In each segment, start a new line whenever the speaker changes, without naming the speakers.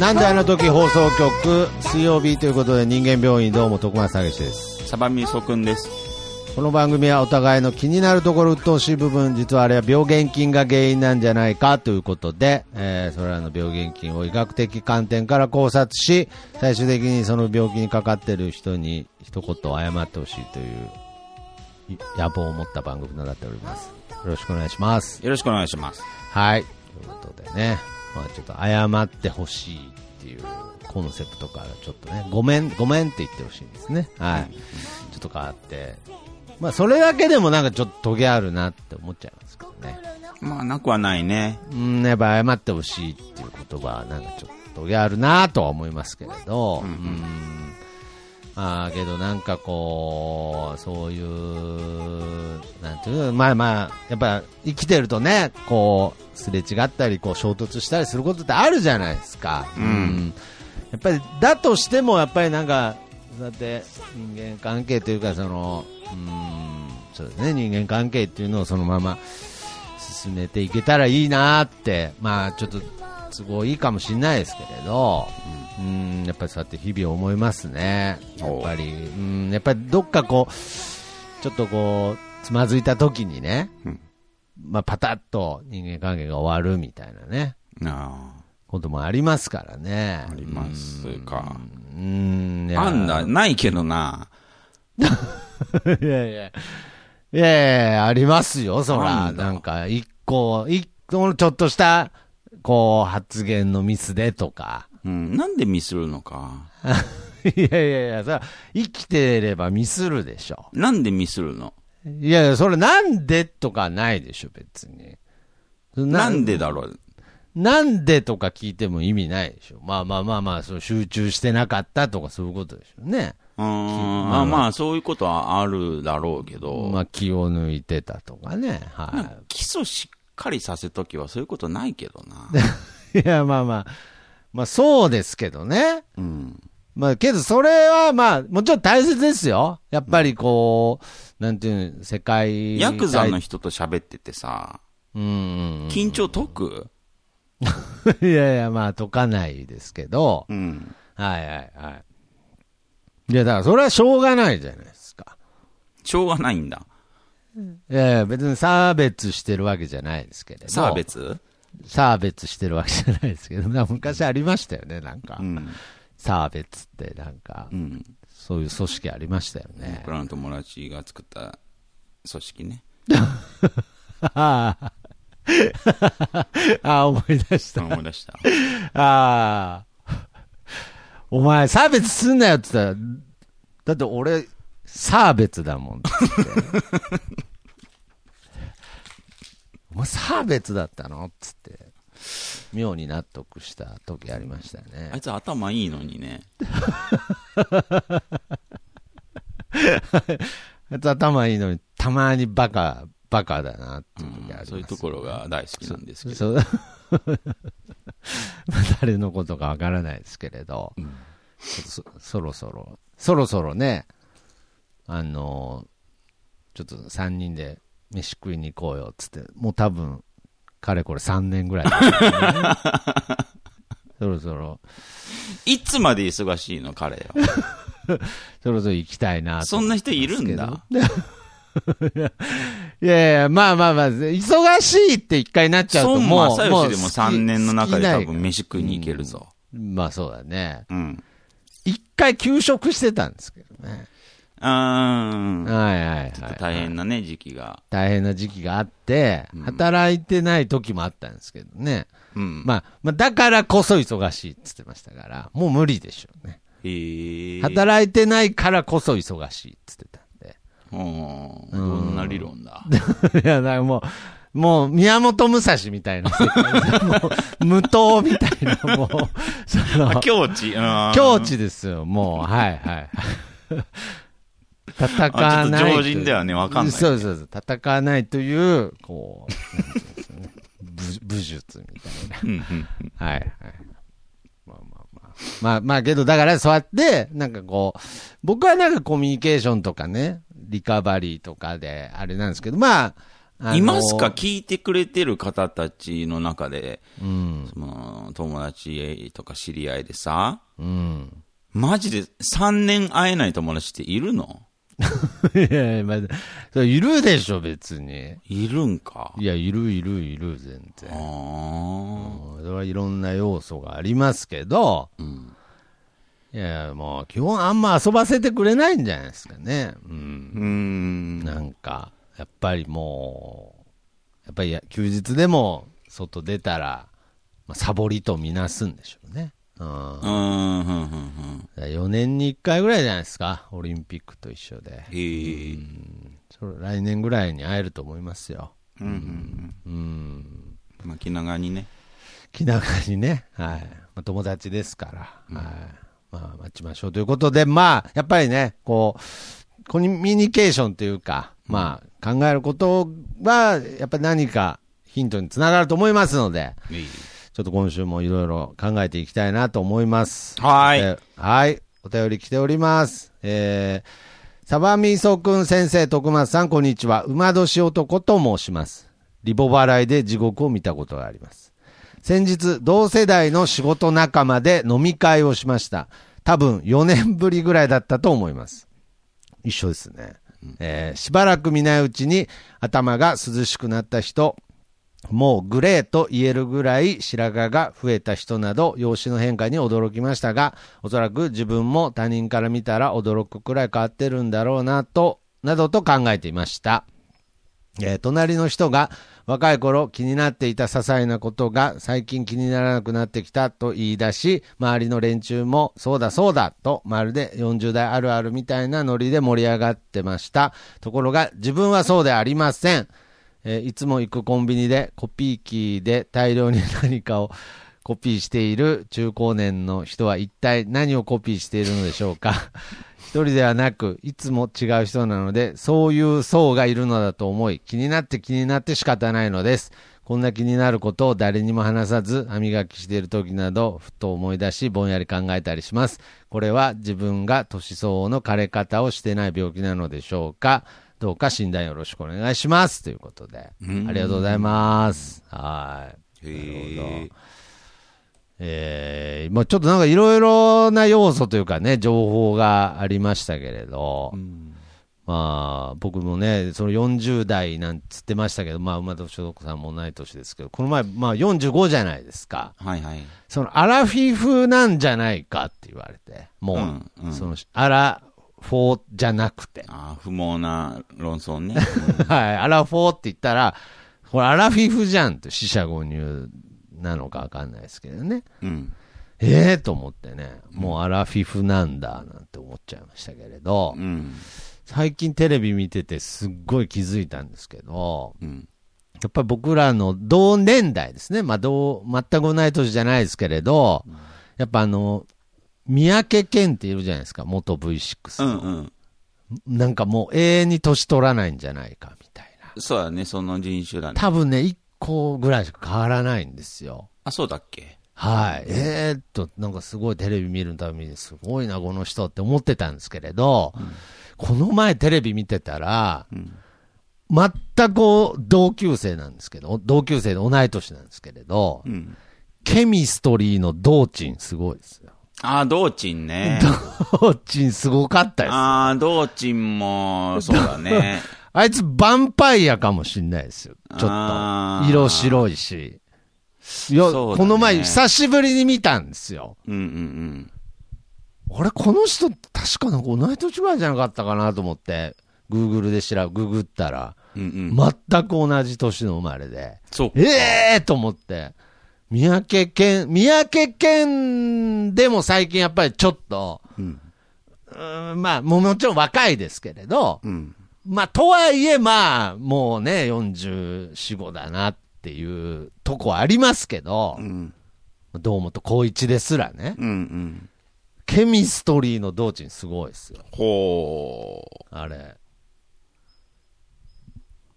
なんであの時放送局水曜日ということで人間病院どうも徳松剛志です
サバミソくんです。
この番組はお互いの気になるところ鬱陶しい部分実はあれは病原菌が原因なんじゃないかということで、えーそれらの病原菌を医学的観点から考察し最終的にその病気にかかってる人に一言謝ってほしいというい野望を持った番組となっておりますよろしくお願いします
よろしくお願いします。
はい。ということでね、まあちょっと謝ってほしいっていうコンセプトからちょっとね、ごめん、ごめんって言ってほしいんですね。はい。ちょっと変わって、まあそれだけでもなんかちょっとトゲあるなって思っちゃいますけどね。
まあ、なくはないね。
うん、やっぱ謝ってほしいっていう言葉はなんかちょっとトゲあるなとは思いますけれど、うん。あーけどなんかこう、そういう、なんていうの、まあまあ、やっぱ生きてるとね、こう、すれ違ったり、こう衝突したりすることってあるじゃないですか。うん。やっぱり、だとしても、やっぱりなんか、だって人間関係というか、その、うん、そうですね、人間関係っていうのをそのまま、進めていけたらいいなって、まあ、ちょっと都合いいかもしれないですけれど、うん、やっぱりそうやって日々思いますね、やっぱり、うん、やっぱりどっかこう、ちょっとこう、つまずいた時にね、まあ、パタッと人間関係が終わるみたいなね、
あ
こともありますからね。
あ、ありますか。
うん、いや
あんだ、ないけどな。
いやいや。いやいや、ありますよ、そ
な
ら。
んだ
なんか、一個、一個のちょっとした、こう、発言のミスでとか。
うん、なんでミスるのか。
いやいやいや、それは生きてればミスるでしょ。
なんでミスるの
いやいや、それなんでとかないでしょ、別に。
な
なん
でだろう。
なんでとか聞いても意味ないでしょ。まあまあまあまあ、そう集中してなかったとかそういうことでしょうね。
うーん、まあまあ、そういうことはあるだろうけ
ま
ど、
あ気を抜いてたとかね。はい。
基礎しっかりさせときはそういうことないけど な。
いや、まあまあ、まあそうですけどね。
うん。
まあけどそれはまあ、もちろん大切ですよ。やっぱりこう、なんていうの、世界。
ヤクザの人と喋っててさ、
うん。
緊張解く
いやいや、まあ解かないですけど。
うん。
はいはいはい。いや、だからそれはしょうがないじゃないですか。
しょうがないんだ。
いやいや、別に差別してるわけじゃないですけれど。
差別
差別してるわけじゃないですけど、なんか昔ありましたよね、なんか。
うん。
差別ってなんか、
うん。
そういう組織ありましたよね。
僕らの友達が作った組 織ね。
ああ。ああ、思い出した。
思い出した。
ああ。 お前、差別すんなよって言ったら、だって俺、差別だもんって 言って。お前、差別だったのっつって。妙に納得した時ありましたね
あい。つ頭いいのにね。
あと頭いいのに、たまにバカ、バカだなっていう時あります、
そういうところが大好きなんですけど。
そう まあ誰のことかわからないですけれど、ちょっとそそろそろ、そろそろね、あのーちょっと3人で飯食いに行こうよっつって、もう多分、かれこれ3年 ぐらい経ってるよね、そろそろ、
いつまで忙しいの、彼よ。
そろそろ行きたいなと
そんな人いるんだ。
いやいや、まあまあまあ、忙しいって一回なっちゃうと、
孫
もう、
正
もう
義でも3年の中
好
で
き
多
ない
分飯食いに行けるぞ。
まあそうだね。
うん。
一回休職してたんですけどね。
あーん。
はいはいはい。
ちょっと大変なね、時期が。
大変な時期があって、働いてない時もあったんですけどね。
うん。
まあ、まあ、だからこそ忙しいって言ってましたから、もう無理でしょうね。
へー。
働いてないからこそ忙しいって言って
おーどんな理論だ。
たん で。いや、だからもう、もう宮本武蔵みたいな 世界、もう無党みたいな、もう、その、
あ境地。うん
境。地ですよ、もう、はいはい。戦わないと
あちょっと常人ではねわかんない
そうそうそう、戦わないという、こう、なんていうんですかね、武武術みたいな。
うんうん
はいはい。まあまあまあ。まあまあけど、だからそうやって、なんかこう、僕はなんかコミュニケーションとかね、リカバリーとかで、あれなんですけど、まあ、あの
いますか聞いてくれてる方たちの中で、
うん。
その友達とか知り合いでさ、
うん。
マジで3年会えない友達っているの
いやいや、まあ、それいるでしょ、別に。
いるんか。
いや、いるいるいる、全
あ
然。
ー
うんそれはいろんな要素がありますけど、
うん
いや、もう基本あんま遊ばせてくれないんじゃないですかね。うん。
うーん。
なんか、やっぱりもう、やっぱりや休日でも外出たら、まあ、サボりとみなすんでしょうね。うん。
うーん、ふんふんふん。
4年に1回ぐらいじゃないですか、オリンピックと一緒で。
へえ。
それ来年ぐらいに会えると思いますよ。
うんうんうん。
うん。
まあ、気長にね。
気長にね、はい。まあ、友達ですから、はい。まあ、待ちましょうということで、まあ、やっぱりね、こう、コミュニケーションというか、まあ、考えることは、やっぱり何かヒントにつながると思いますので、ちょっと今週もいろいろ考えていきたいなと思います。
はーい
えーはい。お便り来ております。えー、サバミソくん先生、徳松さん、こんにちは。馬年男と申します。リボ払いで地獄を見たことがあります。先日、同世代の仕事仲間で飲み会をしました。多分4年ぶりぐらいだったと思います。一緒ですね。えーしばらく見ないうちに頭が涼しくなった人、もうグレーと言えるぐらい白髪が増えた人など、容姿の変化に驚きましたが、おそらく自分も他人から見たら驚くくらい変わってるんだろうなと、などと考えていました。えー隣の人が若い頃気になっていた些細なことが最近気にならなくなってきたと言い出し、周りの連中もそうだそうだとまるで40代あるあるみたいなノリで盛り上がってました。ところが自分はそうでありません。えーいつも行くコンビニでコピー機で大量に何かをコピーしている中高年の人は一体何をコピーしているのでしょうか 一人ではなく、いつも違う人なので、そういう層がいるのだと思い、気になって気になって仕方ないのです。こんな気になることを誰にも話さず、歯磨きしている時など、ふと思い出し、ぼんやり考えたりします。これは自分が年相応の枯れ方をしてない病気なのでしょうかどうか診断よろしくお願いします。ということで、ありがとうございます。はい。
へえ。
えー、まあちょっとなんかいろいろな要素というかね、情報がありましたけれど、まあ僕もね、その40代なんつってましたけど、まあ馬年所さんも同い年ですけど、この前、まあ45じゃないですか。
はいはい。
そのアラフィフなんじゃないかって言われて、もう、
うんうん
そのアラフォーじゃなくて、
ああ、不毛な論争ね。
はい、アラフォーって言ったら、これアラフィフじゃんって死者誤入なのかわかんないですけどね。
うん。
ええー、と思ってね、もうアラフィフなんだなんて思っちゃいましたけれど、
うん。
最近テレビ見ててすっごい気づいたんですけど、
うん。
やっぱり僕らの同年代ですね、まあ同、全く同い年じゃないですけれど、やっぱあの、三宅健っているじゃないですか、元 V6
う
の、
んうん。
なんかもう永遠に年取らないんじゃないかみたいな。
そうだね、その人種だね。
多分ね、一個ぐらいしか変わらないんですよ。
あ、そうだっけ
はい。えーっと、なんかすごいテレビ見るたびにすごいな、この人って思ってたんですけれど、この前テレビ見てたら、全く同級生なんですけど、同級生で同い年なんですけれど、
うん。
ケミストリーの道珍すごいですよ。
ああ、道珍 ね。
道珍すごかったです。あ
ああ、道珍も、そうだね。
いつヴァンパイアかもしんないですよ。ちょ
あ
っと。
ー
色白いし。いや、
そうだね
この前久しぶりに見たんですよ。
うんうんうん。
あれ、この人、確かなんか同い年ぐらいじゃなかったかなと思って、グーグルで調べ、ググったら、
うんうん。
全く同じ年の生まれで、
そうか。
ええーと思って、三宅健、三宅健でも最近やっぱりちょっと、
うん。
うーんまあ、もうもちろん若いですけれど、
うん。
まあ、とはいえ、まあ、もうね、44、5だなっていうとこはありますけど
う、ん。
堂本光一ですらね、
うんうん。
ケミストリーの道珍すごいですよ。
ほ
あれ。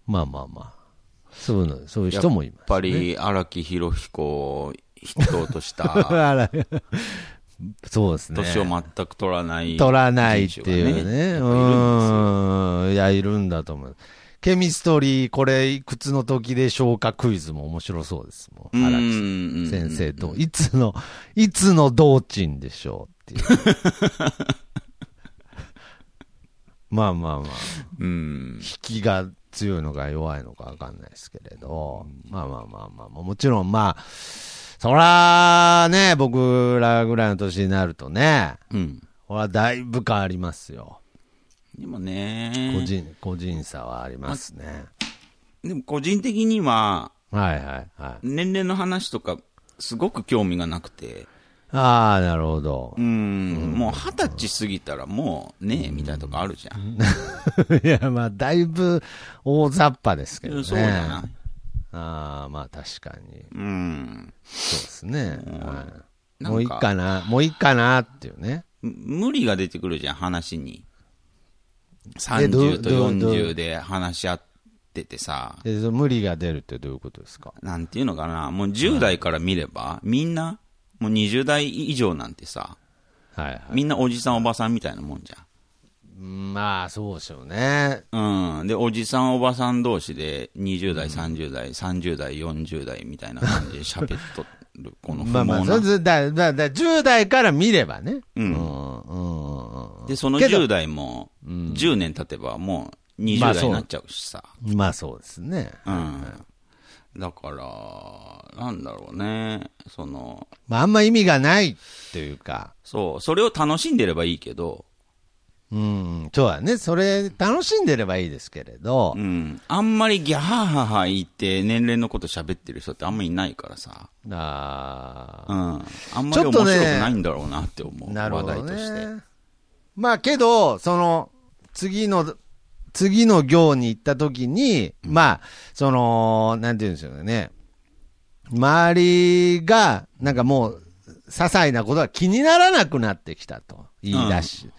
まあまあまあ。そういうの、そういう人もいま
う。やっ
す。
ぱり、荒木博彦を筆頭と した、
あらそうですね。
年を全く取らない。
取らないっていうね。
人種
う
がねやっぱいるんですよ
ーん。いや、いるんだと思う。ケミストリー、これ、いくつの時でしょうかクイズも面白そうですもん。荒木さん先生と、いつの、いつの道賃でしょう っていう。まあまあまあ、
うん
引きが強いのか弱いのかわかんないですけれど、まあまあまあまあ、もちろんまあ、そらね、僕らぐらいの年になるとね、
うん
ほらだいぶ変わりますよ。
でもね
個人、個人差はありますね。
でも個人的には
はいはいはい。
年齢の話とかすごく興味がなくて
ああ、なるほど
う。んもう二十歳過ぎたらもうねえみたいなとこあるじゃん、
いや、まあ、だいぶ大雑把ですけどね。
そうだな
ああ、まあ確かに。
うん
そうですね。はい、
なんか
もういいかな、もういいかなっていうね。
無理が出てくるじゃん、話に。
えど
30と
どど
40で話し合っててさ、
でその無理が出るってどういうことですか
なんていうのかな、もう10代から見れば、みんな、もう20代以上なんてさ、
はいはい。
みんなおじさん、おばさんみたいなもんじ
まあ、そうでしょうね。
ゃん。うん。で、おじさん、おばさん同士で、20代、30代、30代、40代みたいな感じ で喋っとる、この不
まあ
毛
まあ、
な。
そうそうだ、だ、だ、10代から見ればね。
うん
うん、うん、うん
で、その
けど
10代も、10年経てば、もう20
まあ
代
そう
になっちゃうしさ。
うん。まあ、そうですね。
うん、だから、なんだろうね、その、
まあ、あんま意味がないというか。
そう、それを楽しんでればいいけど、
うん、そうだね。それ、楽しんでればいいですけれど
う。ん、あんまりギャハハハ言って年齢のこと喋ってる人ってあんまりいないからさ、
あ
うん、あんま
ち
り
ょ
面
っと
白く
ね
ないんだろうなって思
あ、
う、
なるほ
話題
ど
として。
ね。まあ、けど、その、次の、次の行に行った時に、まあ、その、なんて言うんでしょうね。周りが、なんかもう、些細なことは気にならなくなってきたと言い出し、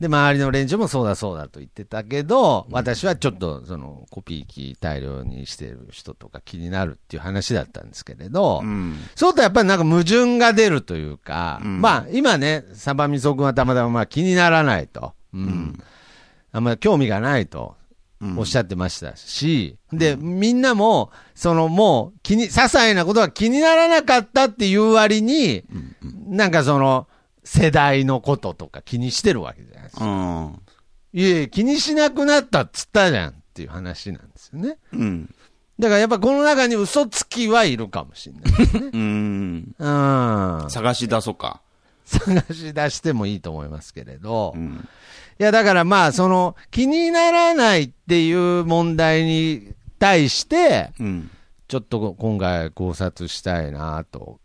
で、周りの連中もそうだそうだと言ってたけど、私はちょっと、その、コピー機大量にしてる人とか気になるっていう話だったんですけれど、
うん、
そうとやっぱりなんか矛盾が出るというか、
うん
まあ今ね、サバミソ君はたまたままあ気にならないと、うんあんまり興味がないと
うん
おっしゃってましたし、で、みんなも、そのもう気に、些細なことは気にならなかったっていう割に、なんかその、世代のこととか気にしてるわけじゃないですか。
うん、
いえいえ、気にしなくなったっつったじゃんっていう話なんですよね。
うん、
だからやっぱこの中に嘘つきはいるかもしれないです ね。
うん、
うん。
探し出そうか。
探し出してもいいと思いますけれど、
う
い
ん、
やだからまあその気にならないっていう問題に対して
うん、
ちょっとこ今回考察したいなと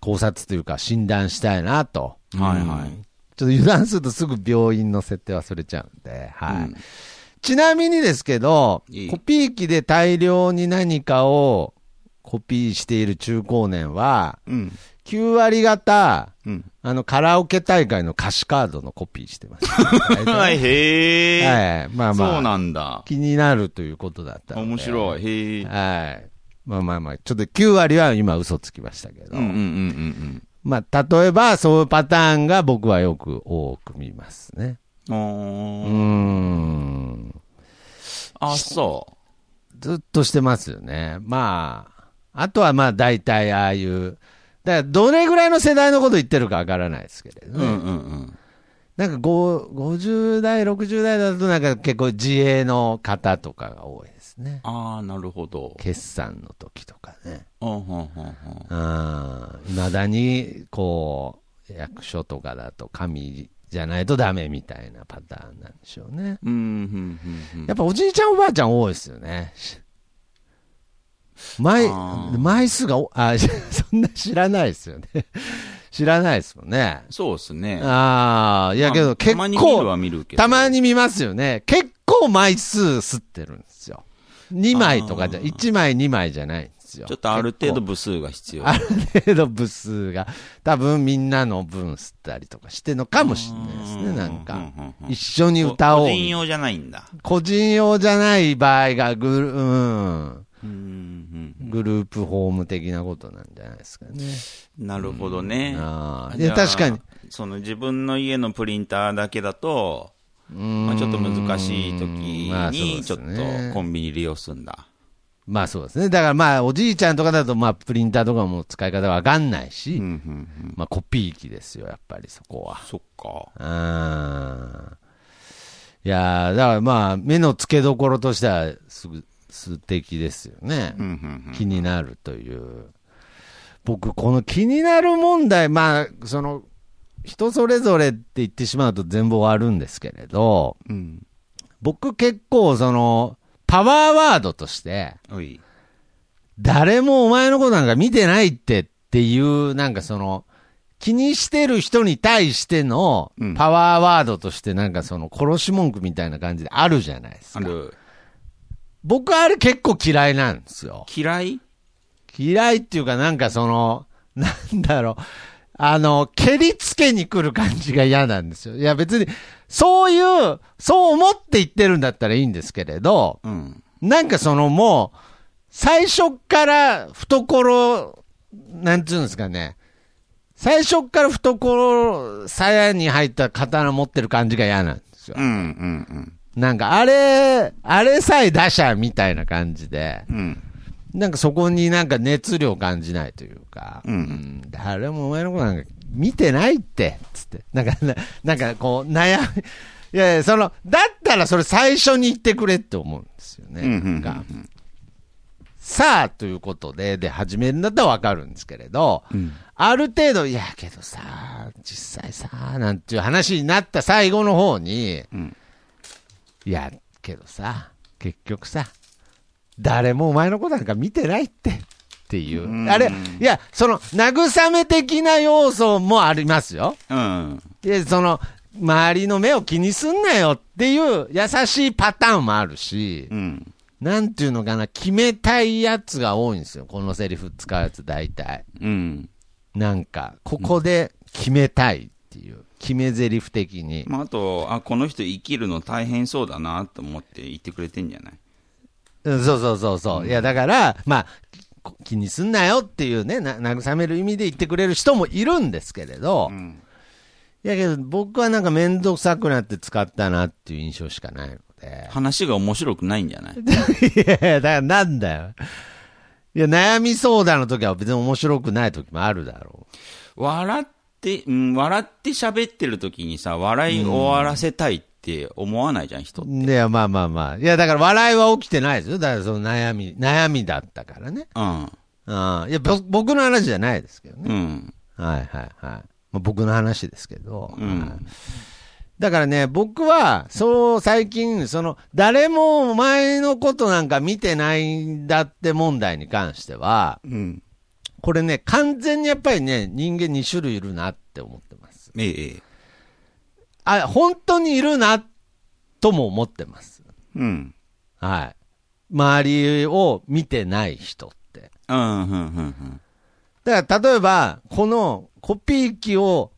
考察というか診断したいなと、
はいはい
うんちょっと油断するとすぐ病院の設定忘れちゃうんで、はい
うん
ちなみにですけど
いい
コピー機で大量に何かをコピーしている中高年は
うん、
9割方
うん。
あの、カラオケ大会の歌詞カードのコピーしてます。
は、
はい
へ
い。
え、
まあ
そう
まあ、
なんだ。
気になるということだったので。
面白い。へえ。
はい。まあまあまあ、ちょっと9割は今嘘つきましたけど。
うんうんうんうんうん。
まあ、例えばそういうパターンが僕はよく多く見ますね。うー
あ
ん。
あ、そ
ずっとしてますよね。まあ、あとはまあ大体ああいう、だからどれぐらいの世代のこと言ってるかわからないですけれどね。
う。うんうんうん。
なんかご50代、60代だとなんか結構自営の方とかが多いですね。
ああ、なるほど。
決算の時とかね。
うんうんうんうん。
いまだに、こう、役所とかだと紙じゃないとダメみたいなパターンなんでしょうね。
うんうんうんうん
やっぱおじいちゃんおばあちゃん多いですよね。枚
あ、ー
枚数がお、あ、 そんな知らないですよね。知らないですもんね。
そうですね。
ああ、いやけ
ま
ど
あ
結
たまに見る
構
は、見るけど。
たま。に見ますよね。結構枚数吸ってるんですよ。2枚とかじゃ、
あー
1枚2枚じゃないんですよ。
ちょっとある程度
結
部数が必要。
構、ある程度部数が、多分みんなの分吸ったりとかしてんのかもしれないですね、なん
う
か。
んうんうん
一緒に歌おう
個。人用じゃないんだ。
個人用じゃない場合がグル、うん、
うんうん
グループホーム的なことなんじゃないですかね。
うんなるほどね。
ああ、い
じ
や
ゃあ
確かに。。
その自分の家のプリンターだけだと、まあ、ちょっと難しい時
まあそう
に、
で
ちょ
す
っと
ね
コンビニ利用すんだ。
まあそうですね。だからまあ、おじいちゃんとかだと、まあ、プリンターとかも使い方わかんないし、
うんうん
まあ、コピー機ですよ、やっぱりそこは。
そっか。
うん。いやーだからまあ、目の付けどころとしては、すぐ、素敵ですよね。
うんうん
気になるという。僕、この気になる問題、まあ、その、人それぞれって言ってしまうと全部終わるんですけれど、
うん。うん。
僕結構その、パワーワードとして、
おい。
誰もお前のことなんか見てないってっていう、なんかその、気にしてる人に対しての
うん
パワーワードとしてなんかその殺し文句みたいな感じであるじゃないです
あ
か。
る。
僕あれ結構嫌いなんですよ。
嫌い
嫌いっていうかなんかその、 なんだろう、あの、蹴りつけに来る感じが嫌なんですよ。いや別に、そういう、そう思って言ってるんだったらいいんですけれど、
うん。
なんかそのもう、最初っから懐、なんていうんですかね、最初っから懐、鞘に入った刀持ってる感じが嫌なんですよ
う。んうん
なんかあれ、あれさえ出しゃみたいな感じで、
うん。うん。
なんかそこになんか熱量感じないというか、
うん
ん誰もお前のことなんか見てないって、つって。なんか、ななんかこう悩み、いやいや、その、だったらそれ最初に言ってくれって思うんですよね。
うんうんうんうん
なんかさあ、ということで、で始めるんだったらわかるんですけれど、
うん
ある程度、いや、けどさ、実際さ、なんていう話になった最後の方に、
うん
いや、けどさ、結局さ、誰もお前のことなんか見てないって、っていうう。
ん
あれ、いや、その、慰め的な要素もありますよ。
うん。
いや、その、周りの目を気にすんなよっていう優しいパターンもあるし
う、ん。
なんていうのかな、決めたいやつが多いんですよ。このセリフ使うやつ、大体。
うん。
なんか、ここで決めたいっていう、決め台詞的に。
まあ、あと、あ、この人生きるの大変そうだなと思って言ってくれてんじゃない
うんそうそうそうそう。いや、だから、まあ、こ気にすんなよっていうね、な慰める意味で言ってくれる人もいるんですけれど、
ん。
いやけど僕はなんか面倒くさくなって使ったなっていう印象しかないので。
話が面白くないんじゃない
いやいや、だからなんだよ。いや、悩み相談の時は別に面白くない時もあるだろ
笑って、うん、笑って喋ってる時にさ、笑い終わらせたいって思わないじゃん、人。
う。いや、まあまあまあ。いや、だから笑いは起きてないですよ。だからその悩み、悩みだったからね。
うん。
ああいや、ぼ僕の話じゃないですけどね。
うん。
はいはいはい。まあ、僕の話ですけど、
うん
はいだからね、僕は、そう、最近、その、誰もお前のことなんか見てないんだって問題に関しては、
うん。
これね、完全にやっぱりね、人間2種類いるなって思ってます。
ええ。
あ、本当にいるな、とも思ってます。
うん。
はい。周りを見てない人って。
うん、うん、うん、
だから例えば、このコピー機を、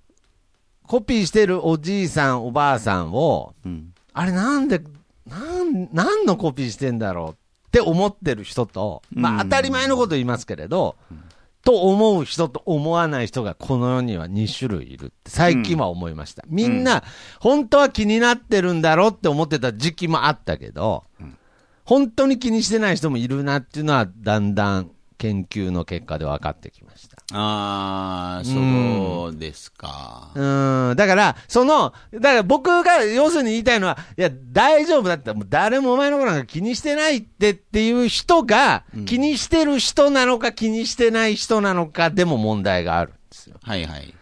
コピーしてるおじいさん、おばあさんを、
うん。
あれなんで、なん、何のコピーしてんだろうって思ってる人と、まあ
うん
当たり前のこと言いますけれど、と思う人と思わない人がこの世には2種類いるって最近は思いました。みんな、本当は気になってるんだろうって思ってた時期もあったけど、本当に気にしてない人もいるなっていうのはだんだん研究の結果で分かってきました。
あー、そうですか。
うん、だから、その、だから僕が要するに言いたいのは、いや、大丈夫だって、もう誰もお前のことなんか気にしてないってっていう人が、気にしてる人なのか気にしてない人なのかでも問題があるんですよ。
はいはい。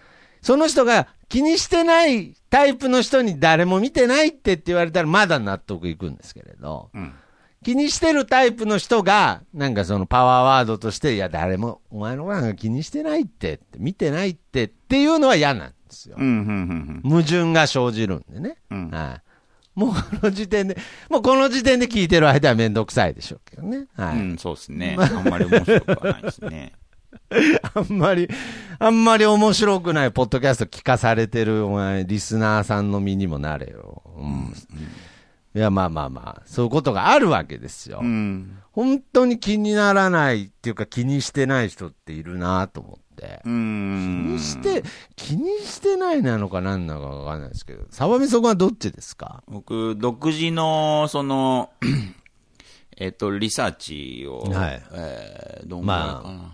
その人が気にしてないタイプの人に誰も見てないってって言われたらまだ納得いくんですけれど、
うん。
気にしてるタイプの人が、なんかそのパワーワードとして、いや、誰もお前のことなんか気にしてないってって、見てないってっていうのは嫌なんですよ。
うん、うん、うん
矛盾が生じるんでね。
うん
はい。もうこの時点で、もうこの時点で聞いてる間はめんどくさいでしょうけどね。は
う
い。
ん。うん、そうですね。あんまり面白くはないですね。
あんまり、あんまり面白くないポッドキャスト聞かされてるお前、リスナーさんの身にもなれよ。うん。いや、まあまあまあ、そういうことがあるわけですよ。
うん。
本当に気にならないっていうか、気にしてない人っているなと思って。気
うん。
にして、気にしてないなのか何なのかわかんないですけど、沢見そこはどっちですか
僕、独自の、その、 えっと、リサーチを、
はい
えーどんぐらいかな、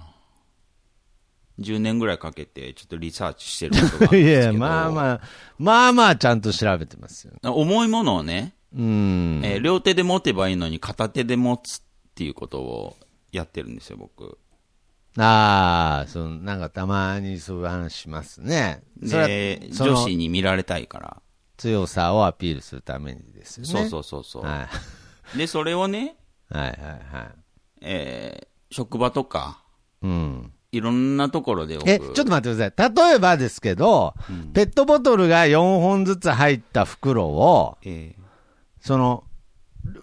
10年ぐらいかけて、ちょっとリサーチしてることが あ
い
るんですけ
や、
ど、
まあまあ、まあまあちゃんと調べてますよ、ね。
重いものをね、
うん。
えー両手で持てばいいのに、片手で持つっていうことをやってるんですよ、僕。
ああ、その、なんかたまにそういう話しますね。それ
で、
は、そ
女
の
子に見られたいから。
強さをアピールするためにですよね。
そうそうそうそう。
はい。
で、それをね、
はいはいはい。
えー職場とか、
うん。
いろんなところで僕、
え、ちょっと待ってください。例えばですけど、ペットボトルが4本ずつ入った袋を、
えー
その、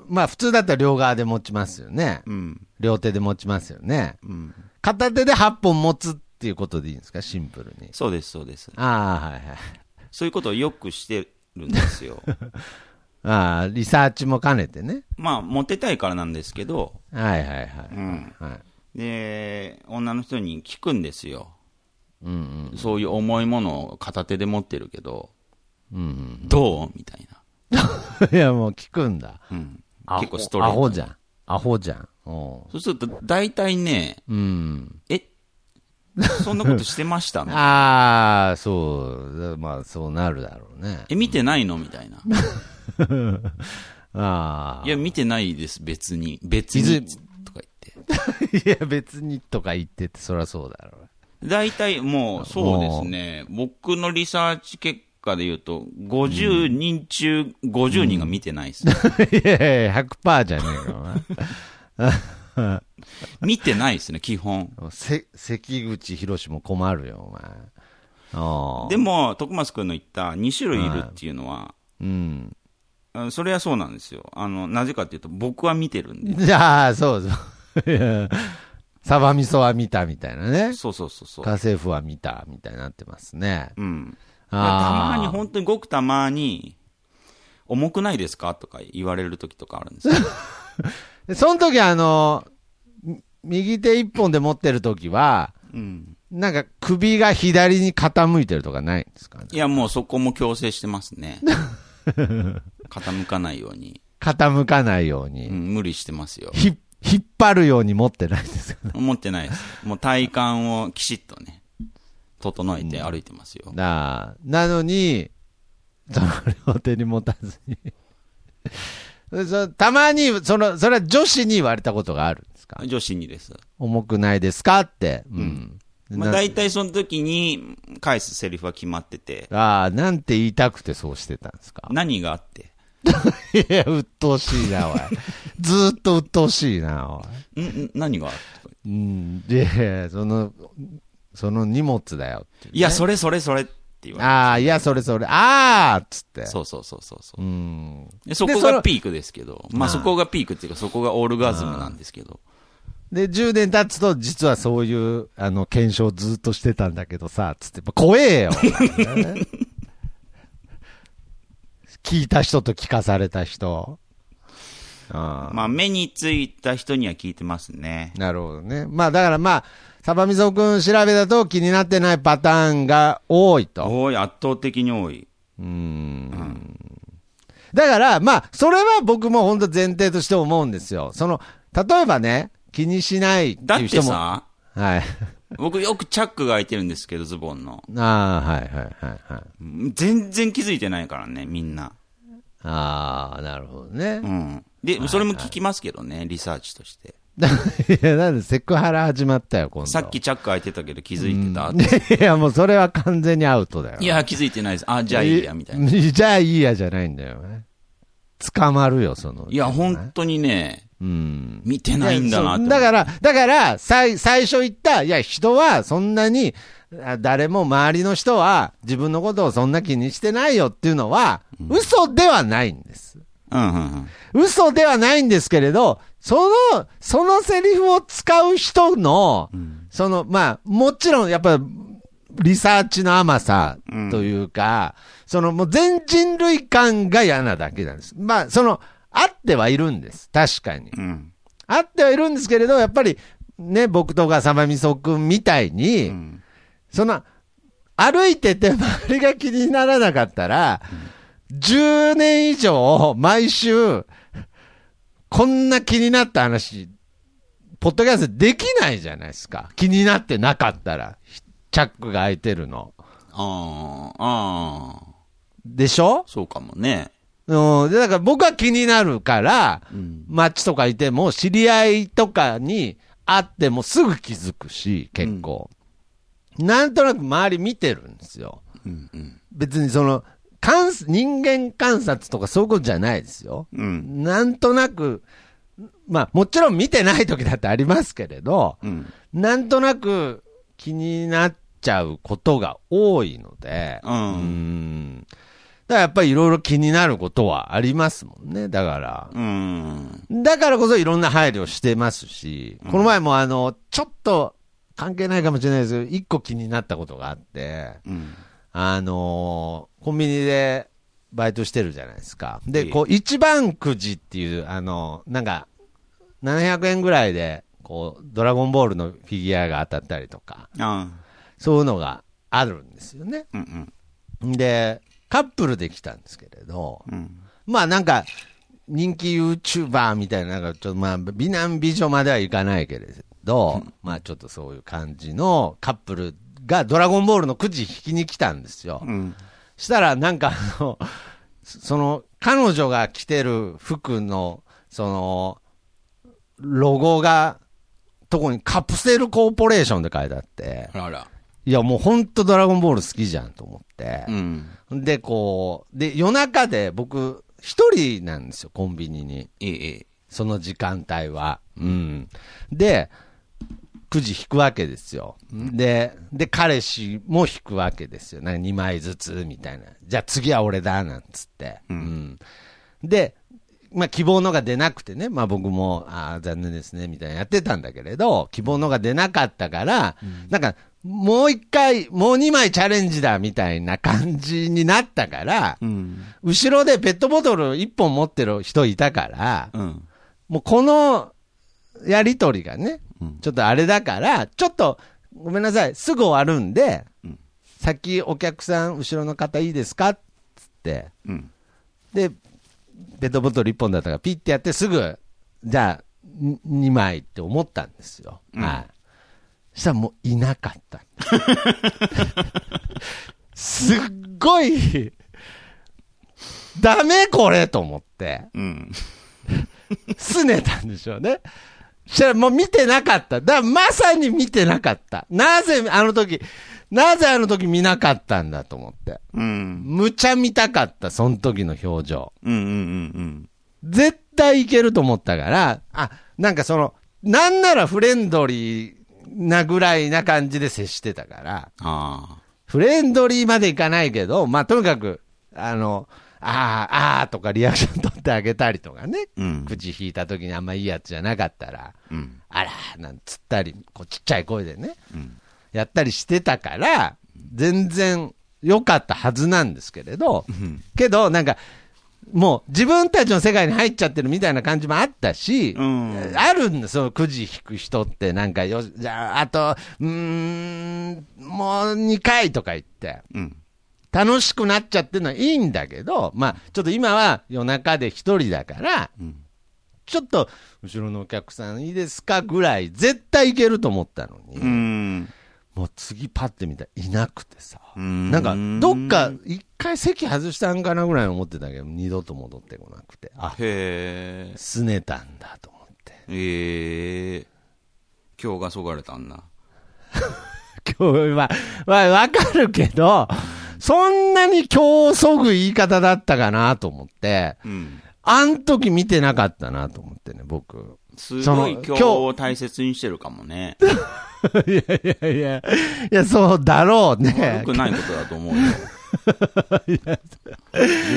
まあ普通だったら両側で持ちますよね。
うん、
両手で持ちますよね。
うん。
片手で8本持つっていうことでいいんですかシンプルに。
そうです、そうです。
ああ、はいはい。
そういうことをよくしてるんで すよ。
ああ、リサーチも兼ねてね。
まあ、モテたいからなんですけど、
はいはいはい。
うん
はい、
で、女の人に聞くんですよ。
うんうん
そういう重いものを片手で持ってるけど、
うん
どうみたいな。
うん。い や、もう聞くんだ。
うん
ア。ホ
結構ストレー
ア
ト。
ホじゃん。アホじゃん。お
そうすると、大体ね、
ううん。
え、そんなことして ましたの
ああ、そう。まあ、そうなるだろうね。
え、見てないのみたいな。
ああ。
いや、見てないです、別に。別に。とか言って。
いや、別にとか言ってて、そりゃそうだろう。
大体もう、そうですね。僕のリサーチ結果で言うと、50人中50人が見てないですね。
いやいや、100%じゃねえかな。
見てないですね、基本。
せ関口博も困るよ、お前。ああ。
でも、徳松君の言った2種類いるっていうのは、
うん。
うんそれはそうなんですよ。あの、なぜかっていうと、僕は見てるんで。
じゃあ、そうそう。いや、サバ味噌は見たみたいなね。
そうそうそうそう。
家政婦は見たみたいになってますね。
うん。た
あ
まに、本当にごくたまに、重くないですかとか言われる時とかあるんで すよ。
に。その時あの、み右手一本で持ってる時は、
うん。
なんか首が左に傾いてるとかないんですかね
いや、もうそこも強制してますね。 傾かないように。
傾かないように、
うん、無理してますよ。
ひ引っ張るように持ってないんですよ。
持ってないです。もう体幹をきちっとね、整えて歩いてますよ。
なあなのに、その両手に持たずに。 そたまにその、それは女子に言われたことがあるんですか
女子にです。
重くないですかって。うん。
まあ、
な
大体その時に返すセリフは決まってて、
ああ、なんて言いたくてそうしてたんですか
何があって、
いや、鬱陶しいな、 おい。ずーっと鬱陶しいな、お
んん何があって
い。うん、で、その、その荷物だよっていうね、
いや、それそれそれって言わ
ああ、いや、それそれ、ああっつって。
れそうそうそうそうそう
う。ん。
でそこ
その
がピークですけど、まあそこがピークっていうかそこがオルガズムなんですけど、
で、10年経つと、実はそういう、あの、検証ずーっとしてたんだけどさ、つって、まあ怖えよ。 聞いた人と聞かされた人。ああ
まあ目についた人には聞いてますね。
なるほどね。まあだからまあ、サバミソくん調べだと気になってないパターンが多いと。
多い、圧倒的に多い。
うーん。だからまあ、それは僕も本当前提として思うんですよ。その、例えばね、気にしないって
だっ
いう
て
人も。
さ、
はい。
僕よくチャックが開いてるんですけど、ズボンの。
ああ、はいはいはいはい。
全然気づいてないからね、みんな。
ああ、なるほどね
う。ん。で、それも聞きますけどね、リサーチとして。
いや、なんでセクハラ始まったよ、今度。
さっきチャック開いてたけど気づいてたって
き。 いや、もうそれは完全にアウトだよ。
いや、気づいてないです。あ、じゃあいいや、みたい
な。
な。
じゃあいいやじゃないんだよね。捕まるよ、その。
いや、本当にね、
うん。
見てないんだな
そう
と。
だから、だから、最、最初言った、いや、人はそんなに、あ誰も周りの人は自分のことをそんな気にしてないよっていうのは、嘘ではないんです。
うんうんうん。
嘘ではないんですけれど、その、そのセリフを使う人の、その、まあ、もちろん、やっぱ、リサーチの甘さというか、そのもう全人類感が嫌なだけなんです。まあ、その、あってはいるんです。確かに。
うん。
あってはいるんですけれど、やっぱり、ね、僕とかさまみそくんみたいに、
うん
その、歩いてて周りが気にならなかったら、10年以上、毎週、こんな気になった話、ポッドキャストできないじゃないですか。気になってなかったら、チャックが開いてるの。
ああ、ああ、
でしょ
そうかもね。
うん。で、だから僕は気になるから、
うん。
街とかいても、知り合いとかに会ってもすぐ気づくし、結構。なんとなく周り見てるんですよ。
うん。うん。
別にその、観人間観察とかそういうことじゃないですよ。
うん。
なんとなく、まあもちろん見てない時だってありますけれど、
うん。
なんとなく気になっちゃうことが多いので、
う
うんん。だからやっぱりいろいろ気になることはありますもんね、だから。
うん。
だからこそいろんな配慮してますし、この前もあの、ちょっと関係ないかもしれないですけど、一個気になったことがあって、
うん。
あのーコンビニでバイトしてるじゃないですか。
え
で、
え
こう、一番くじっていう、あのなんか、700円ぐらいで、こう、ドラゴンボールのフィギュアが当たったりとか、
あ
そういうのがあるんですよね。
あ。うん。
で、カップルで来たんですけれど、
うん。うん。
まあなんか、人気 YouTuber みたいな、なんかちょっとまあ、美男美女まではいかないけれど、まあちょっとそういう感じのカップルがドラゴンボールのくじ引きに来たんですよ。
うん。
したら、なんかあの、その、彼女が着てる服の、その、ロゴが、とこにカプセルコーポレーションで書いてあって、
あら。
いや、もうほんとドラゴンボール好きじゃんと思って
う、ん。
で、こう、で、夜中で僕、一人なんですよ、コンビニに。
ええ、ええ。
その時間帯は。うん。で、くじ引くわけですよ。で、で、彼氏も引くわけですよ。なんか2枚ずつ、みたいな。じゃあ次は俺だ、なんつって。うん。で、まあ、希望のが出なくてね、まあ、僕も、ああ、残念ですね、みたいなやってたんだけれど、希望のが出なかったから、なんか、もう一回、もう二枚チャレンジだ、みたいな感じになったから、
うん。
後ろでペットボトル一本持ってる人いたから、
うん。
もうこのやりとりがね、
うん
ちょっとあれだから、ちょっとごめんなさい、すぐ終わるんで、
うん
先お客さん、後ろの方いいですかっつって、
うん。
で、ペットボトル1本だったから、ピッてやってすぐ、じゃあ、2枚って思ったんですよ。
うん
はい。そしたらもういなか った。 すっごい、ダメこれと思って。
うん。
拗ねたんでしょうね。そしたらもう見てなかった。だからまさに見てなかった。なぜあの時、なぜあの時見なかったんだと思って。
うん。
むちゃ見たかった、その時の表情。
うん。うん。
絶対いけると思ったから、あ、なんかその、なんならフレンドリーなぐらいな感じで接してたから、
ああ。
フレンドリーまでいかないけど、まあとにかく、あの、あーあーとかリアクション取ってあげたりとかね、
うん。
口引いた時にあんまいいやつじゃなかったら、
うん。
あらーなんつったり、こうちっちゃい声でね、
うん。
やったりしてたから、全然良かったはずなんですけれど、
ん
けど、なんか、もう自分たちの世界に入っちゃってるみたいな感じもあったし、
うん
あるんですよ、くじ引く人って、なんかよし、じゃあ、あと、うーん、もう2回とか言って。
うん。
楽しくなっちゃってるのはいいんだけど、まあ、ちょっと今は夜中で一人だから、
うん。
ちょっと、後ろのお客さんいいですかぐらい、絶対いけると思ったのに、
うん。
もう次パッて見たらいなくてさ、
うん
なんか、どっか、一回席外したんかなぐらい思ってたけど、二度と戻ってこなくて、あ、
へえ。
拗ねたんだと思って。
ええ。今日がそがれたんだ。
今日は、まあ、わかるけど、そんなに今日そぐ言い方だったかなと思って、
うん。
あん時見てなかったなと思ってね、僕。
す
その
ごい今日
今日
を大切にしてるかもね。
いやいやいや、いや、そうだろうね
悪。くないことだと思うよ。全然自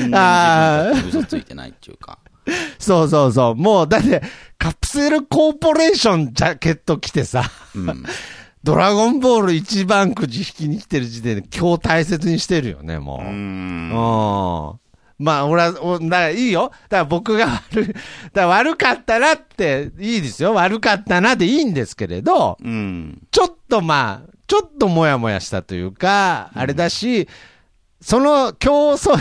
分
あー
たち嘘ついてないっていうか。
そうそうそう。もう、だって、カプセルコーポレーションジャケット着てさ、
うん。
ドラゴンボール一番くじ引きに来てる時点で今日大切にしてるよね、もう。
うん。
うん。まあ、俺は、おだからいいよ。だから僕が悪い、だから悪かったなって、いいですよ。悪かったなでいいんですけれど、
うん。
ちょっとまあ、ちょっともやもやしたというか、あれだし、その競争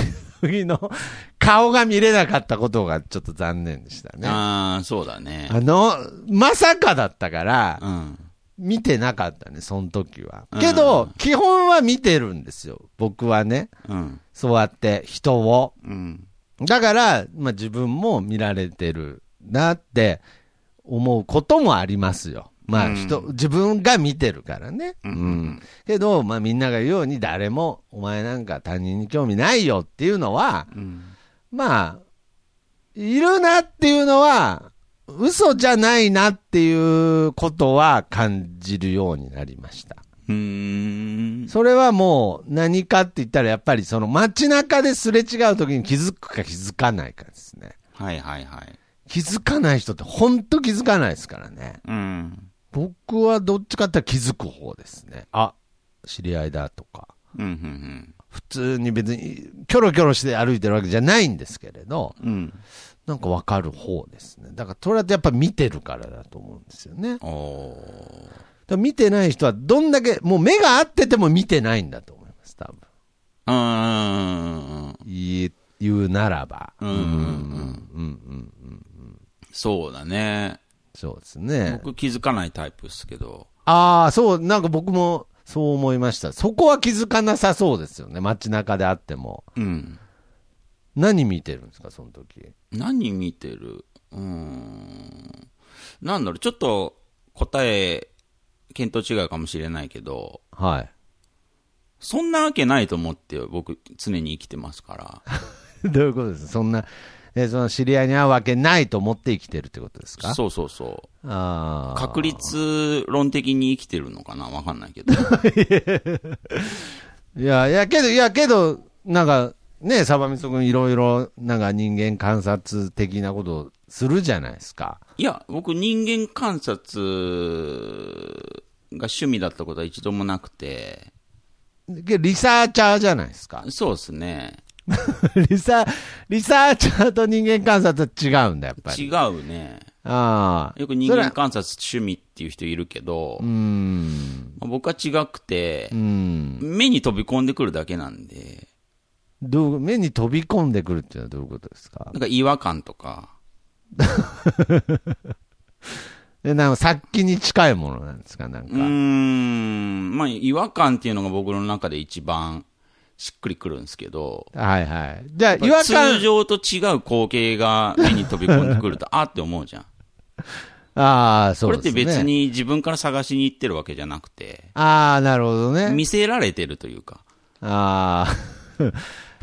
の顔が見れなかったことがちょっと残念でしたね。あ
ああ、そうだね。
の、まさかだったから、
うん。
見てなかったね、その時は
う。ん
けど、基本は見てるんですよ。僕はね。
うん。
そうやって人を。
うん。
だから、まあ、自分も見られてるなって思うこともありますよ。まあ
うん
人、自分が見てるからね。うんけど、まあ、みんなが言うように誰もお前なんか他人に興味ないよっていうのは、
うん。
まあ、いるなっていうのは、嘘じゃないなっていうことは感じるようになりました。
うん。
それはもう何かって言ったらやっぱりその街中ですれ違う時に気づくか気づかないかですね。
はいはいはい。
気づかない人って本当気づかないですからね。
うん。
僕はどっちかって言ったら気づく方ですね。あ、知り合いだとか。
うん。うん。
普通に別にキョロキョロして歩いてるわけじゃないんですけれど、
うん。うん。
なんかわかる方ですね。だからそれはやっぱ見てるからだと思うんですよね。だか
おー
ら見てない人はどんだけ、もう目が合ってても見てないんだと思います、多分。
うん。
言い言うならば。
うん。うん。うん。そうだね。
そうですね。
僕気づかないタイプですけど。
ああ、そう、なんか僕もそう思いました。そこは気づかなさそうですよね、街中であっても。
うん。
何見てるんですか、その時。
何見てるうーん。なんだろう、ちょっと答え、見当違いかもしれないけど、
はい。
そんなわけないと思って僕常に生きてますから。
どういうことですかそんな、えその知り合いに会うわけないと思って生きてるってことですか
そうそうそう。
ああ。
確率論的に生きてるのかなわかんないけど。
いや、いや、けど、いや、けど、なんか、ね、サバミソ君いろいろ、なんか人間観察的なことをするじゃないですか。
いや、僕人間観察が趣味だったことは一度もなくて、。
けどリサーチャーじゃないですか
そうですね。
リサ、リサーチャーと人間観察は違うんだ、やっぱり。
違うね。
ああ。
よく人間観察趣味っていう人いるけど、
うーん。
まあ僕は違くて
う、ん。
目に飛び込んでくるだけなんで、
どう、目に飛び込んでくるっていうのはどういうことですか
なんか違和感とか、
で、なんか、殺気に近いものなんですかなん
うー
か。
ん、まあ違和感っていうのが僕の中で一番しっくりくるんですけど、
はいはい。じゃあ、違和
通
感。
常と違う光景が目に飛び込んでくると、あって思うじゃん。
ああ、そ
これ
う
っ
で
て
すね。
別。に自分から探しに行ってるわけじゃなくて、
ああ、なるほどね。
見せられてるというか。
あ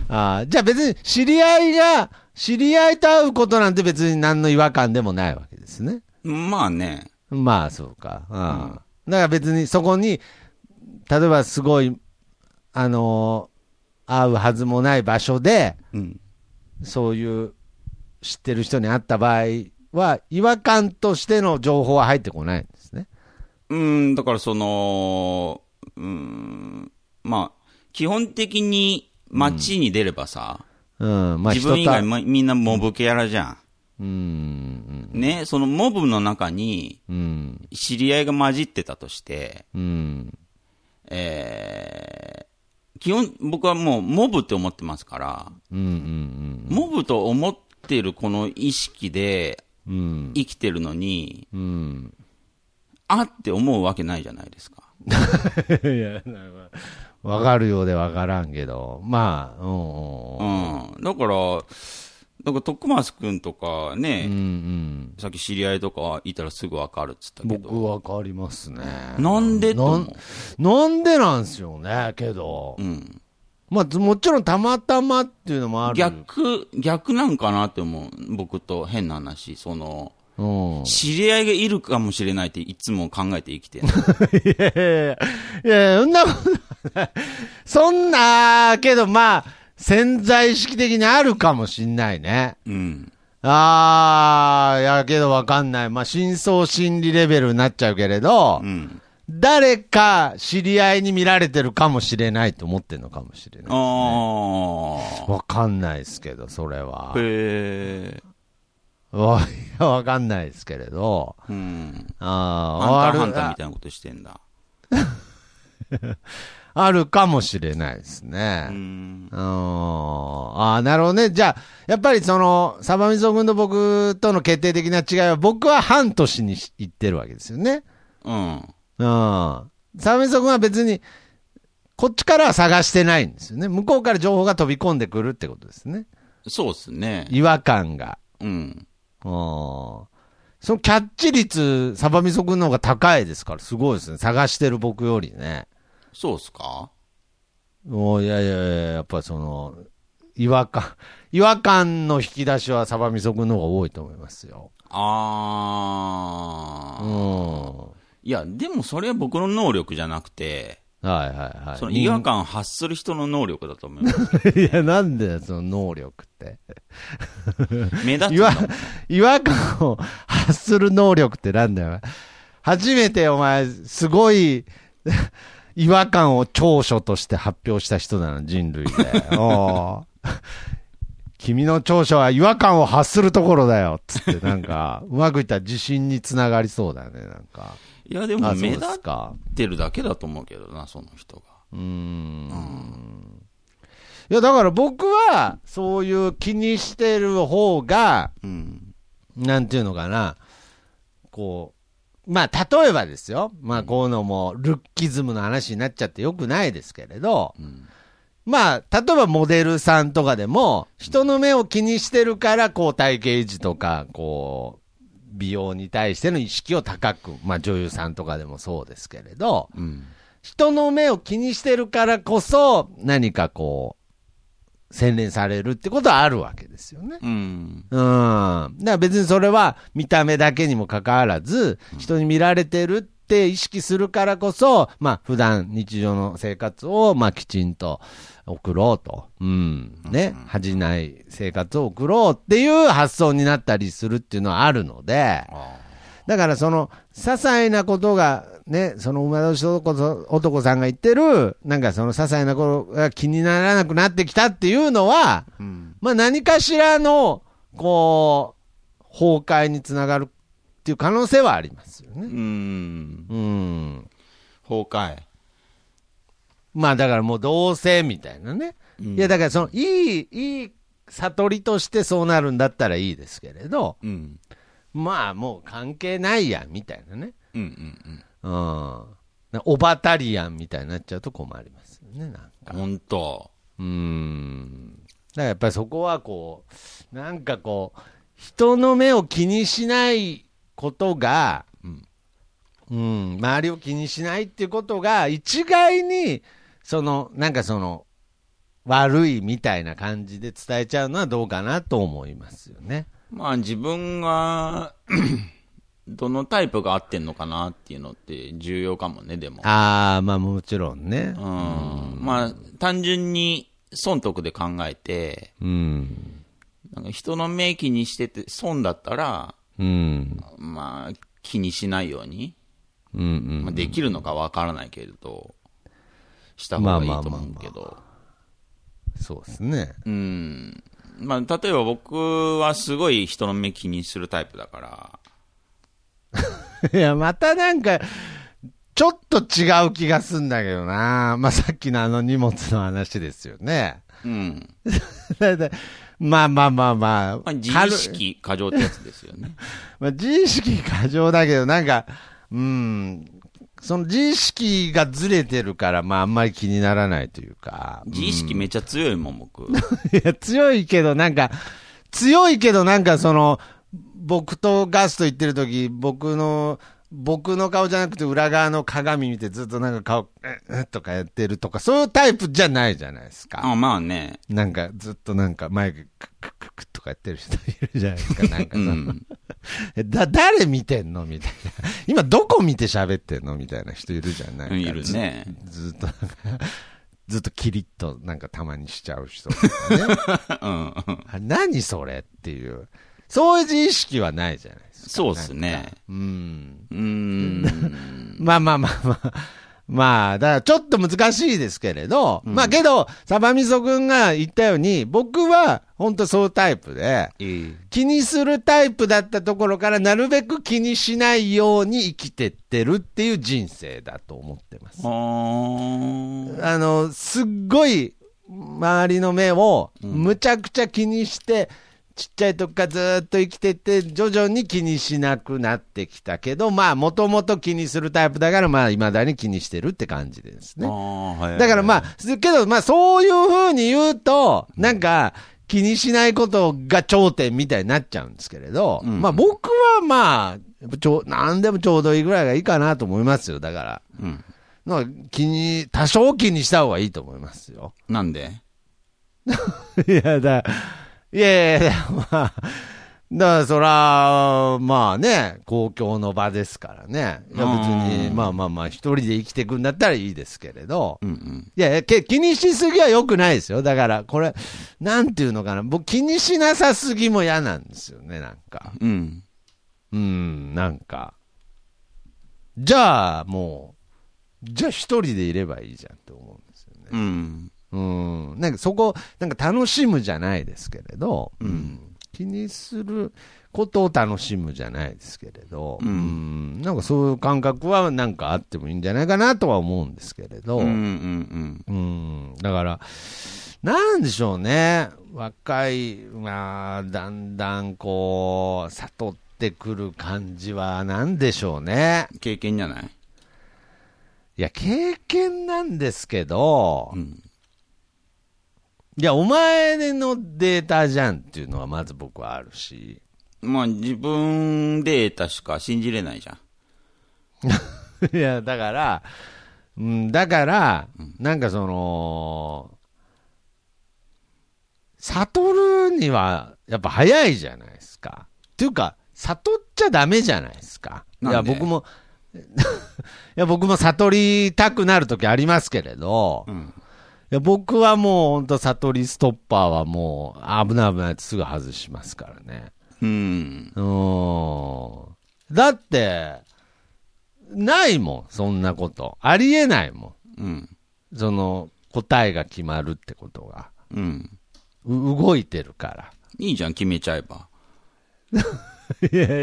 あ。 ああ、じゃあ別に知り合いが、知り合いと会うことなんて別に何の違和感でもないわけですね。
まあね、
まあ、そうか。うん。だから別にそこに、例えばすごい、あのー会うはずもない場所で、
うん。
そういう知ってる人に会った場合は、違和感としての情報は入ってこないんですね。
うーん、だからその、うーん、まあ、基本的に街に出ればさ、
うん、まあ
自分以
人と
外まみんなモブキャラじゃ
うん、
ん。ね、そのモブの中に
うん、うん、
知り合いが混じってたとして、
うん、
えー、基本僕はもうモブって思ってますから、
うん、うん、
モブと思ってるこの意識で
うん、
生きてるのに、
うん。
あって思うわけないじゃないですか。
わかるようでわからんけど、まあ、うん
う、ん。だから、だから徳松くんとかね、
うん、うん。
さっき知り合いとかいたらすぐわかるっつったけど、
僕わかりますね。
なんでと思う。
なんでなんすよね、けど
う。ん。
まあ、もちろんたまたまっていうのもある。
逆、逆なんかなって思う。僕と変な話、その、
うん。
知り合いがいるかもしれないっていつも考えて生きて る。
いやいやいや、いやそんなことないそんな、けどまあ、潜在意識的にあるかもしんないね。
うん。
あー、いやけどわかんない。まあ、深層心理レベルになっちゃうけれど
う、ん。
誰か知り合いに見られてるかもしれないと思ってるのかもしれない。
あ
わかんないですけど、それは
あ。。へえ。
わいやわかんないですけれど。
うん。ハ
あ
ンタ
ー
ーハ
あ
ン
る
ターみ
あ
たいなことしてんだ。
あるかもしれないですね。
うん。
うーんああ、なるほどね。じゃあ、やっぱりその、サバミソ君と僕との決定的な違いは、僕は半年に行ってるわけですよね。
うん。
うん。サバミソ君は別に、こっちからは探してないんですよね。向こうから情報が飛び込んでくるってことですね。
そうっすね。
違和感が。
うん。
うん。そのキャッチ率、サバミソ君の方が高いですから、すごいですね。探してる僕よりね。
そうっすか
もういやいやいや、やっぱりその、違和感、違和感の引き出しはサバミソ君の方が多いと思いますよ。うん。
ああ、
はい
や、でもそれは僕の能力じゃなくて、
いはいはい。
その違和感を発する人の能力だと思います。
人 いや、なんでその能力って。
目 立つん
違
だ
和
もん。、
違和感を発する能力ってなんだよ。初めてお前、すごい、 違和感を長所として発表した人なの、人類 で。おう君の長所は違和感を発するところだよ、つって、なんか、うまくいったら自信につながりそうだよね、なんか。
いや、で
あ
も
そう
目
で
立
す
っ
か。
てるだけだと思うけどな、その人が。
うーん。いや、だから僕は、そういう気にしてる方が、
うん。
なんていうのかな、こう、まあ、例えばですよ、まあ、こういうのも、ルッキズムの話になっちゃってよくないですけれど、
うん。
まあ、例えばモデルさんとかでも、人の目を気にしてるから、こう、体型維持とか、こう、美容に対しての意識を高く、まあ、女優さんとかでもそうですけれど、
うん。
人の目を気にしてるからこそ、何かこう、洗練されるってことはあるわけですよね。
うん。
うん。だから別にそれは見た目だけにもかかわらず、人に見られてるって意識するからこそ、まあ普段日常の生活を、まあきちんと送ろうと。うん。ね。恥じない生活を送ろうっていう発想になったりするっていうのはあるので、
あ
だからその、些細なことが、ね、その馬年男男さんが言ってる、なんかその些細なことが気にならなくなってきたっていうのは、
あ。うん。
まあ、何かしらの、こう、崩壊につながるっていう可能性はありますよ
う
ね。
ん。
うん。
崩壊。
まあ、だからもう同性みたいなね。
う
い
ん
や、だからその、いい、いい悟りとしてそうなるんだったらいいですけれど、
うん。
まあ、もう関係ないや、みたいなね。
うんう
う
ん
ん。なオバタリアンみたいになっちゃうと困りますよね、なんか。
うん。ほんと。
うーん。だからやっぱりそこはこう、なんかこう、人の目を気にしないことが、
うん
うん、周りを気にしないっていうことが、一概に、その、なんかその、悪いみたいな感じで伝えちゃうのはどうかなと思いますよね。
まあ自分が、 どのタイプが合ってんのかなっていうのって重要かもね、でも。
ああ、まあもちろんね
う。ん。まあ単純に損得で考えて、
うん。
なんか人の目気にしてて損だったら、
うん。
まあ気にしないように、
うん。うん。
まあ、できるのかわからないけれど、した方がいいと思うけど。
そうですね。
うん。まあ、例えば僕はすごい人の目気にするタイプだから、
いや、またなんか、ちょっと違う気がすんだけどな。まあ、さっきのあの荷物の話ですよね。
うん。
だいたいまあまあまあまあ。
まあ、自
軽
意識過剰ってやつですよ ね。
まあ、自意識過剰だけど、なんか、うん、その自意識がずれてるから、まああんまり気にならないというか。
自意識めっちゃ強いもん、僕。
いや、強いけど、なんか、強いけど、なんかその、僕とガスと言ってる時僕の、僕の顔じゃなくて裏側の鏡見てずっとなんか顔、ええとかやってるとか、そういうタイプじゃないじゃないですか。
あまあね。
なんかずっとなんかマイクククククとかやってる人いるじゃないですか。なんか
う
さ、
ん。
えだ、誰見てんのみたいな。今どこ見て喋ってんのみたいな人いるじゃない
いるね。
ずずっとなんか、ずっとキリッとなんかたまにしちゃう人とかね。
うん。
あ何それっていう。そういう自意識はないじゃないですか。
そうですね。
うん。
うーん。
まあまあまあまあ。まあ、だからちょっと難しいですけれど、まあけど、サバミソ君が言ったように、僕は本当そうタイプで、
ええ
気にするタイプだったところからなるべく気にしないように生きてってるっていう人生だと思ってます。
あ
あの、すっごい周りの目をむちゃくちゃ気にして、ちっちゃい時からずーっと生きてて、徐々に気にしなくなってきたけど、まあ、もともと気にするタイプだから、まあ、未だに気にしてるって感じですね。
ね
だからまあ、すけど、まあ、そういうふうに言うと、なんか、気にしないことが頂点みたいになっちゃうんですけれど、
うん
まあ、僕はまあ、ちょう、なんでもちょうどいいぐらいがいいかなと思いますよ、だから。
うん。
の気に、多少気にした方がいいと思いますよ。
なんで
いや、だ、いやいやいや、まあ、だからそら、まあね、公共の場ですからね。いや別に、
うん
まあまあまあ、一人で生きていくんだったらいいですけれど、
うんうん。
いやいやけ気にしすぎは良くないですよ。だから、これ、なんていうのかな。僕、気にしなさすぎも嫌なんですよね、なんか。
うん。
うん、なんか。じゃあ、もう、じゃあ一人でいればいいじゃんって思うんですよね。
うん。
うん。なんかそこ、なんか楽しむじゃないですけれど、
うん
気にすることを楽しむじゃないですけれど、
うん
んなんかそういう感覚はなんかあってもいいんじゃないかなとは思うんですけれど、
うんうんうん。
うん、だから、なんでしょうね、若い、まあ、だんだんこう、悟ってくる感じは、なんでしょうね。
経験じゃない
いや、経験なんですけど
う、ん。
いや、お前のデータじゃんっていうのは、まず僕はあるし、
まあ自分で得たしか信じれないじゃん。
いや、だから、うん、だから、なんかその、悟るには、やっぱ早いじゃないですか。っていうか、悟っちゃダメじゃないですか。い
な
や、
んで
僕も、 いや、僕も悟りたくなる時ありますけれど、
ん
いや僕はもう、本当悟りストッパーはもう、危ない危ないってすぐ外しますからね。
うん。
うん。だって、ないもん、そんなこと。ありえないも
うん。
ん。その、答えが決まるってことが。
うん。
う動いてるから。
いいじゃん、決めちゃえば。
いやいや、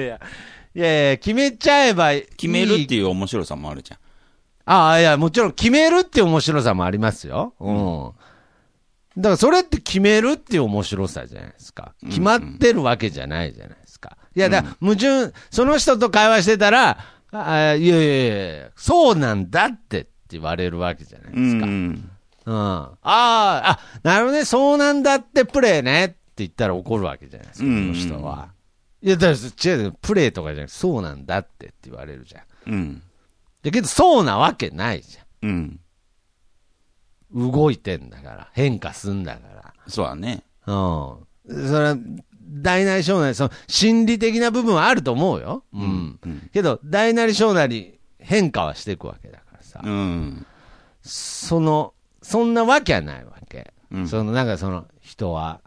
いやいや、決めちゃえばいい。
決めるって
いう。
いう面白さもあるじゃん。
ああ、いや、もちろん決めるって面白さもありますよ。うん。だからそれって決めるっていう面白さじゃないですか。決まってるわけじゃないじゃないですか。いや、だから矛盾、その人と会話してたら、ああいやいやいやいや、そうなんだってって言われるわけじゃないですか。うん。
ん。
ああ、あ、なるほどね、そうなんだってプレイねって言ったら怒るわけじゃないですか、
う
こ
ん
の人は。いや、だから違うよ、プレイとかじゃなくて、そうなんだってって言われるじゃん。
うん。
だけど、そうなわけないじゃん。
うん。
動いてんだから、変化すんだか
そうだね。
ら。うん。それは、大なり小なり、その、心理的な部分はあると思うよ。うん。けど、大なり小なり、変化はしていくわけだからさ。
うん。
その、そんなわけはないわけ。
うん
その、なんかその、人は、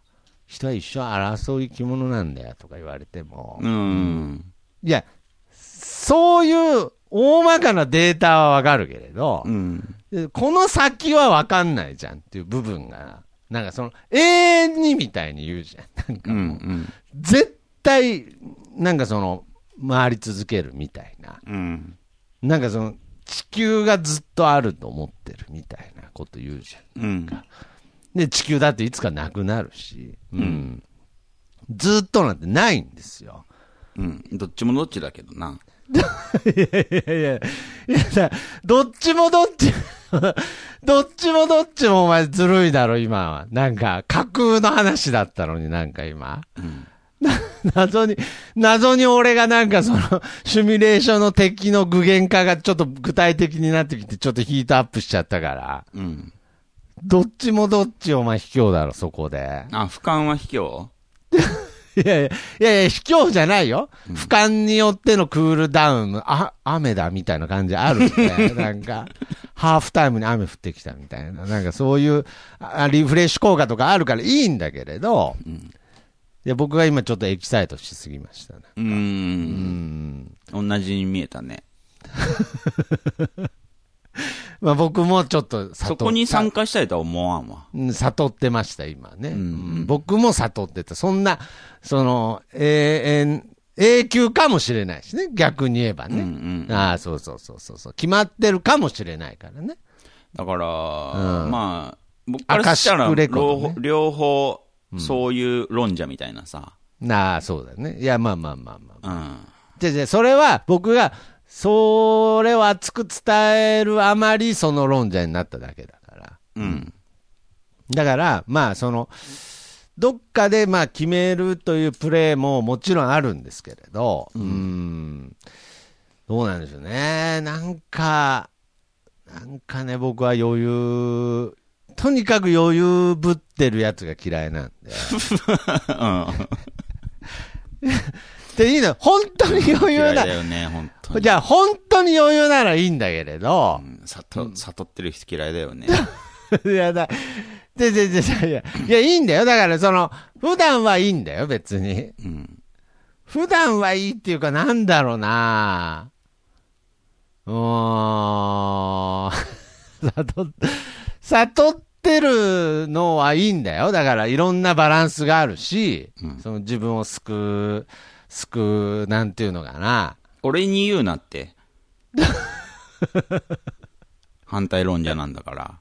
人は一生争う生き物なんだよとか言われても、
うん。
いや、そういう大まかなデータはわかるけれど、
うん。
でこの先は分かんないじゃんっていう部分が、なんかその、永遠にみたいに言うじゃん。なんか
う。
もうん絶対、なんかその、回り続けるみたいな。
うん。
なんかその、地球がずっとあると思ってるみたいなこと言うじゃん。
うん。
で、地球だっていつかなくなるし、うん。ずっとなんてないんですよ。
うん。どっちもどっちだけどな。
いやいやいや、いやだどっちもどっち、どっちもどっちもお前ずるいだろ、今は。なんか、架空の話だったのになんか今。
うん。
謎に、謎に俺がなんかその、シミュレーションの敵の具現化がちょっと具体的になってきて、ちょっとヒートアップしちゃったから。
うん。
どっちもどっちお前卑怯だろ、そこで。
あ、俯瞰は卑怯
いやいや、いやいや、卑怯じゃないよ。俯瞰によってのクールダウン、あ、雨だみたいな感じあるん で、なんか、ハーフタイムに雨降ってきたみたいな、なんかそういう、あリフレッシュ効果とかあるからいいんだけれど、や僕が今ちょっとエキサイトしすぎましたね。
うー。
うんん。
同じに見えたね。
まあ僕もちょっと悟
そこに参加したいとは思わんわ。
うん悟ってました、今ね。
うん
うん僕も悟ってた。そんな、その、永遠、永久かもしれないしね。逆に言えば
うんう
ね。
ん。
ああ、そうそうそうそうそう。決まってるかもしれないからね。
だから、
うん
まあ、僕からした
ア
ら、
カシックレコ
両
ードね
方、両方そういう論者みたいなさ。
なあ、そうだね。いや、まあまあまあまあ。
うん。
じゃじゃそれは僕が、それを熱く伝えるあまり、その論者になっただけだから。
うん。
だから、まあ、その、どっかでまあ決めるというプレーももちろんあるんですけれど、うーん、どうなんでしょうね。なんか、なんかね、僕は余裕、とにかく余裕ぶってるやつが嫌いなんで。で、い いの、本当に余
嫌
裕
い
な
だ。よね、本当に。
じゃあ、本当に余裕ならいいんだけれど、
うん悟悟ってる人嫌い だよね。
いやだ。で、で、で、でいや、いや、いいんだよ。だから、その、普段はいいんだよ、別に。
うん。
普段はいいっていうか、なんだろうなうーん。 悟っ、悟ってるのはいいんだよ。だから、いろんなバランスがあるし、
うん
その自分を救う、救う、なんていうのかな。
俺に言うなって。 反対論者なんだから。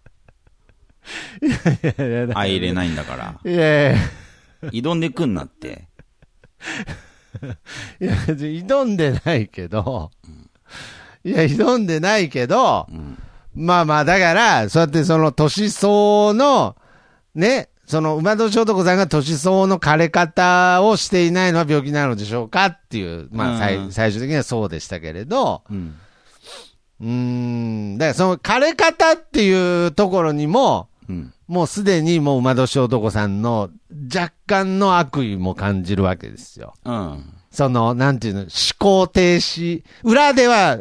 相入れないんだから。
いやいや
挑んでくんなって。
いや、別に挑んでないけど、いや、挑んでないけど、
うん。
まあまあ、だから、そうやってその年相応の、ね、その馬年男さんが年相応の枯れ方をしていないのは病気なのでしょうかっていう、まあ、さ
う
い
ん
最終的にはそうでしたけれど、
うん。
うーん、だからその枯れ方っていうところにも、
うん。
もうすでにもう馬年男さんの若干の悪意も感じるわけですよ。
うん。
その、なんていうの、思考停止。裏では、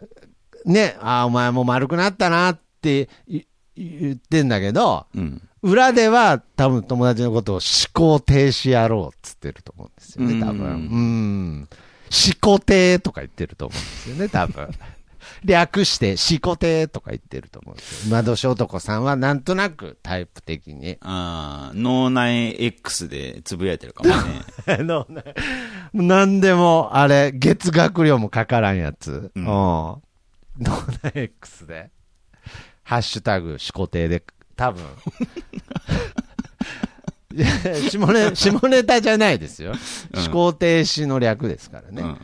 ね、ああ、お前もう丸くなったなってい言ってんだけど、
うん。
裏では多分友達のことを思考停止やろうっつってると思うんですよね、多分。う
うん
ん。思考停とか言ってると思うんですよね、多分。 略して思考停とか言ってると思うんですよ。今年男さんはなんとなくタイプ的に。
ああ、脳内 X でつぶやいてるかも ね。
あのね、もう何でも、あれ、月額料もかからんやつ。う。
うんん
ノーナ X で。ハッシュタグ、始皇帝で、多 分。いや下ネ下ネタじゃないですよ。
うん
始皇帝氏の略ですからね。
うんうん。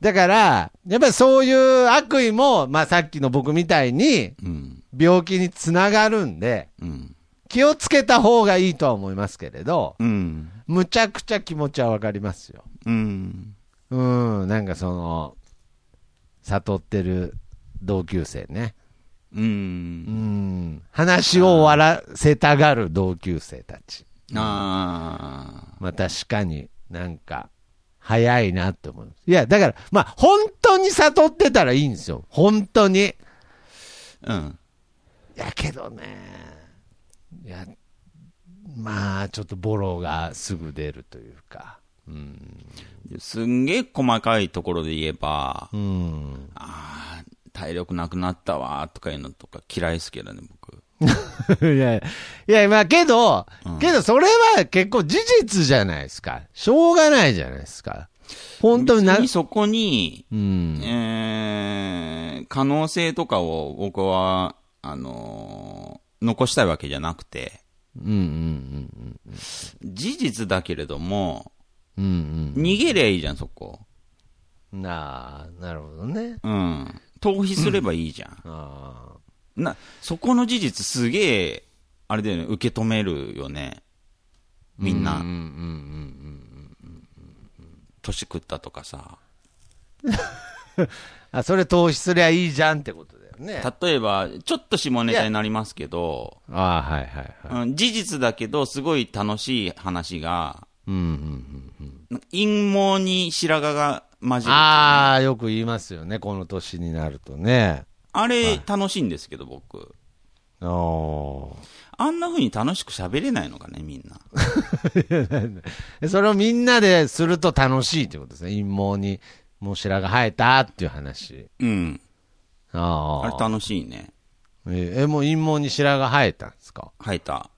だから、やっぱりそういう悪意も、まあさっきの僕みたいに、
うん。
病気につながるんで、
うん。
気をつけた方がいいとは思いますけれど、
うん。
むちゃくちゃ気持ちはわかりますよ。
うん。
うん、なんかその、悟ってる同級生ね。
う。
うんん、話を終わらせたがる同級生たち。
あ
まあ確かになんか、早いなって思う。いや、だから、まあ本当に悟ってたらいいんですよ。本当に。い
あ。うん。
やけどね、いや、まあちょっとボロがすぐ出るというか。うん。
すんげえ細かいところで言えば、
うん。
ああ、体力なくなったわとかいうのとか嫌いですけどね、僕。
いやいや、いや、まあけど、
うん
けどそれは結構事実じゃないですか。しょうがないじゃないですか。本当にな
別、そこに、
うん。
えー可能性とかを僕は、あのー残したいわけじゃなくて、
うんうんうん
事実だけれども、
うん。うん
逃げりゃいいじゃん、そこ。
うん。なあ、なるほどね。
うん。逃避すればいいじゃん。
ああ。
な、そこの事実すげえ、あれだよね、受け止めるよね。みんな。
うんうんうんうん。
年食ったとかさ。
あ、それ投資すりゃいいじゃんってことだよね。
例えば、ちょっと下ネタになりますけど、
ああ、はいはいはい。
うん、事実だけど、すごい楽しい話が、
うんうんうんうん。
なんか陰謀に白髪が混じる。
ああ、よく言いますよね。この年になるとね。
あれ、楽しいんですけど、僕。
お
あんな風に楽しく喋れないのかね、みんな。
ーそれをみんなですると楽しいってことですね。陰謀に、もう白が生えたっていう話。
うん。
あ
あれ
あ。
楽しいね。
え、えもう陰謀に白が生えたんですか
吐いた。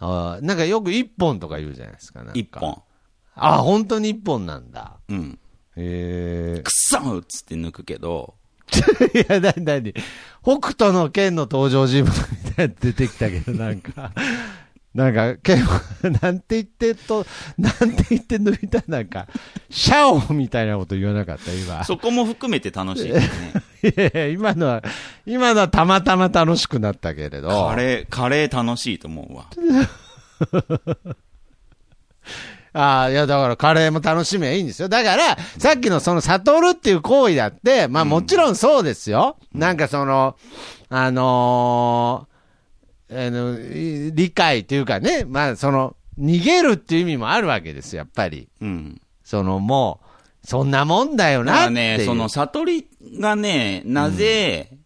ああ、なんかよく一本とか言うじゃないですか。なんか
一。本。
あ、本当に一本なんだ。
うん。
へ
くっそーっつって抜くけど、
え。 いや、なになに北斗の剣の登場人物みたいなの出てきたけど、なんか、 なんか、剣 を、なんて言ってと、なんて言って抜いたなんか、シャオみたいなこと言わなかった、今。
そこも含めて楽 しいよね。
いやいや、今のは、今のはたまたま楽しくなったけれど。
カレー、カレー楽しいと思うわ。
ああ、いや、だからカレーも楽しみはいいんですよ。だから、さっきのその悟るっていう行為だって、まあもちろんそうですよ。なんかその、あのーあの、い理解というかね、まあその、逃げるっていう意味もあるわけですよ、やっぱり。
うん。
そのもう、そんなもんだよ
だか
なっ
ら
ていう。
ね、その悟りがね、なぜ、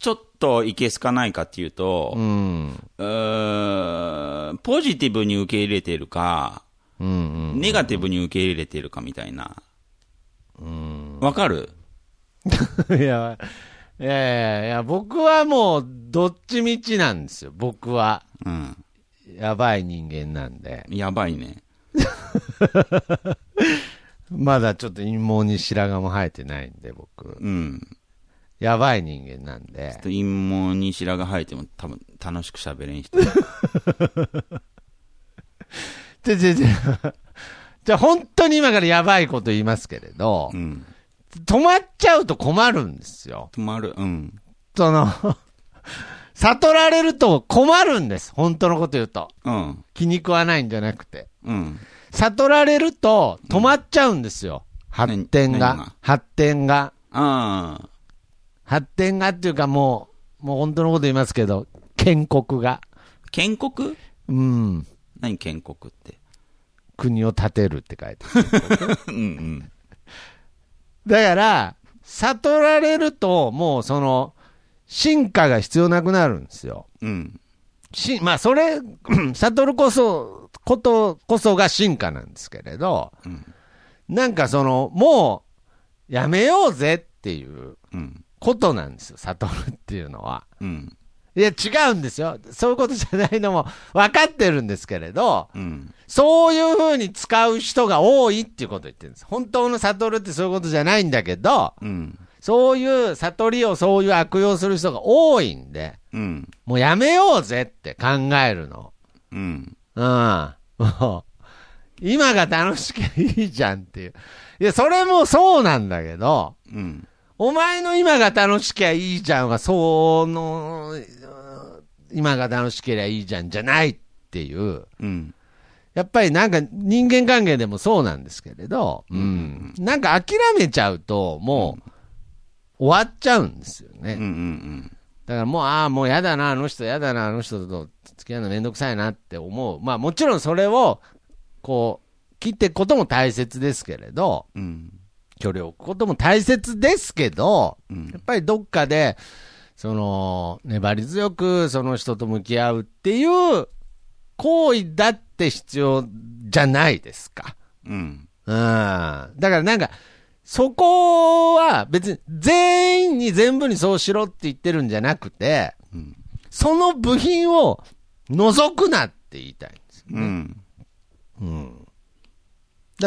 ちょっといけすかないかっていうと、
うん。
うーんポジティブに受け入れてるか、
うんうん。
ネガティブに受け入れてるかみたいな。わかる
いや、いやいやいや、僕はもう、どっちみちなんですよ。僕は、
うん。
やばい人間なんで。
やばいね。
まだちょっと陰謀に白髪も生えてないんで、僕。
うん。
やばい人間なんで。
陰謀に白が生えても多分楽しく喋れん人。
で、で、で、 じゃあ本当に今からやばいこと言いますけれど
う、ん。
止まっちゃうと困るんですよ。
止まる。うん。
その、 悟られると困るんです。本当のこと言うと。
うん。
気に食わないんじゃなくて。
うん。
悟られると止まっちゃうんですよ。発展
何何
が
が。
発展が。
ああ。
発展がっていうかもう、もう本当のこと言いますけど、建国が。
建国
うん。
何建国って。
国を建てるって書いてある。
うんうん。
だから、悟られると、もうその、進化が必要なくなるんですよ。
うん。
し、まあそれ、 悟るこそ、ことこそが進化なんですけれど、
うん。
なんかその、もう、やめようぜっていう
うん。
ことなんですよ、悟るっていうのは。
うん。
いや、違うんですよ。そういうことじゃないのも分かってるんですけれど、
うん。
そういう風に使う人が多いっていうことを言ってるんです。本当の悟るってそういうことじゃないんだけど、
うん。
そういう悟りをそういう悪用する人が多いんで、
うん。
もうやめようぜって考えるの。
うん。
うん。 もう、今が楽しきゃいいじゃんっていう。いや、それもそうなんだけど、
うん。
お前の今が楽しきゃいいじゃんは、その、うん今が楽しけりゃいいじゃんじゃないっていう。
うん。
やっぱりなんか人間関係でもそうなんですけれど、うん。なんか諦めちゃうと、もう、終わっちゃうんですよね。
うん。うん。
だからもう、ああ、もうやだな、あの人、やだな、あの人と付き合うのめんどくさいなって思う。まあもちろんそれを、こう、切っていくことも大切ですけれど、
うん。
距離を置くことも大切ですけど、
うん
やっぱりどっかで、その、粘り強くその人と向き合うっていう行為だって必要じゃないですか。
うん。
うん。だからなんか、そこは別に全員に全部にそうしろって言ってるんじゃなくて、
うん。
その部品を除くなって言いたいんですよ。
うん。
だか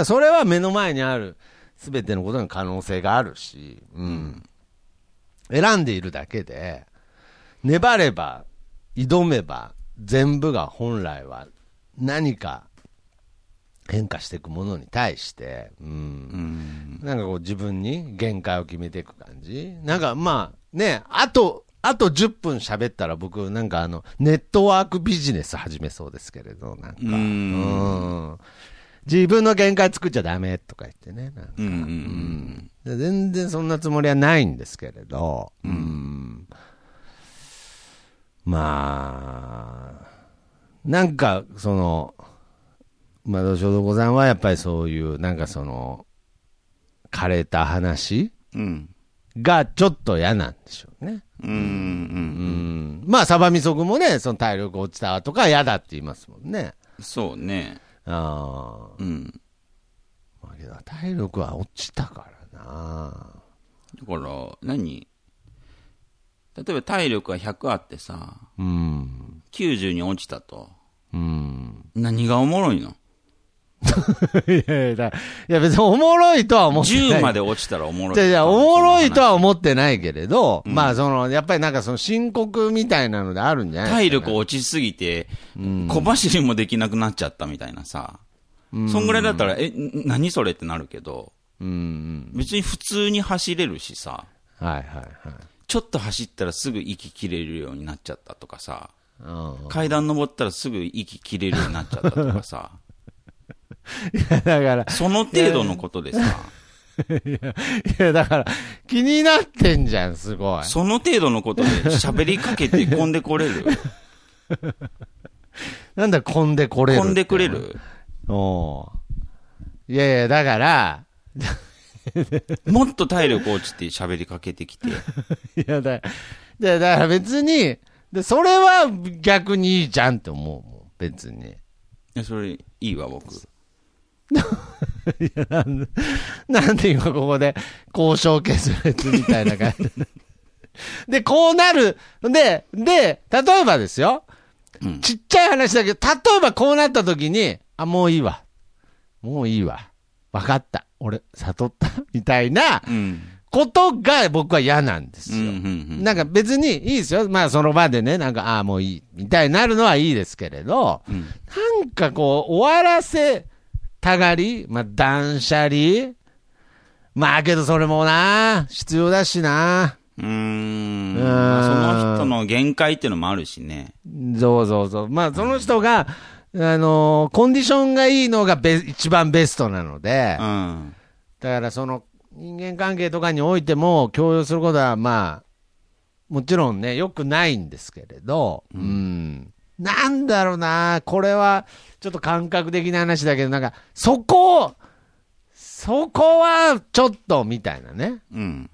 らそれは目の前にある全てのことに可能性があるし、うん。選んでいるだけで、粘れば、挑めば、全部が本来は何か変化していくものに対して、うん
う。ん。
なんかこう自分に限界を決めていく感じなんかまあね、あと、あと10分喋ったら僕なんかあの、ネットワークビジネス始めそうですけれど、なんか。
うん
うん自分の限界作っちゃダメとか言ってね。なんか
うんうん
で全然そんなつもりはないんですけれど、うんまあ、なんか、その、まあ、どうしようどこさんはやっぱりそういう、なんかその、枯れた話
うん。うん。
がちょっと嫌なんでしょうね。
うん。うん。
うん。まあ、サバミソ君もね、その体力落ちたとか嫌だって言いますもんね。
そうね。
ああ。
うん。
まあ、けど体力は落ちたからな。
だから、何例えば体力が100あってさ、
うん。
90に落ちたと。
うん。
何がおもろいの
いやいや、だいや別におもろいとは思ってない。
10まで落ちたらおもろい。
じゃじゃおもろいとは思ってないけれど、まあ、その、やっぱりなんかその申告みたいなのであるんじゃない
体力落ちすぎて、小走りもできなくなっちゃったみたいなさ。そんぐらいだったら、え、ん何それってなるけど、
うん。
別に普通に走れるしさ、
うんはいはいはい。
ちょっと走ったらすぐ息切れるようになっちゃったとかさ、
うん。
階段登ったらすぐ息切れるようになっちゃったと かさ、
いや、 だから、
その程度のことでさ、
いや、だから、気になってんじゃん、すごい。
その程度のことで喋りかけて飛んでこれる
なんだ、混んで これる。
飛んでくれ。る
おういやいや、だから、
もっと体力落ちて喋りかけてきて。
いやだ、でだから別に、で、それは逆にいいじゃんって思うもん、別に。
いやそれ、いいわ、僕。
なんで今ここで交渉決裂みたいな感じ で、こうなる。で、で、例えばですよ。
うん
ちっちゃい話だけど、例えばこうなった時に、あ、もういいわ。もういいわ。わかった。俺、悟った。みたいな
うん。
ことが僕は嫌なんです
う
よ。
ん、うん、
なんか別にいいですよ。まあその場でね、なんか、ああ、もういい。みたいになるのはいいですけれど、
うん。
なんかこう、終わらせたがり、まあ、断捨離、まあ、けどそれもな、必要だしな、
うーん。
うーん
まあその人の限界っていうのもあるしね。
そうそうそう、まあ、その人が、あのーコンディションがいいのがベ一番ベストなので、
うん。
だからその人間関係とかにおいても、強要することは、まあ、もちろんね、よくないんですけれど、うん、なんだろうな、これはちょっと感覚的な話だけど、なんか、そこを、そこはちょっとみたいなね。
うん。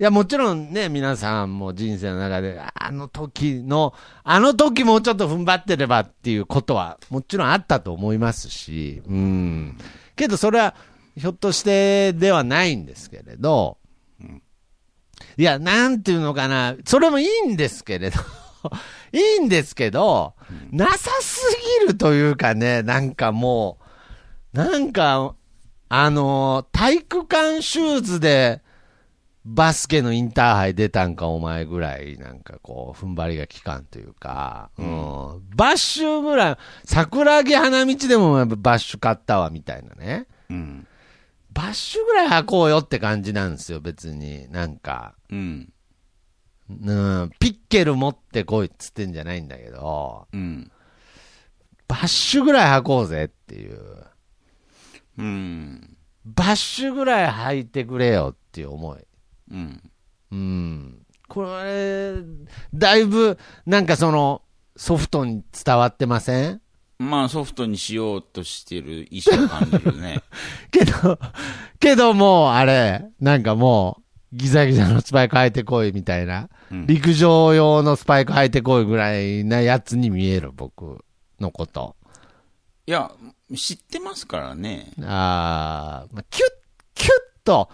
いや、もちろんね、皆さんも人生の中で、あの時の、あの時もうちょっと踏ん張ってればっていうことは、もちろんあったと思いますし、うん。けど、それは、ひょっとしてではないんですけれど、いや、なんていうのかな、それもいいんですけれど、 いいんですけど、なさすぎるというかね、なんかもう、なんか、あの、体育館シューズで、バスケのインターハイ出たんか、お前ぐらい、なんかこう、踏ん張りが効かんというか、うん、バッシュぐらい、桜木花道でもバッシュ買ったわ、みたいなね。
うん。
バッシュぐらい履こうよって感じなんですよ、別に。なんか、
うん。
うん、ピッケル持ってこいっつってんじゃないんだけど、
うん。
バッシュぐらい履こうぜっていう。
うん。
バッシュぐらい履いてくれよっていう思い。
うん。
うん。これ、だいぶ、なんかその、ソフトに伝わってません
まあ、ソフトにしようとしてる意思を感じ るね。
けど、 けどもう、あれ、なんかもう、ギザギザのスパイク履いてこいみたいな、
うん
陸上用のスパイク履いてこいぐらいなやつに見える、僕のこと。
いや、知ってますからね。
あーまあ、キュッ、キュッと、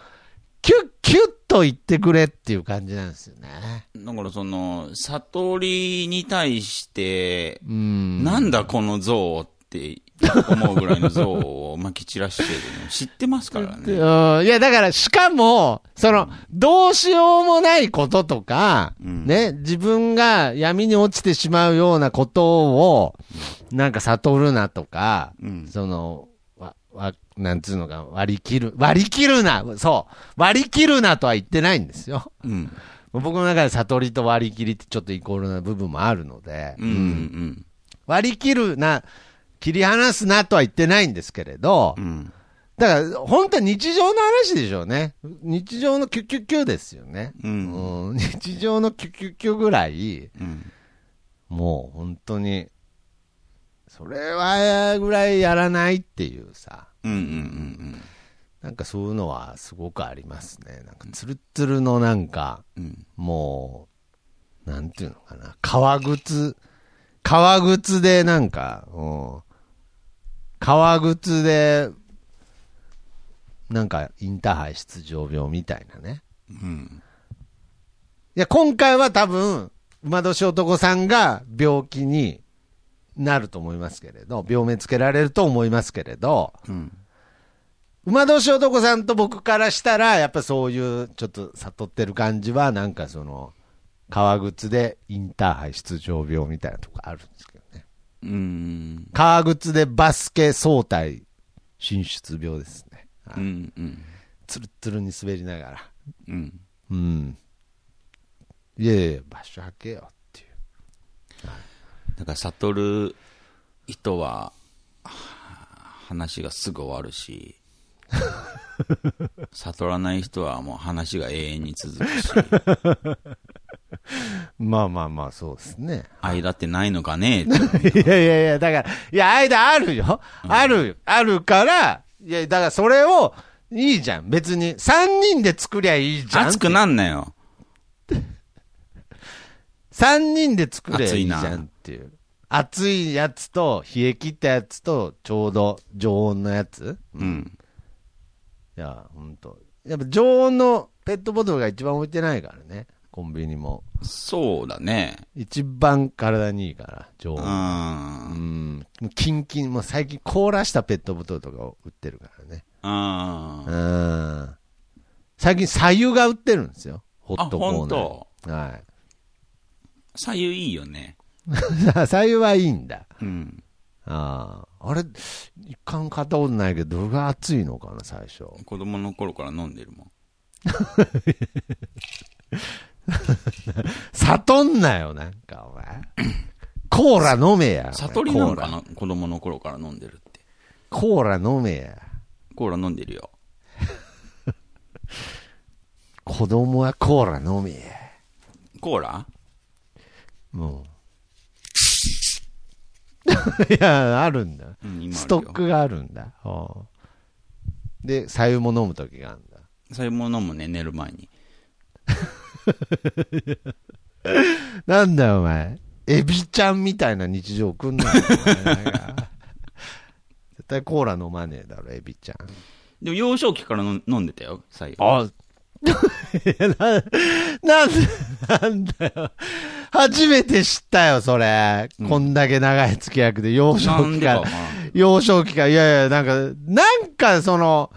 キュッ、キュッと言ってくれっていう感じなんですよね。
だから、その、悟りに対して、
うん。
なんだこの像って思うぐらいの像をまき散らしてるの知ってますから
うんい
ね。
や、だから、しかも、その、どうしようもないこととか、ね、自分が闇に落ちてしまうようなことを、なんか悟るなとか、
うん。
その、わ、わ、なんつうのか、割り切る、割り切るな、そう、割り切るなとは言ってないんですよ。
うん。
僕の中で悟りと割り切りってちょっとイコールな部分もあるので、
うん。うん。
割り切るな、切り離すなとは言ってないんですけれど、
うん。
だから、本当は日常の話でしょうね。日常のキュキュキュですよね。
うん。
うん日常のキュキュキュぐらい、
うん。
もう本当に、それはぐらいやらないっていうさ、
うん。うん。うん。
なんかそういうのはすごくありますね。なんかツルッツルのなんか、
うん。
もう、なんていうのかな、革靴、革靴でなんか、うん革靴で、なんかインターハイ出場病みたいなね。
うん。
いや、今回は多分、馬年男さんが病気になると思いますけれど、病名つけられると思いますけれど、
うん。
馬年男さんと僕からしたら、やっぱそういうちょっと悟ってる感じは、なんかその、革靴でインターハイ出場病みたいなとこあるんですけどね。
うん。
革靴でバスケ総体進出病ですね。
うん。うん。
つるつるに滑りながら。
うん。
うん。いやいや、場所履けよっていう。
だから悟る人は、は話がすぐ終わ るし、悟らない人はもう話が永遠に続くし、
まあまあまあ、そうですね。
間ってないのか ねって
いやいやいや、だから、いや、間あるよ。ある、あるから、いや、だからそれを、いいじゃん。別に、3人で作りゃいいじゃん。
熱くなんなよ。
3人で作りゃいいじ
熱
ゃ
い
ん
な
っていう。熱いやつと、冷え切ったやつと、ちょうど常温のやつ。
うん。
いや、ほんと。やっぱ常温のペットボトルが一番置いてないからね。コンビニも。
そうだね。
一番体にいいから、常
う。
温。うんん。もうキンキン、もう最近凍らしたペットボトルとかを売ってるからね。
うん
う。ん最近、左右が売ってるんですよ。ホッ
あ、
トコ
ほ
ーナ
んと。
ー。は
左右いいよね。
い。 左右はいいんだ。
うん。
あーあれ、一貫買ったことないけど、どれが熱いのかな、最初。
子供の頃から飲んでるもん。
悟んなよ、なんか、お 前。コーラ飲めや。お前
悟りなの
コー
か
ラ
な子供の頃から飲んでるって。
コーラ飲めや。
コーラ飲んでるよ。
子供はコーラ飲めや。
コーラ
も う。いや、あるんだ。
うん、今あるよ
ストッ。クがあるんだ。おうで、左右も飲むときがあるんだ。
そういうものもね、寝る前に。
なんだよ、お前。エビちゃんみたいな日常送ん なよ。お前なんか絶対コーラ飲まねえだろ、エビちゃん。
でも幼少期からの飲んでたよ、左右。
あなんで、なんだよ。初めて知ったよ、それ。
うん
こんだけ長い付き合いで、幼少
なん
期
で
か
からわ。からん
幼少期から、いやいや、なんか、なんかその、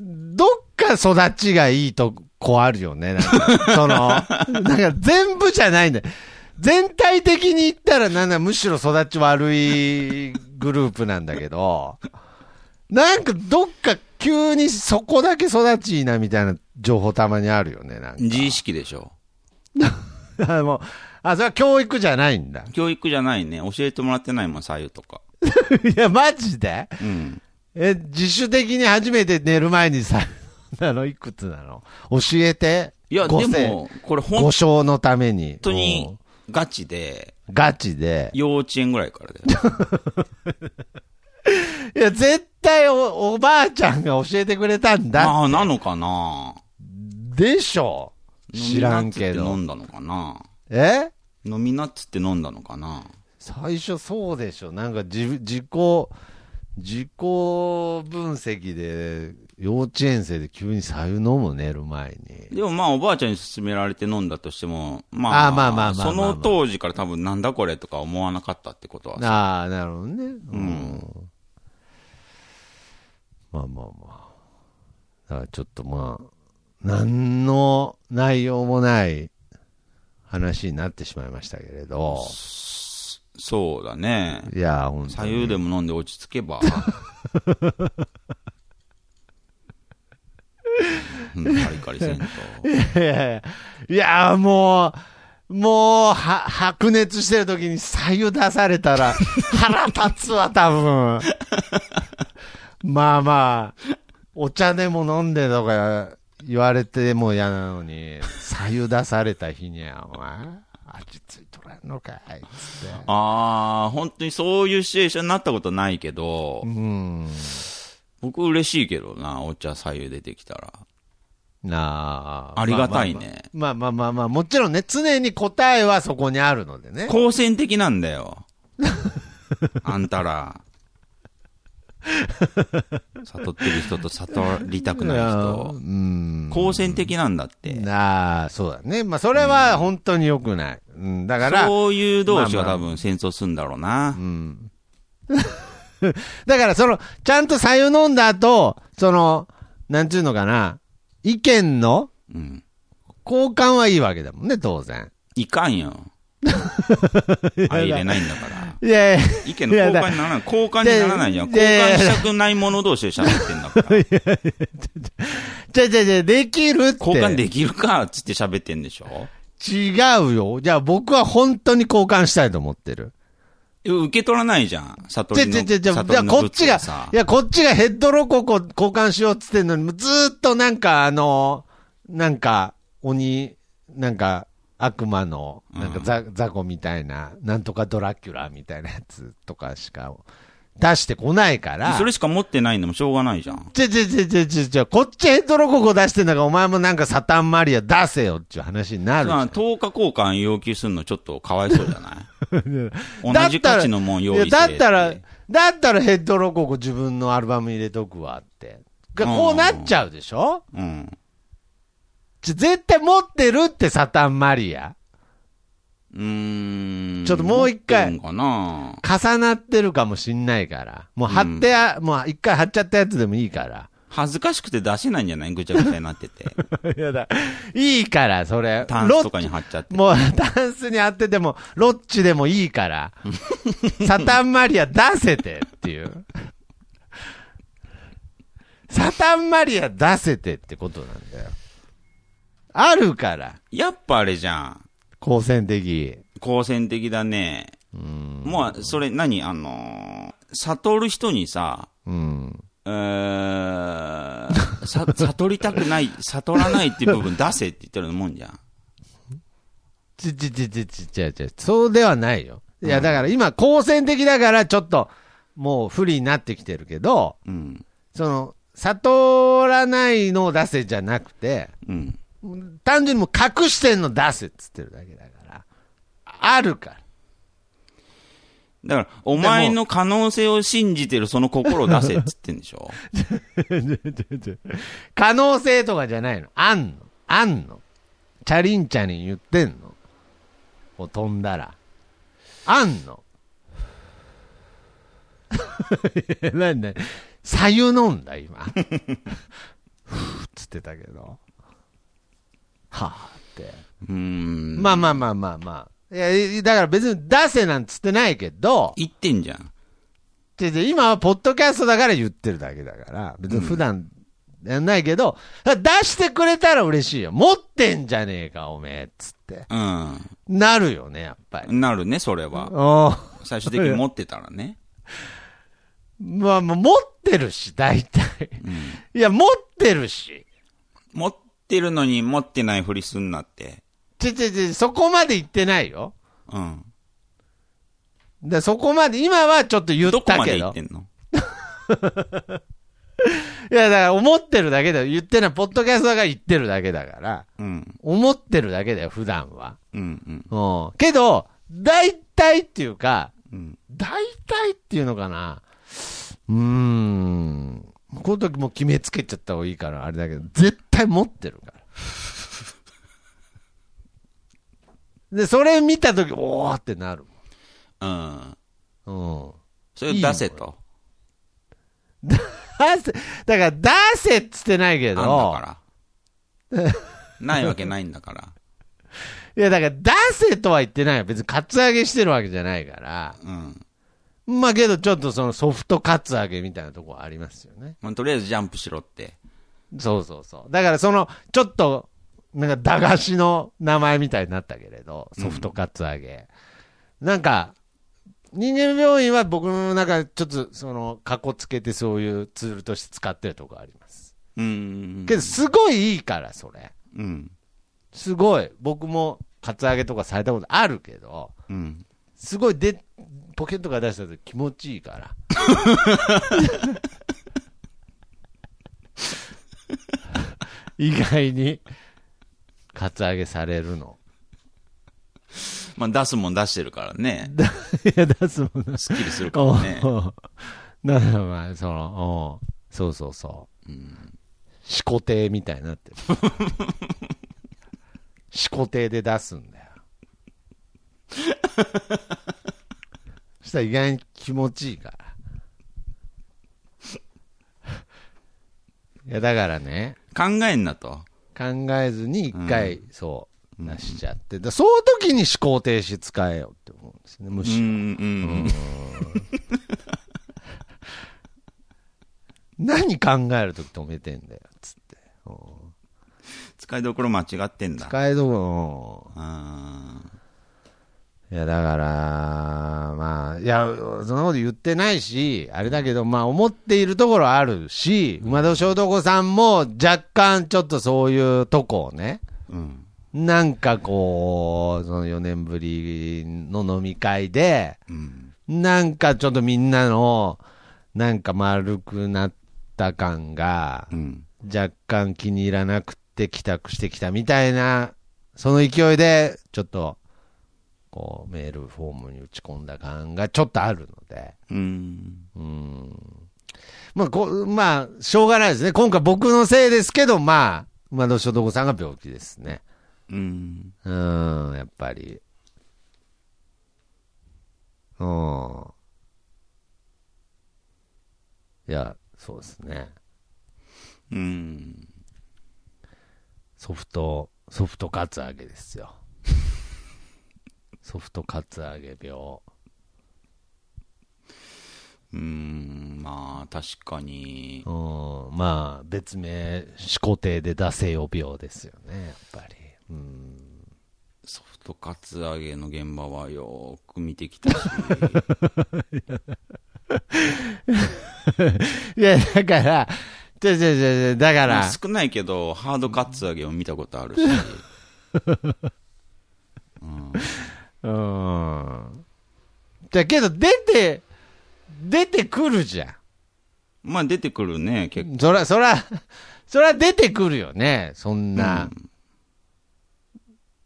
どっか育ちがいいとこあるよね、なんか。その、なんか全部じゃないんだよ。全体的に言ったら、なんだ、むしろ育ち悪いグループなんだけど、なんかどっか急にそこだけ育ちいいなみたいな情報たまにあるよね、なんか。
自意識でしょ。
あもうあ、それは教育じゃないんだ。
教育じゃないね。教えてもらってないもん、左右とか。
いや、マジで
うん。
え、自主的に初めて寝る前にさ、なのいくつなの教えて。
いや、
ご
で
せん、
も、これ
ご
本
賞のために。
当にガチで、
うん。ガチで。
幼稚園ぐらいからだよ。
いや、絶対おおばあちゃんが教えてくれたんだ。
ああ、なのかな
でしょ知らんけ
飲
ど。
みナッツって飲んだのかな
え
飲みナッツって飲んだのかな
最初そうでしょなんか自自己、自己分析で、幼稚園生で急に白湯飲む寝る前に。
でもまあおばあちゃんに勧められて飲んだとしても、まあ、
あーまあまあまあまあ
その当時から多分なんだこれとか思わなかったってことはさ
ああ、なるほどね。うん。まあまあまあ。だからちょっとまあ、何の内容もない話になってしまいましたけれど。
そうだね。
いや、本当
左
に。
右でも飲んで落ち着 けば。うんカリカリせんと。
いやいや いや、もう、もう、は、白熱してる時に左右出された ら、腹立つわ、多分。まあまあ、お茶でも飲んでとか言われても嫌なのに、左右出された日には、お前、あっちついとらんのかい、つって。
ああ、本当にそういうシチュエーションになったことないけど
う、ん。
僕嬉しいけどな、お茶左右出てきたら。
な
ありがたいね。
まあまあまあまあ、まあまあもちろんね、常に答えはそこにあるのでね。
好戦的なん だよ。あんたら。悟ってる人と悟りたくない
いやう
人。
ん。
好戦的なんだって。
なあ、そうだね。まあ、それは本当に良くない。うん、だから、
そういう同士は
まあ
多分戦争するんだろうな。
うん。だから、その、ちゃんと左右飲んだ後、その、なんちゅうのかな、意見の
うん。
交換はいいわけだもんね、当然。
いか んよ。相入れないんだから。
いやい
意見の交換にならない。交換にならないじゃん。
で
交換したくない者同士で喋ってんだから。
や、じゃじゃじゃ、できるって。
交換できるかっつって喋ってんでしょ
違うよ。じゃあ僕は本当に交換したいと思ってる。
受け取らないじゃん。悟
じゃ
り
じゃ
の。
じゃじゃ、
悟
じゃあ
りの
こっち
グ
が
ッズさ、
いや、こっちがヘッドロココ交換しようっつってんのに、ずーっとなんかあの、なんか、鬼、なんか、悪魔の、なんかザ、ザコみたいな、なんとかドラキュラみたいなやつとかしか出してこないから。
それしか持ってないのもしょうがないじゃん。
ちょちょちょちょちょちょ、こっちヘッドロココ出してんだから、お前もなんかサタンマリア出せよっていう話になるじゃ
まあ
ん。
10日交換要求するのちょっとかわいそうじゃない
だ
同
っ
じ
たら
価値のもん用意して
いやだったら、だったらヘッドロココ自分のアルバム入れとくわって。がこうなっちゃうでしょ
うん。
ちょ絶対持ってるってサタンマリア。
うーん。
ちょっともう一回
持ってんのかな
重なってるかもしんないから。もう貼ってや、もう一回貼っちゃったやつでもいい から。
恥ずかしくて出せないんじゃないぐちゃぐちゃになってて。
いやだ。いいから、それ。
タンスとかに貼っちゃって。
もう、ダンスに貼ってても、ロッチでもいい から。サタンマリア出せてっていう。サタンマリア出せてってことなんだよ。あるから、
やっぱあれじゃん。
好戦的。
好戦的だね。もう、それ何あのー悟る人にさ、
うん。
えー、さ 悟りたくない、悟らないっていう部分出せって言ってるようなもんじゃん。
ちちちちちちちそうではないよ。いや、だから今、好戦的だから、ちょっと、もう不利になってきてるけど、
うん。
その、悟らないのを出せじゃなくて、
うん。
単純にもう隠してんの出せっつってるだけだから。あるから。
だから、お前の可能性を信じてるその心を出せって言ってんで しょ
可能性とかじゃないの。あんの。あんの。チャリンチャリン言ってんの。こう飛んだら。あんの。 なんだ左右飲んだ、今。ふーっつってたけど。はあって。
うーん。
まあまあまあまあまあ。いや、いだから別に出せなんつってないけど、
言ってんじゃん。
でで今はポッドキャストだから言ってるだけだから、別に普段やんないけど、出してくれたら嬉しいよ。持ってんじゃねえか、おめえ、つって。
う
なるよね、やっぱり。
ん。なるね、それは。
お
最終的に持ってたらね。
まあ、もう持ってるし、大体。いや、持ってるし。
持ってるのに持ってないふりすんなって。
ちょちょちょ、そこまで言ってないよ。
うん。
でそこまで、今はちょっと言っ
どこ
た
ま
け
で言
ど
っ。てんの
いや、だから思ってるだけだよ。言ってない。ポッドキャストだから言ってるだけだから。
うん。
思ってるだけだよ、普段は。
うん。うん。
うん。けど、大体っていうか、
うん。
大体っていうのかな。うーん。この時もう決めつけちゃった方がいいから、あれだけど、絶対持ってるから。で、それ見た時、おーってなる。
うん。
うん。
それを出せと。
出せ、だから出せっつってないけ
あん
ど、
だから。ないわけないんだから。
いや、だから出せとは言ってないよ。別にカツアゲしてるわけじゃないから。
うん。
まあけど、ちょっとそのソフトカツアゲみたいなとこはありますよね。
まあ、とりあえずジャンプしろって。
そうそうそう。だからその、ちょっと、なんか駄菓子の名前みたいになったけれど、ソフトカツアゲ。なんか、人間病院は僕の中でちょっとその、かっこつけてそういうツールとして使ってるとこあります。
うん。
けど、すごいいいから、それ。
うん。
すごい。僕もカツアゲとかされたことあるけど、
うん。
すごいで、ポケットから出した時気持ちいいから。以外に、カツアゲされるの。
まあ出すもん出してるからね。
いや、出すもん
スッキリ するからね。
な。だからまあ、その、うんそうそうそう。
うん
始皇帝みたいになってる。 始皇帝で出すんだよ。 そしたら意外に気持ちいいから。いや、だからね、
考えんなと。
考えずに一回、そう、
うん
出しちゃって。だその時に思考停止使えよって思うんですね、む
う
しろ。
んうん。
何考える時止めてんだよ、つって。
使いどころ間違ってんだ。
使えどころ、うん
あー
いや、だから、まあ、いや、そんなこと言ってないし、あれだけど、まあ、思っているところあるし、馬戸正道子さんも若干ちょっとそういうとこをね、
うん。
なんかこう、その4年ぶりの飲み会で、
うん。
なんかちょっとみんなの、なんか丸くなった感が
う、ん。
若干気に入らなくて帰宅してきたみたいな、その勢いで、ちょっと、こう、メールフォームに打ち込んだ感がちょっとあるので、
うん。
うん。まあ、こうまあ、しょうがないですね。今回僕のせいですけど、まあ、馬戸所道さんが病気ですね。
うん。
うん、やっぱり。うん。いや、そうですね。
うん。
ソフト、ソフトカツアゲですよ。ソフトカツアゲ病。
うん。まあ、確かに。
うん、まあ、別名、始皇帝で出せよ病ですよね、やっぱり。うん。
ソフトカツアゲの現場はよーく見てき たし、
いや、だから、じゃじゃじゃじゃだから、
少ないけど、ハードカツアゲを見たことあるし、うん、
うん。だけど、出て、出てくるじゃん。
まあ出てくるね、結構。
そら、そら、そら出てくるよね、そんな。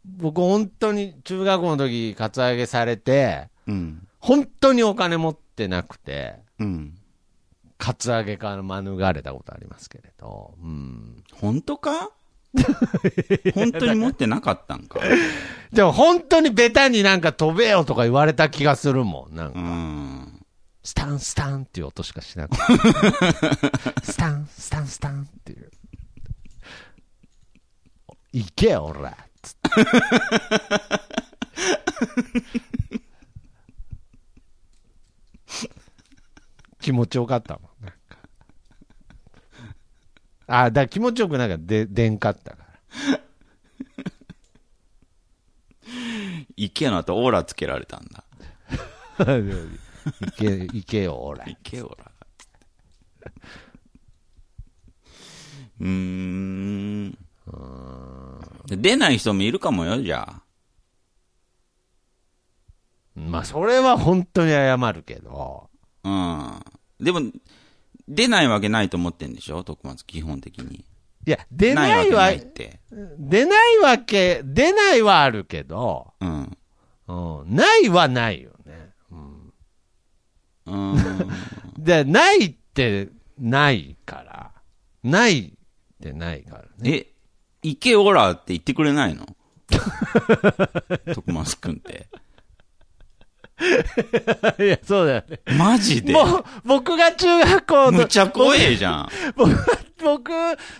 僕、本当に中学校の時、カツアゲされて、
うん。
本当にお金持ってなくて、
うん。
カツアゲから免れたことありますけれど、うん。
本当 か本当に持ってなかったんか。
でも本当にベタになんか飛べよとか言われた気がするもん。なん
う
か、
ん。
スタンスタンっていう音しかしなくて。スタン、スタン、スタンっていう。行けよ、おらつって気持ちよかったもん。なんかあ、だから気持ちよくなんかで出んかったから。
イケの後オーラつけられたんだ。
行け、行けよ、おら
イケオラ。うーん。出ない人もいるかもよ、じゃあ。
まあ、それは本当に謝るけど。
うん。でも、出ないわけないと思ってんでしょ徳松、基本的に。
いや、出ない
わ
わ
けないって。
出ないわけ、出ないはあるけど、
うん。
うん、ないはないよね。
うん。
で、ないってないから。ないってないからね。
え、行けオラって言ってくれな いの徳松くんって。
いや、そうだよね。
マジで
もう、僕が中学校の
む、ちゃ怖えじゃん。
僕、僕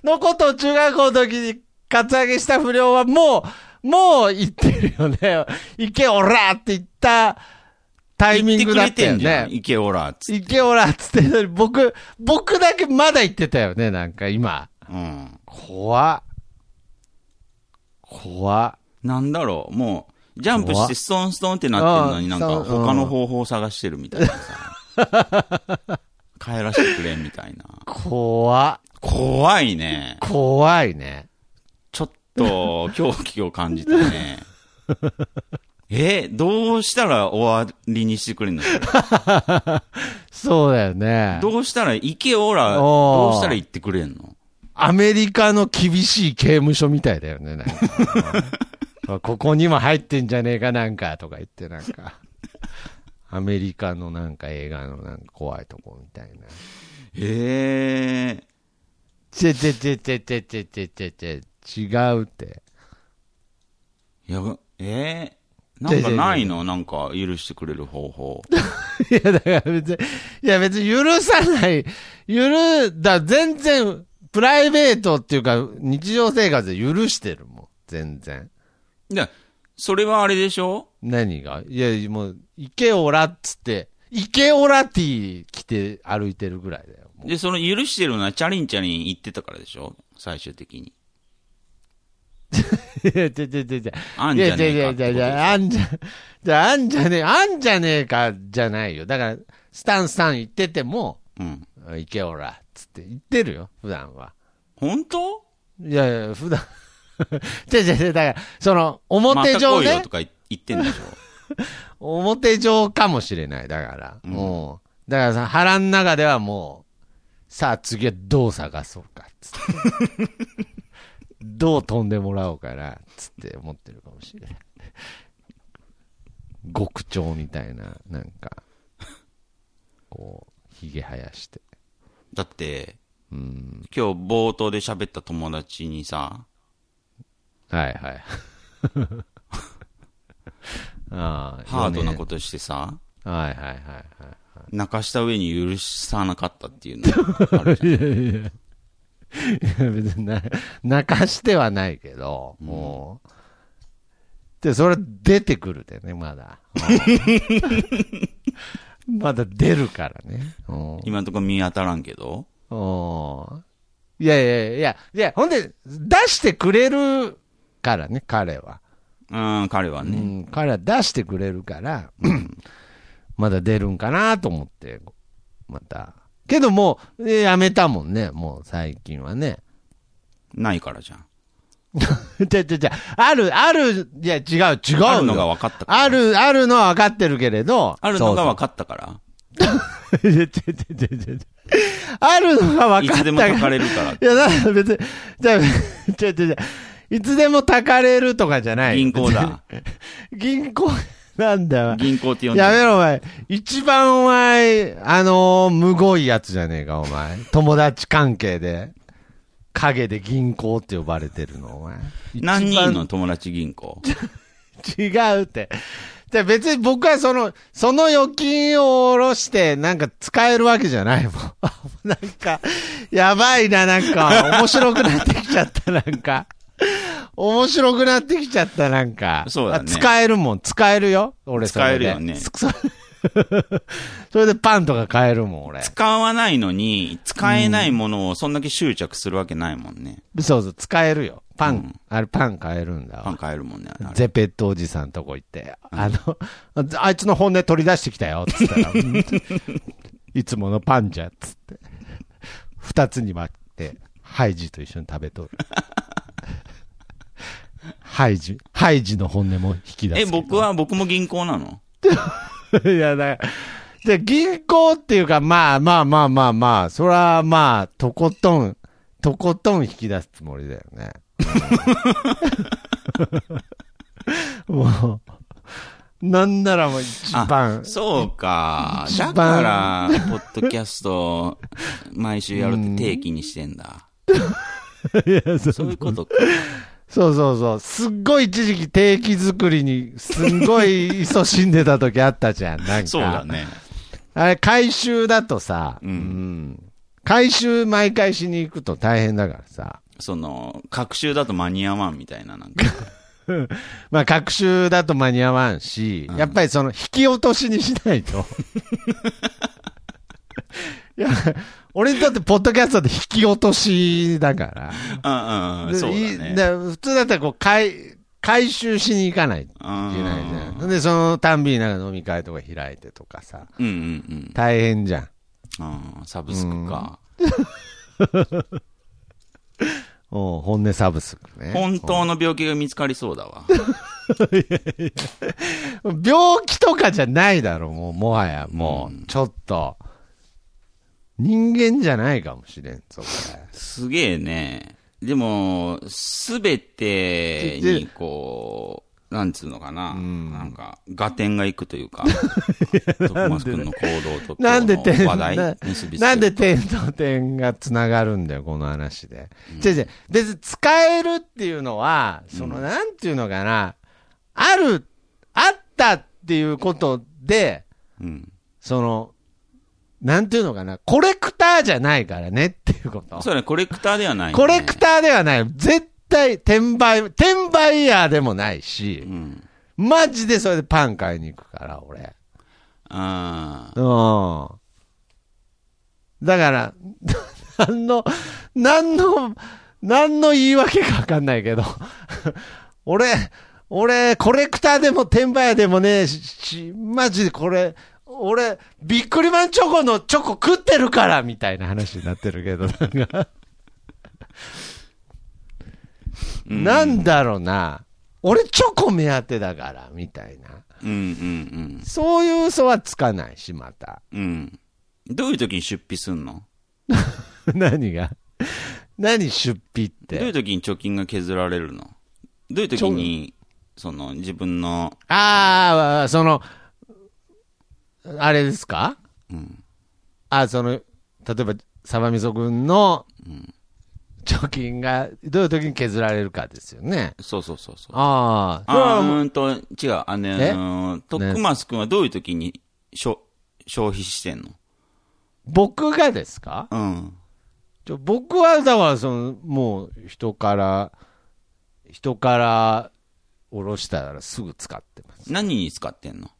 のことを中学校の時にカツアゲした不良はもう、もう言ってるよね。行けおらって言ったタイミングだったよ
言ってくれてんじゃ
ね
ん。。行けオラっつって。
行けおらっつってんのに、僕、僕だけまだ言ってたよね、なんか今。
うん。
怖っ怖っ
なんだろう、もう、ジャンプしてストンストンってなってるのになん
あ
か
あそううん
他の方法を探してるみたいなさ。 帰らせてくれみたいな。
怖っ
怖いね。
怖いね。
ちょっと、狂気を感じたね。 え、どうしたら終わりにしてくれるの
そうだよね。
どうしたら、行けオーラ、
おー
どうしたら行ってくれんの
アメリカの厳しい刑務所みたいだよね、なん かここにも入ってんじゃねえかなんかとか言って、なんか、アメリカのなんか映画のなんか怖いとこみたいな。
へえ。
ちちちちちちちちち違うって。
やば、えー、なんかないのなんか許してくれる方法。
いや、だから別に、いや別に許さない、許、だ、全然、プライベートっていうか、日常生活で許してるもん、全然。
いや、それはあれでしょ
何がいや、もう、イケオラっつって、イケオラティ着て歩いてるぐらいだよ。もう
で、その許してるのはチャリンチャリン言ってたからでしょ最終的に。
いや、ちょちょちょちょ。
あん
い
じ
や、
ゃね
い
えか
や
っ
いやい
てことでしょ
や、あんじゃ、じゃあ、あんじゃねえ、あんじゃねえか、じゃないよ。だから、スタンスタン言ってても、
うん。
イケオラっつって言ってるよ、普段は。
本当
いやいや、普段。 違う違う違う、だから、その、表上
また来いよ
ね
と、か言ってんでしょ
表上かもしれない、だから。
うん
もう、だからさ、腹の中ではもう、さあ次はどう探そうか、つって。 どう飛んでもらおうかな、つって思ってるかもしれない。極長みたいな、なんか、こう、ひげ生やして。
だって、
うん。
今日冒頭で喋った友達にさ、
はいはい。 ああ、。
ハードなこととしてさ、
はいはいはいはい。
泣かした上に許さなかったっていうのあ るじゃん。
いや 別にな泣かしてはないけど、もう。で、それ出てくるでね、ま だ。うんまだ出るからね。うん
今のところ見当たらんけど。
うんいやいやいや、いや、ほんで、出してくれるからね、彼は。
うん、彼は
う
ね。
ん、彼は出してくれるから、 まだ出るんかなと思って、また。けどもう、えやめたもんね、もう最近はね。
ないからじゃん。
ちゃちゃちゃ、ある、ある、いや、違う、違うよ。
あるのが分かったから。
ある、あるのは分かってるけれど。
あるのが
そう
分かったから。
そう いやちょちょちょちょちょあるのが分
い
か
つ
った
でも
から。
書かれるか
いや、だから別に、じゃあ、ちょちょちょ、いつでもたかれるとかじゃな
ら。
い。
銀行だ。
別に。 銀行なんだわ。
銀行って呼んで
やめ
る。
ろ、お前。一番お前、あのー、むごいやつじゃねえか、お前。友達関係で。影で銀行って呼ばれてるの、お前。
何
一番
人の友達銀行
違うって。じゃあ別に僕はその、その預金を下ろして、なんか使えるわけじゃないもん。 なんか、やばいな、なんか、面白くなってきちゃった、なんか。面白くなってきちゃった、なんか。
そうだ
あ
ね
使えるもん、使えるよ、俺それで
使えるよね
つ そそれでパンとか買えるもん、俺。
使わないのに、使えないものをそんだけ執着するわけないもんね。
そうそう、使えるよ。パン、
うん
あれパン買えるんだわ
パン買えるもんね。あれ
ゼペットおじさんとこ行って、あの、 ああいつの本音取り出してきたよ、つったら、 うんいつものパンじゃ、つって。二つに割って、ハイジと一緒に食べ とる。ハイジ、ハイジの本音も引き出す。
え、僕は、僕も銀行な
は
の
いや、だから、じゃあ銀行っていうか、まあまあまあまあまあ、そらまあ、とことん、とことん引き出すつもりだよね。 もう、なんならもう一番、
そうか。
一
だ
番
から、ポッドキャスト、毎週やるって定期にして んだ。そういうことか。
そうそうそう、すっごい一時期定期作りに、すんごい勤しんでた時あったじゃん、なんか。
そうだね。
あれ、回収だとさ、
うん
ん回収毎回しに行くと大変だからさ、
その、隔週だと間に合わんみたいな、なんか。
まあ、学習だと間に合わんし、
うん
やっぱりその引き落としにしないと。 いや、俺にとってポッドキャストって引き落としだから。
うんうん、
で
そうだ
い
ね。
だ普通だったらこう回、回収しに行かないといけないじゃん。で、そのたんびになんか飲み会とか開いてとかさ、
うんうん
大変じゃん。
うん。うん、サブスクか。
お本音サブスクね。
本当の病気が見つかりそうだわ。
病気とかじゃないだろ、もう、もはや、もう、
うん
ちょっと。人間じゃないかもしれん、そこ
すげえね。でも、すべてに、こう、なんつうのかな。なんか、合点がいくとい うか、徳松君の行動と
で。なんで
今日
点、
の
な
話題
な
に結びつける
んで点と点がつながるんだよ、この話で。違う違う、別に使えるっていうのは、その、なんていうのかな、ある、あったっていうことで、
うん。
その、なんていうのかな、コレクターじゃないからねっていうこと。
それコレクターではない、ね。
コレクターではない。絶対、転売、転売ヤーでもないし
ー。う、ん。
マジでそれでパン買いに行くから、俺。
ああ。
うん。だから、 何の、何の、何の言い訳かわかんないけど、 俺、俺、コレクターでも転売屋でもねえしし、マジでこれ、俺、ビックリマンチョコのチョコ食ってるからみたいな話になってるけど、なんか、
うん
なんだろうな、俺チョコ目当てだから、みたいな。
うんうん
そういう嘘はつかないし、また。
うん。うん。どういう時に出費すんの
何が何出費っ
どういう
て。
時に貯金が削られるのどういう時に、その、自分の、
ああ、その、あれですか
うん。
あその、例えば、サバみそ君の
うん。
貯金が、どういう時に削られるかですよね。
そうそうそうそう。
ああ、それ
あ
は
ー
もう
うーんと、違う。あのね、
え
あの徳松くんはどういう時にしょ消費してんの
僕がですか
うん。
ちょ僕は、だから、その、もう、人から、人から、おろしたらすぐ使ってます。
何に使ってんの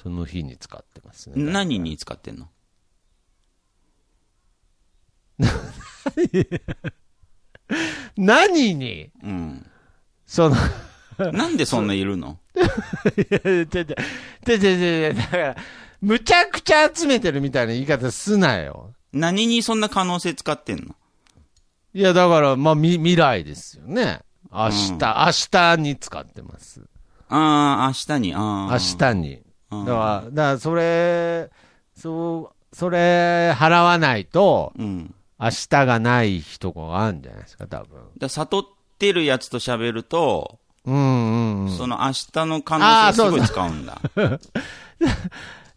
その日に使ってますね。
何に使ってんの
何に
うん。
その、
なんでそんないるの
いやいやちょちょちょちょちょだから、むちゃくちゃ集めてるみたいな言い方すなよ。
何にそんな可能性使ってんの
いや、だから、まあ、み、未来ですよね。明日、
うん
明日に使ってます。
ああ、明日に、ああ。
明日に。
う
だ
ん
から、だからそれ、そう、それ、払わないと、
うん。だか
明日がない日とかがあるんじゃないですか、多分。
ら悟ってるやつと喋ると、
うんうんうん。
その明日の可
ああ
能性
そ
を
う
す
そう
ごい使うんだ。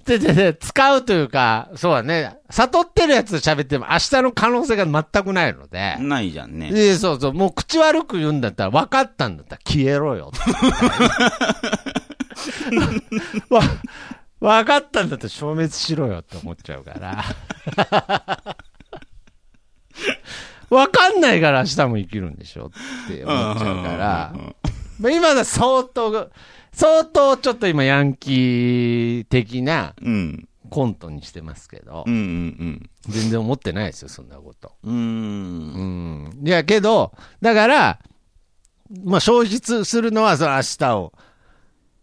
で、で、で、使うというか、そうだね。悟ってるやつと喋っても、明日の可能性が全くないので。
ないじゃ んね。
いやそうそう、もう口悪く言うんだったら、分かったんだったら消えろよって。わ分かったんだったら消滅しろよって思っちゃうから。分かんないから明日も生きるんでしょって思っちゃうから
うんうんうんうん。
まあ今だ相当、相当ちょっと今ヤンキー的な
うん。
コントにしてますけど
う、んうん
全然思ってないですよ、そんなこと。
うん。うー。
うんん。いや、けど、だから、まあ、消費すするのは、その明日を、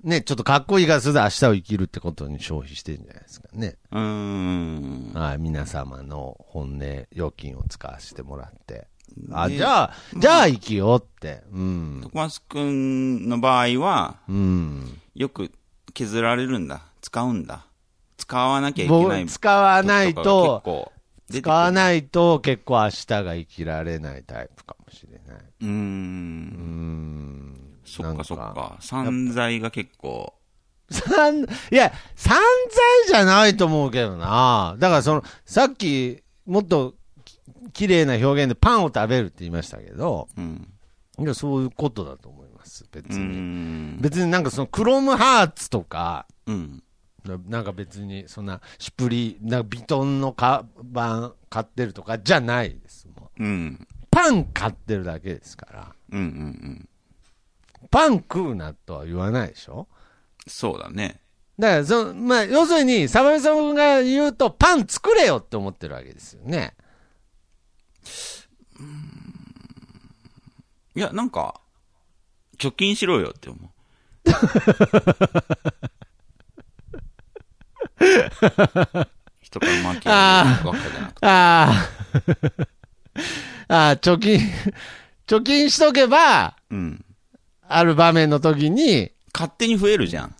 ね、ちょっとかっこいいからすると明日を生きるってことに消費してるんじゃないですかね。
うーん。
はい、皆様の本音、預金を使わせてもらって。あ、
ね
じゃあ、じゃあ生きようって。うん。
徳松くんの場合は、
うん。
よく削られるんだ。使うんだ。使わなきゃいけない
僕、。使わないと、、
結構
使わ
い。
ないと結構明日が生きられないタイプかもしれない。
うー。
うんん。
そっ
なん
かそっか。散財が結構。
散、いや、散財じゃないと思うけどな。だからその、さっき、もっとき、綺麗な表現でパンを食べるって言いましたけど、
うん。
いや、そういうことだと思います。別
うー
に。
ん。
別になんかその、クロムハーツとか、
うん。
ななんか別に、そんな、シュプリ、なんかビトンのカバン買ってるとかじゃないです。もう
うん。
パン買ってるだけですから。
うん。うん。うん。
パン食うなとは言わないでしょ
そうだね。
だからその、まあ、要するに、サバミさんが言うと、パン作れよって思ってるわけですよね。
いや、なんか、貯金しろよって思 う。人から負けばっかじゃなくて。
ああ、 ああ、貯金、 貯金しとけば、
うん。
ある場面の時に、
勝手に増えるじゃん。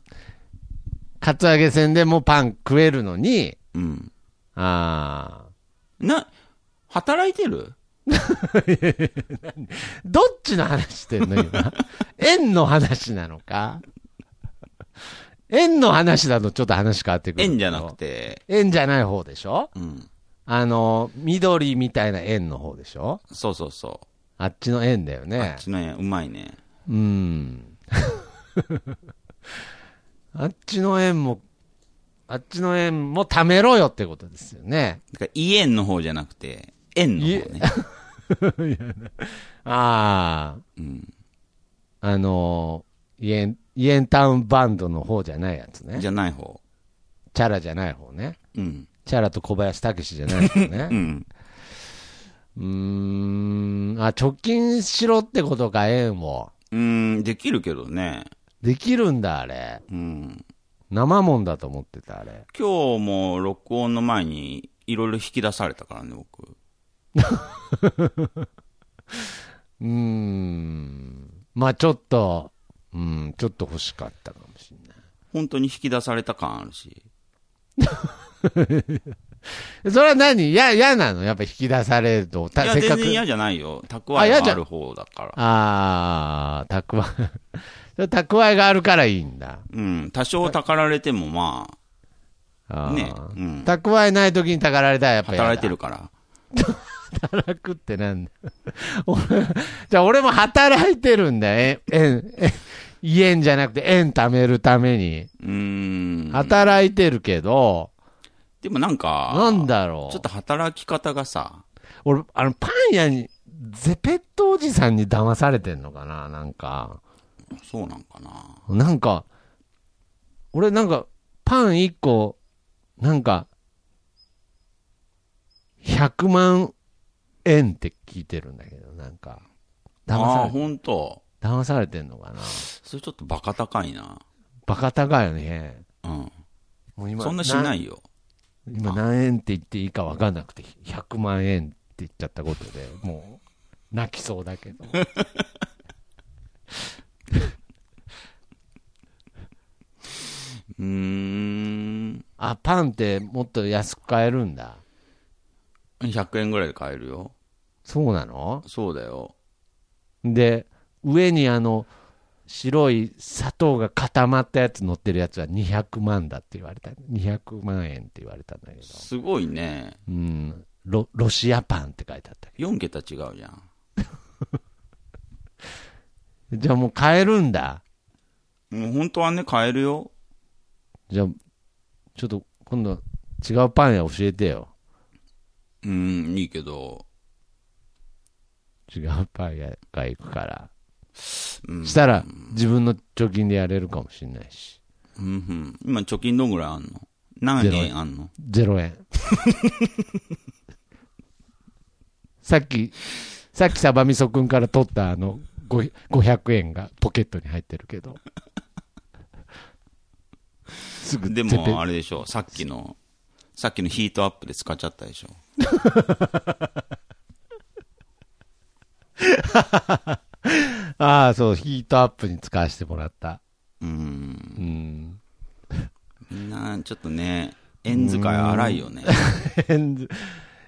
カツアゲ戦でもうパン食えるのに、
うん。
ああ、
な、働いてる
どっちの話してんの、 今。円の話なのか円の話だとちょっと話変わってくる。
円じゃなく。て、
円じゃない方でしょ
うん。
あの、緑みたいな円の方でしょ
そうそうそう。
あっちの円だよ
あ
ね
っ。ちの円、うまいね。
うん。 あっちの円も、あっちの円も貯めろよってことですよね。
だから、イエンの方じゃなくて、円の方ね。
ああ、
うん。
あの、イエン、イエンタウンバンドの方じゃないやつね
じ。ゃない方。
チャラじゃない方ね。
うん。
チャラと小林武史じゃないですよ
う
ね。
ん。
うーん。あ、貯金しろってことか、円を。
うん、できるけどね。
できるんだ、あれ。
うん。
生もんだと思ってた、あれ。
今日も録音の前に、いろいろ引き出されたからね、僕。
うーん。まあちょっと、うん、ちょっと欲しかったかもしれない。
本当に引き出された感あるし。
えそれは何や、嫌なのやっぱ引き出されると。
い
た
や、
せっか
全
く。
然嫌じゃないよ。蓄
あ
え
嫌
が
じゃ
ある方だから。
あー、蓄え。 それ蓄えがあるからいいんだ。
うん。多少たかられても、ま
あー
あ、ね。うん。
蓄えない時にたかられたらやっぱ嫌だ
働いてるから。
働くってなんだ 俺じゃあ俺も働いてるんだよ。え、円、え、家んじゃなくて円貯めるために。
うーん。
働いてるけど、
でもなんか、
なんだろう。
ちょっと働き方がさ、
俺、あの、パン屋に、ゼペットおじさんに騙されてんのかななんか。
そうなんかな。
なんか、俺なんか、パン1個、なんか、100万円って聞いてるんだけど、なんか、騙
あ
さ
あ、
れて、
ほんと。
騙されてんのかな
それちょっとバカ高いな。
バカ高いよね。
うん。
もう今。
そんなしないいよ。
今何円って言っていいか分かんなくて、100万円って言っちゃったことで、もう、泣きそうだけど。
うーん。
あ、パンってもっと安く買えるんだ。
100円ぐらいで買えるよ。
そうなの
そうだよ。
で、上にあの、白い砂糖が固まったやつ乗ってるやつは200万だって言われた。200万円って言われたんだけど。
すごいね。
うん。ロロシアパンって書いてあったけ
4桁違うじゃん。
ど。じゃあもう買えるんだ。
もう本当はね、買えるよ。
じゃあ、ちょっと今度違うパン屋教えてよ。
うん、いいけど。
違うパン屋が行くから。
うん
したら自分の貯金でやれるかもしれないし。
うんうん、今、貯金どんぐらいあんの何
ゼロ
円あんの
0円。 さっき、さっきサバ味噌くんから取ったあのご500円がポケットに入ってるけど。 すぐ
で
絶対
も、あれでしょ、さっきの、さっきのヒートアップで使っちゃったでしょ。
ああ、そう、ヒートアップに使わせてもらった。
うん。
うん。
みんな、ちょっとね、円使い荒いよね。
円、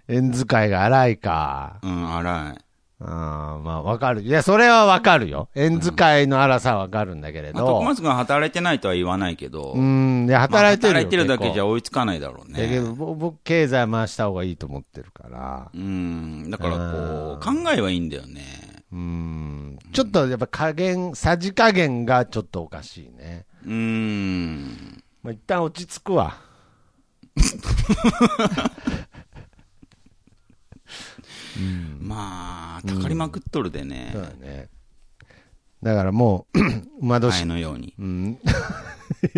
円使いが荒いか。
うん、荒い。
ああ、まあ、わかる。いや、それはわかるよ。円使いの荒さはわかるんだけれ
まあ、徳
ど。
松君は働いてないとは言わないけど、
うん、いや、
まあ
働いてるよ。
働いてるだけ
結
じ
構
ゃ追いつかないだろう
だけ
ね。
ど、ぼ僕、経済回した方がいいと思ってるから。
うん、だからこう、考えはいいんだよね。
うーん。ちょっとやっぱ加減、さじ加減がちょっとおかしいね。
うん。
まあ、一旦落ち着くわ。
まあ、たかりまくっとるでね
そう。だね。だからもう、 馬
前、
年、
のように。
うん。い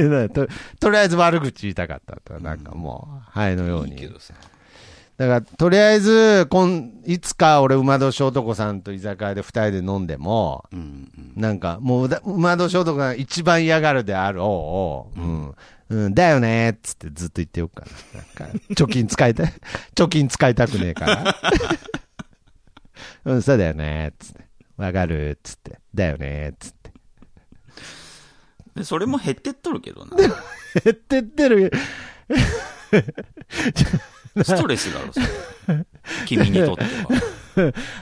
やだからととりあえず悪口言いたかったとなんかもう、はいのよう
いい
に。
けどさ。
だから、とりあえず、今、いつか俺、馬年男さんと居酒屋で二人で飲んでも、
うん、うん。
なんか、もうだ、馬年男が一番嫌がるであろう、うん、うん、だよねっつってずっと言ってよっかな。なんか、貯金使いたい、 貯金使いたくねえから。 うん、そうだよねっつって。わかるっつって。だよねっつって。
で、それも減ってっとるけどな。
減ってってる。
ストレスだろ、それ。君にとって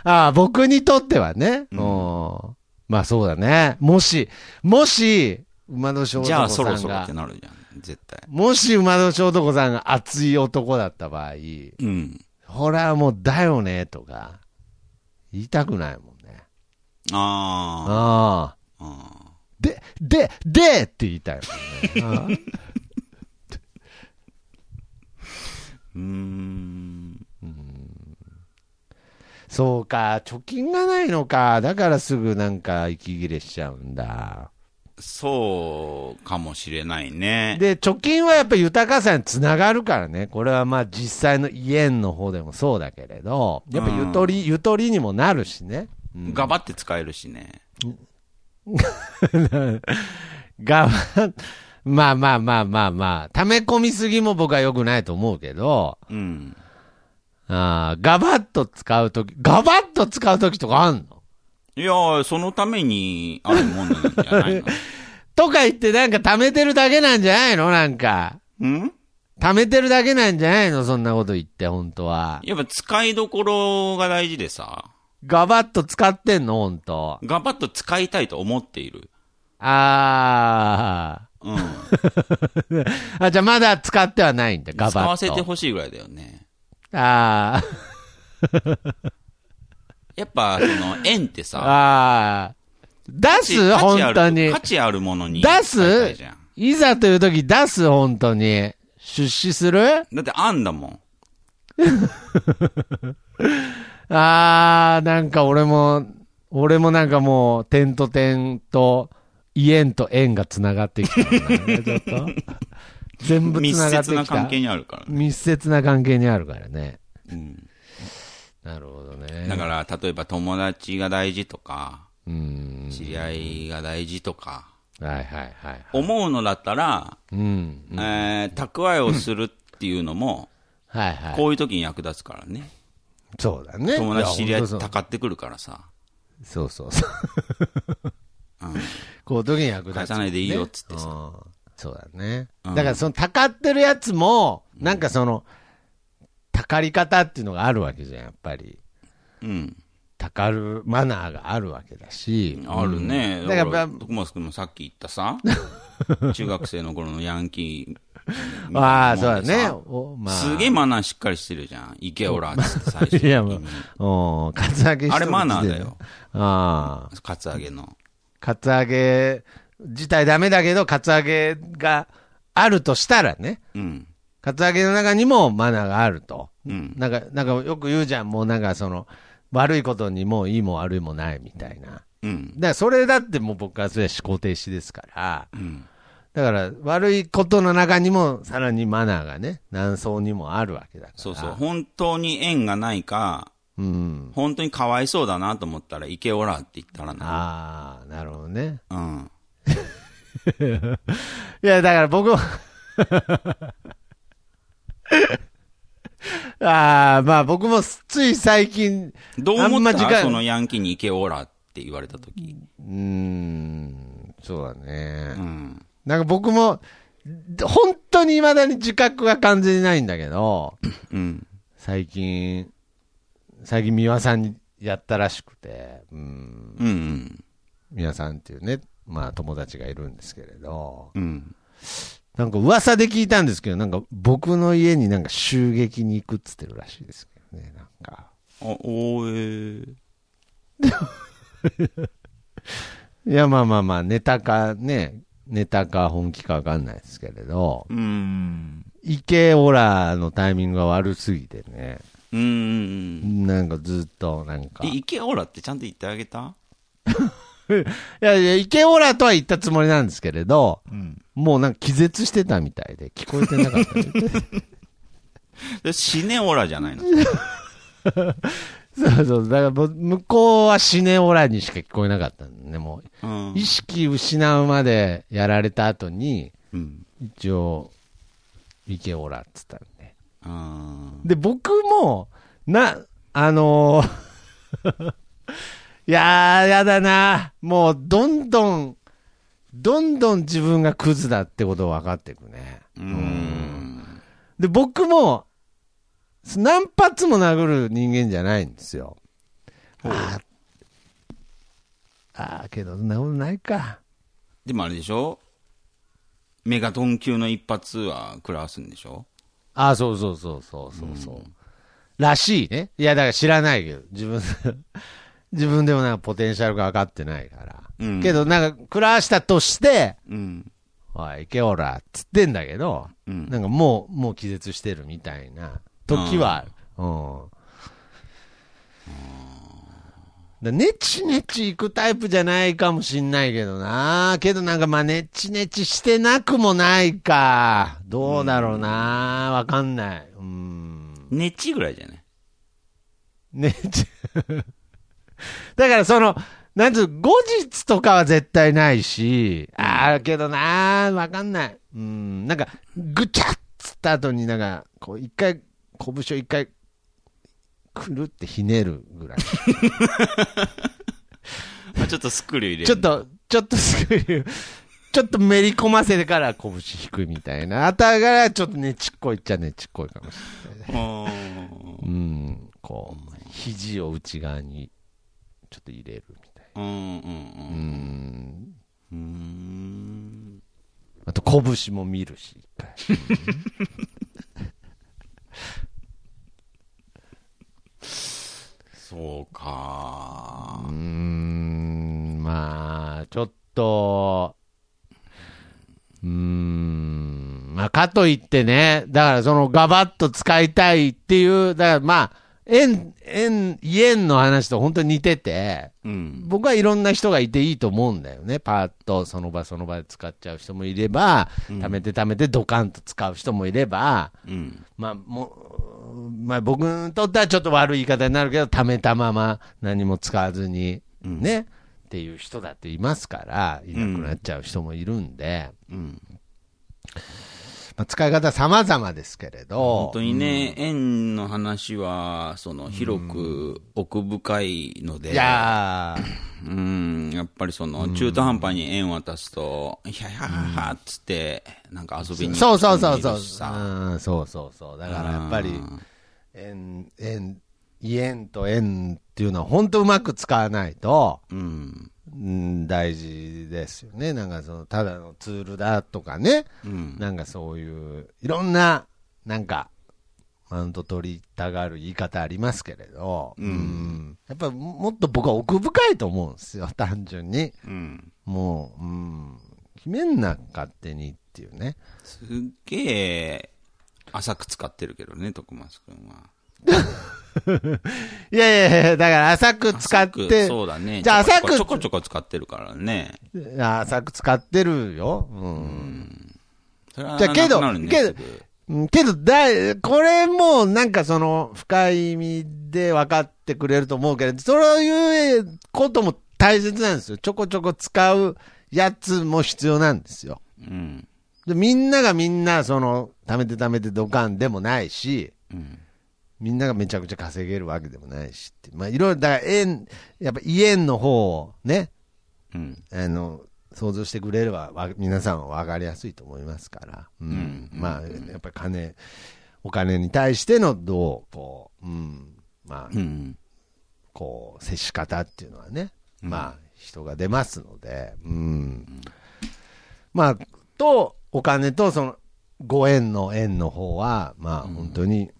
は。
ああ、僕にとってはね。う
うんん。
まあそうだね。もし、もし、馬の小
じゃ
男
あそろ
さん
そろっ
が
て、なるじゃん、絶対。
もし馬の小男さんが熱い男だった場合、
うん。
ほらもうだよね、とか、言いたくないもんね。
あ
ああ。
あ。あ
で、で、でって言いたいもんね。あ
あうーん。
あそうか、貯金がないのか。だからすぐなんか息切れしちゃうんだ。
そうかもしれないね。
で、貯金はやっぱり豊かさにつながるからね、これはまあ実際の家の方でもそうだけれど、やっぱゆとり、ゆとりにもなるしね。うん
ガバって使えるしね。
が、 まあまあまあまあまあ、溜め込みすぎも僕は良くないと思うけど、
うん。
あーガバッと使うとき、ガバッと使うときとかあんの
いやー、そのためにあるもんなんじゃないの
とか言ってなんか溜めてるだけなんじゃないのなんか。
うん
溜めてるだけなんじゃないのそんなこと言って、本当は。
やっぱ使いどころが大事でさ、
ガバッと使ってんの本当。
ガバッと使いたいと思っている。
ああ。
うん。
あ、じゃあまだ使ってはないんだ、ガバッと。
使わせてほしいぐらいだよね。
あ
やっぱ、その、縁って
あ、
さ、
ああ。出
価値
す本当に
価。値あるものに。
出
使いた
す
いじゃん
いざという時出す本当に。出資する
だってあんだもん。
ああ、なんか俺も、俺もなんかもう、点と点と、縁と縁が繋がってきたんだね、ちょっと。 全部
密
繋がってきた。
接な関係にあるからね。
密接な関係にあるからね。
うん。
なるほどね。
だから、例えば友達が大事とか、
うん。
知り合いが大事とか、
はいはいはいはい。
思うのだったら、
うん。
えー、蓄えをするっていうのも、
はいはい。
こういう時に役立つからね。
そうだね。
友達知り合い
や
って
本当
たかってくるからさ。
そうそうそう。
うん。
こういう時に役立つ、
返さないでいいよっつってさ。
うんそうだね。
うん
だからその、たかってるやつも、なんかその、たかり方っていうのがあるわけじゃん、やっぱり。
うん。
たかるマナーがあるわけだし。
あるね。
うん
だから
だから、
徳松君もさっき言っ たさ、中学生の頃のヤンキー。
ああ、そうだね。
さ
おまあ、
すげえマナーしっかりしてるじゃん。イケオラっつって最初
いや、もう、うん、カツアゲ
あれマナーだよ。。
ああ。
カツアゲの。
カツアゲ自体ダメだけど、カツアゲがあるとしたらね。
うん。
カツアゲの中にもマナーがあると。
うん。
なんか、なんかよく言うじゃん、もうなんかその、悪いことにもういいも悪いもないみたいな。だか
うん。
らそれだってもう僕からすれば思考停止ですから。
うん。
だから悪いことの中にもさらにマナーがね、何層にもあるわけだから。
そうそう。。本当に縁がないか、
うん。
本当にかわいそうだなと思ったら、イケオラって言ったらな。
ああ、なるほどね。
うん。
いや、だから僕は ああ、まあ僕もつい最近、
どう思
あ
っ
んま時
た
間
そのヤンキーにイケオラって言われた時。
うーん、そうだね。
うん。
なんか僕も、本当に未だに自覚が完全にないんだけど、
うん。
最近、最近美輪さんにやったらしくて、うん、
うんうん。
美輪さんっていうね、まあ友達がいるんですけれど、
うん。
なんか噂で聞いたんですけど、なんか僕の家になんか襲撃に行くっつってるらしいですけどね、なんか。
あ、おーえー。
いや、まあまあまあ、ネタかね、ネタか本気かわかんないですけれど、
うん。
イケオラのタイミングが悪すぎてね、
うんうん
なんかずっとなんか。
うん。え、イケオラってちゃんと言ってあげた
いやいや、イケオラとは言ったつもりなんですけれど、
うん。
もうなんか気絶してたみたいで、聞こえてなかったみ たい。
で死ねオラじゃないの。
そうそう、だからもう向こうは死ねオラにしか聞こえなかったんでね、も
う
う。
ん
意。識失うまでやられた後に、
うん。
一応、イケオラっつったんで。
あー
で、僕も、な、あのー いやー、やだな。もう、どんどん、どんどん自分がクズだってことを分かっていくね。
うん。
で、僕も、何発も殴る人間じゃないんですよ。
ほう
ああー、けど、そんなことないか。
でもあれでしょメガトン級の一発は食らわすんでしょ
ああ、そうそうそうそうそうそう、らしいね。いや、だから知らないけど、自分、自分でもなんかポテンシャルが分かってないから。
うん
けど、なんか、暮らしたとして、
うん。
おい、行けおら、っつってんだけど、
うん
なんかもう、もう気絶してるみたいな時はある。うん。だネチネチ行くタイプじゃないかもしんないけどな。けどなんかまあネチネチしてなくもないか。どうだろうな。わかんない。うん。
ネチぐらいじゃない
ね、 ちだからその、なんつう、後日とかは絶対ないし、ああ、けどなー、わかんない。うん、なんか、ぐちゃっつった後になんか、こう、一回、拳を一回、くるってひねるぐらい。
あちょっとスクリュー入れる。
ちょっ。と、ちょっとすぐ言う。ちょっとめり込ませてから拳引くみたいな。あたがちょっとねちっこいっちゃねちっこいかもしれないね。うん、こう、肘を内側に、ちょっと入れるみたいな。
うんうんうん。うーん。
あと、拳も見るし、一回。
そうか
うーん、まあ、ちょっと、うーん、まあ、かといってね、だからそのガバッと使いたいっていう、だからまあ、円、円、円の話と本当に似てて、
うん。
僕はいろんな人がいていいと思うんだよね。パーッとその場その場で使っちゃう人もいれば、貯めて貯めてドカンと使う人もいれば、
うん。
まあ、もう、まあ、僕にとってはちょっと悪い言い方になるけど、貯めたまま何も使わずに、ね、っていう人だっていますから、いなくなっちゃう人もいるんで、
うん。
まあ、使い方様々ですけれど
本、当にね、円の話は、その、広く奥深いので。
いやー、
うん、やっぱりその、中途半端に円渡すと、いやいやはっつって、なんか遊び に
そうそうそうそう
行く人もいるしさ
うんそうそうそうだからやっぱり円円円と円っていうのは本当うまく使わないと、
うん。
うん、大事ですよねなんかそのただのツールだとかね、
うん。
なんかそういういろんななんかマウント取りたがる言い方ありますけれど、うんやっぱもっと僕は奥深いと思うんですよ単純に
うん。
もう、うん、決めんな勝手にっていうね
すっげえ、浅く使ってるけどね、徳松くんは。
いやいやいやだから浅く使っ
浅
て
くそうだね。
じゃあ
ちょこ
浅く
ちょこちょこ使ってるからね。
いや浅く使ってるよ、うん、
それは
じゃあけど
なくなるね
けど
すぐ
うんけどだ、これもなんかその深い意味で分かってくれると思うけれど、そういうことも大切なんですよ。ちょこちょこ使うやつも必要なんですよ。
うん。
でみんながみんな、その、貯めて貯めてドカンでもないし、
うん。
みんながめちゃくちゃ稼げるわけでもないしって。まあいろいろ、だから円、やっぱ家の方をね、
うん。
あの、想像してくれればわ皆さんは分かりやすいと思いますから、うんまあ、やっぱり金、お金に対してのどう、こう、うん、まあ
う、ん。
こう、接し方っていうのはね、まあ、人が出ますので、うん。まあ、と、お金と、その、ご縁の縁の方は、まあ、本当に、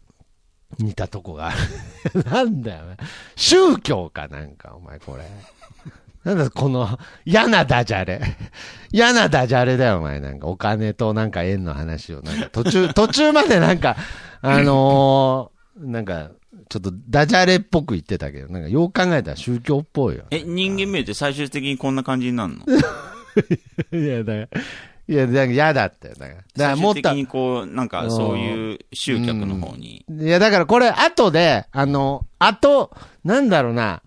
似たとこがある。 なんだよ、ね、宗教かなんか、お前これ。 なんだ、この、嫌なダジャレ。嫌なダジャレだよ、お前。なんか、お金となんか縁の話を、なんか、途中、 途中までなんか、あのーなんか、ちょっとダジャレっぽく言ってたけど、なんか、よう考えたら宗教っぽいよ。
え、人間名って最終的にこんな感じになるの
いや、だから、いや、だから嫌だったよ。だから、だから
最
もっ
終
と
的、にこう、なんかそういう集客の方に。
いや、だからこれ、後で、あの、後、なんだろうな、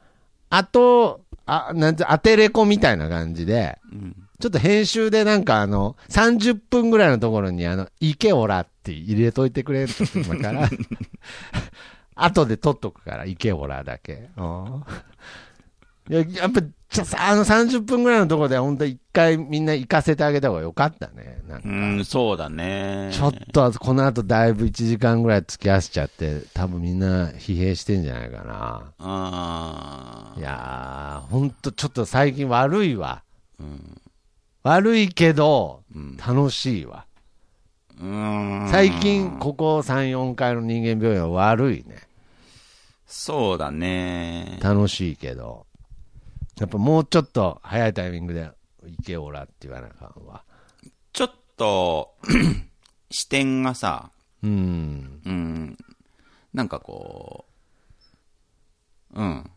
後、あ、なんて、アテレコみたいな感じで、
うん。
ちょっと編集でなんかあの、30分ぐらいのところにあの、いけおらって入れといてくれる今から。 後で撮っとくから、いけおらだけ。うんいや、やっぱ、ちょあの30分ぐらいのところで、本当一回みんな行かせてあげた方がよかったね。なん
う
か
ん、そうだね。
ちょっと、この後だいぶ1時間ぐらい付き合わせちゃって、多分みんな疲弊してんじゃないかな。
あ
い
あ。
やー、ほんとちょっと最近悪いわ。
うん。
悪いけど、
うん
楽しいわ。
うん
最近、ここ3、4回の人間病院は悪いね。
そうだね。
楽しいけど。やっぱもうちょっと早いタイミングで行けおらって言わなあかんわ。
ちょっと、 視点がさ、
うん。
うん、なんかこう、うん。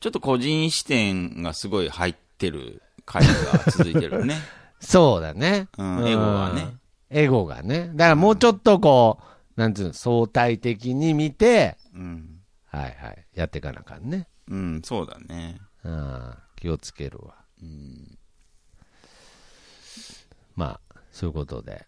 ちょっと個人視点がすごい入ってる回が続いて るね。
そうだね。
うん
うん
エゴがね。
エゴがね。だからもうちょっとこう、なんつうの、相対的に見て、
うん。
はいはい、やっていかなあかんね。
うん、そうだね。
うん、気をつけるわ。
うん。
まあ、そういうことで。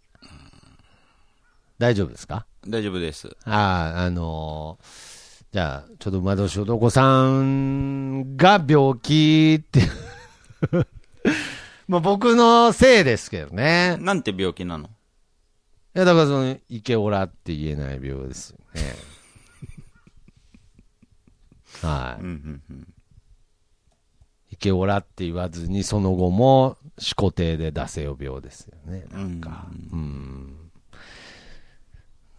大丈夫ですか
大丈夫です。
ああ、あのーじゃあ、ちょっと馬年男さんが病気って。 まあ僕のせいですけどね。
なんて病気なの
いや、だからその、イケオラって言えない病ですよ ね。は
うん、うん、うん。
い。イケオラって言わずに、その後も、始皇帝で出せよ病ですよね。なんか。うん。だか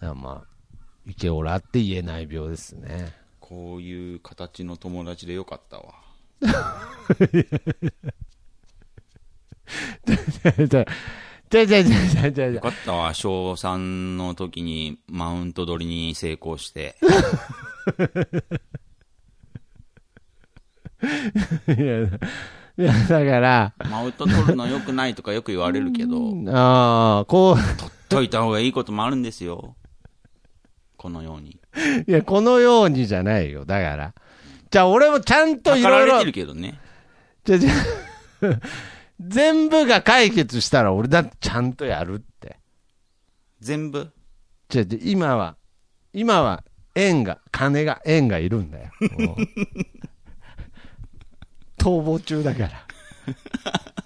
らまあ、イケオラって言えない病です ね。
こういう形の友達でよかったわ。
じゃじゃじゃじゃじゃじ
よ
ゃ
かったわ、小3の時にマウント取りに成功 して。
いや、いやだから、
マウント取るの良くないとかよく言われるけど、
ああ、こ
といた方がいいこともあるんですよ。このように。
う、いや、このようにじゃないよ。だから。じゃあ、俺もちゃんとい
から
ろい
れ
ろ
て、るけどね。
じゃじゃ 全部が解決したら俺だってちゃんとやるって。
全部。
じゃじゃ今は、今は縁が、金が、縁がいるんだよ。もう逃亡中だから。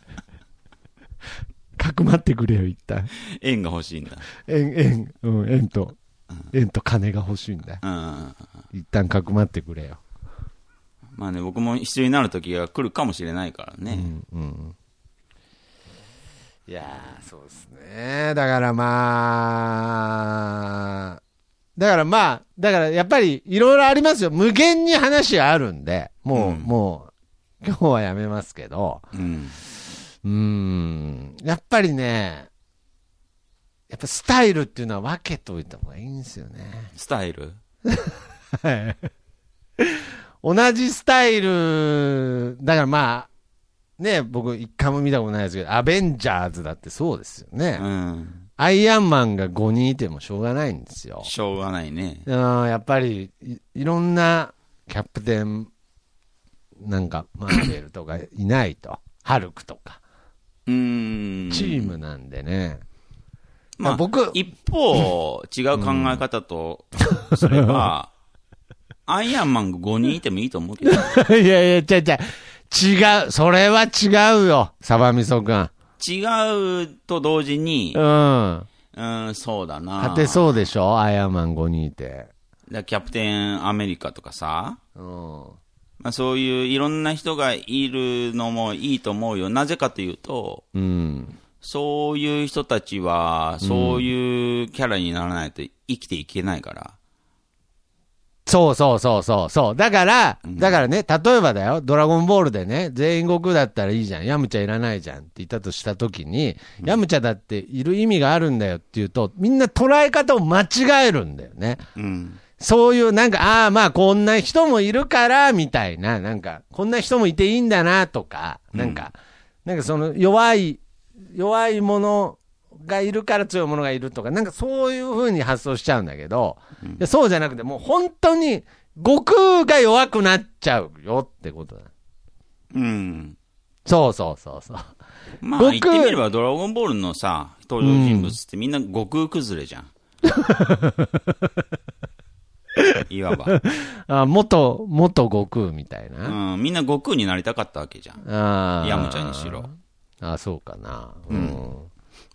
かくまってくれよ、一旦。
縁が欲しいんだ。
円、円、うん、円と、円と金が欲しいんだよ。
うんうんうん。
一旦かくまってくれよ。
まあね、僕も必要になる時が来るかもしれないから
う
ね。
ん、うん。いやー、そうですね。だからまあ、だからまあ、だからやっぱりいろいろありますよ。無限に話あるんで、もう、
うん
もう、今日はやめますけど、
うん。
うーん、やっぱりね、やっぱスタイルっていうのは分けといた方がいいんですよね。
スタイル
はい同じスタイル、だからまあ、ね、僕一回も見たことないですけど、アベンジャーズだってそうですよね。
うん。
アイアンマンが5人いてもしょうがないんですよ。
しょうがないね。
うんやっぱりい、いろんなキャプテン、なんか、マーベルとかいないと。 ハルクとか。
うーん。
チームなんでね。
まあ、
僕
一方、違う考え方とすれば、アイアンマンが5人いてもいいと思うけど、
いやいや、違う違う。違う。それは違うよ。サバミソ君。
違うと同時に
う、ん。
うん、そうだな。
勝て
う。
そうでしょアイアンマン5人いて。
キャプテンアメリカとかさ、
うん。
まあ、そういういろんな人がいるのもいいと思うよ。なぜかというと、
うん。
そういう人たちは、そういうキャラにならないと生きていけないから。
そうそうそうそうそう。だから、だからね、例えばだよ、ドラゴンボールでね、全員悟空だったらいいじゃん、ヤムチャいらないじゃんって言ったとしたときに、ヤムチャだっている意味があるんだよっていうと、みんな捉え方を間違えるんだよね。
うん。
そういう、なんか、ああ、まあ、こんな人もいるから、みたいな、なんか、こんな人もいていいんだな、とか、なんか、なんかその、弱い、弱いものがいるから強いものがいるとか、なんかそういう風に発想しちゃうんだけど、いやそうじゃなくて、もう本当に、悟空が弱くなっちゃうよってことだ。
うん。
そうそうそうそう。
まあ、
悟
言っ
空
てみれば、ドラゴンボールのさ、 登場人物ってみんな悟空崩れじゃん。いわば。
あ元、元悟空みたいな。
うん、みんな悟空になりたかったわけじゃん。
ああ。
ヤムチャにしろ。
あそうかな。うん。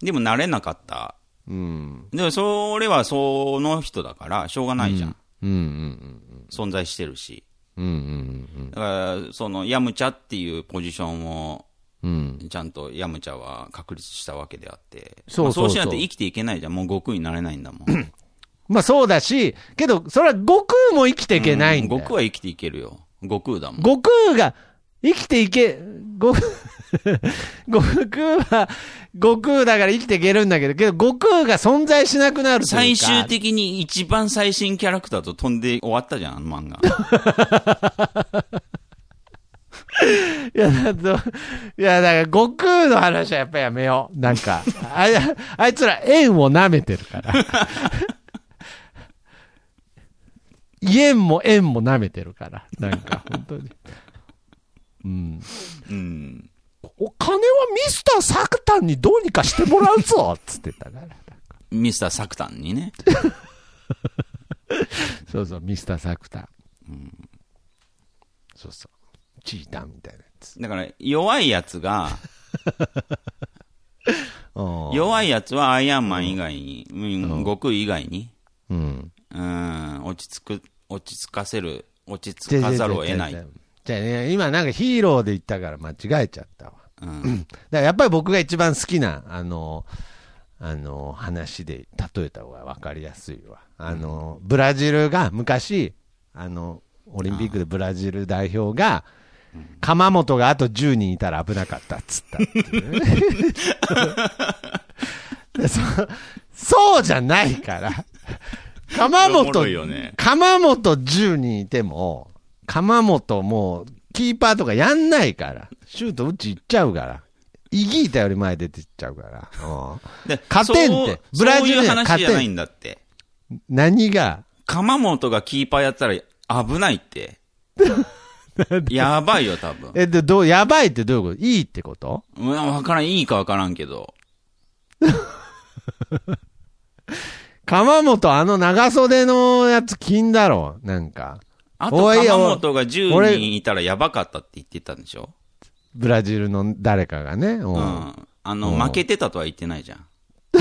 でもなれなかった。
うん。
でも、それはその人だから、しょうがないじゃん。
うんうん
存在してるし。
うん。うんうん
だから、その、ヤムチャっていうポジションを、
うん。うん。
ちゃんとヤムチャは確立したわけであって。
そうそうそう
まあしないと生きていけないじゃん。もう悟空になれないんだもん。
まあそうだし、けど、それは悟空も生きていけないんだ
う
よ。
ん悟空は生きていけるよ。悟空だもん。
悟空が生きていけ、悟 空悟空は悟空だから生きていけるんだけど、けど悟空が存在しなくなるという
最
か。
終的に一番最新キャラクターと飛んで終わったじゃん、あの漫画。
いや、だと、いや、だから悟空の話はやっぱやめよう。なんか、あいあいつら縁を舐めてる から。縁も縁も舐めてるから。なんか、本当に。うん。
うん。
お金はミスター・サクタンにどうにかしてもらうぞっ つってたから。
ミスター・サクタンにね。
そうそう、ミスター・サクタン。そうそう。チーターみたいなやつ。
だから、弱いやつが、
う
弱いやつはアイアンマン以外に、うん悟空以外に、
ん。うん。
うん、落ち着く、落ち着かせる、落ち着かざるを得ない。
じゃ
う
あね、今なんかヒーローで言ったから間違えちゃったわ。
ん。
だからやっぱり僕が一番好きな、あの、あの、話で例えた方が分かりやすいわ。あの、ブラジルが昔、あの、オリンピックでブラジル代表が、鎌本があと10人いたら危なかったっつったっていうねでそそうじゃないから。鎌
おもろ
本、
いよね
鎌本10人いても、鎌本もう、キーパーとかやんないから。シュート打ち行っちゃうから。イギータより前出てっちゃうから。うん
で
勝てんって
そう
ブラジル
そうい
に
う
は勝てん
話じゃないんだって。
何が、
鎌本がキーパーやったら危な いって。やばいよ、多分。
え、で、どう、やばいってどういうこといいってこと
うんわからん、いいかわからんけど。
鎌本、あの長袖のやつ金だろ。なんか、
あと、
おいおい
鎌本が10
俺
人いたらやばかったって言ってたんでしょ
ブラジルの誰かがね。
う
うん
ん。あの、負けてたとは言ってないじゃん。
い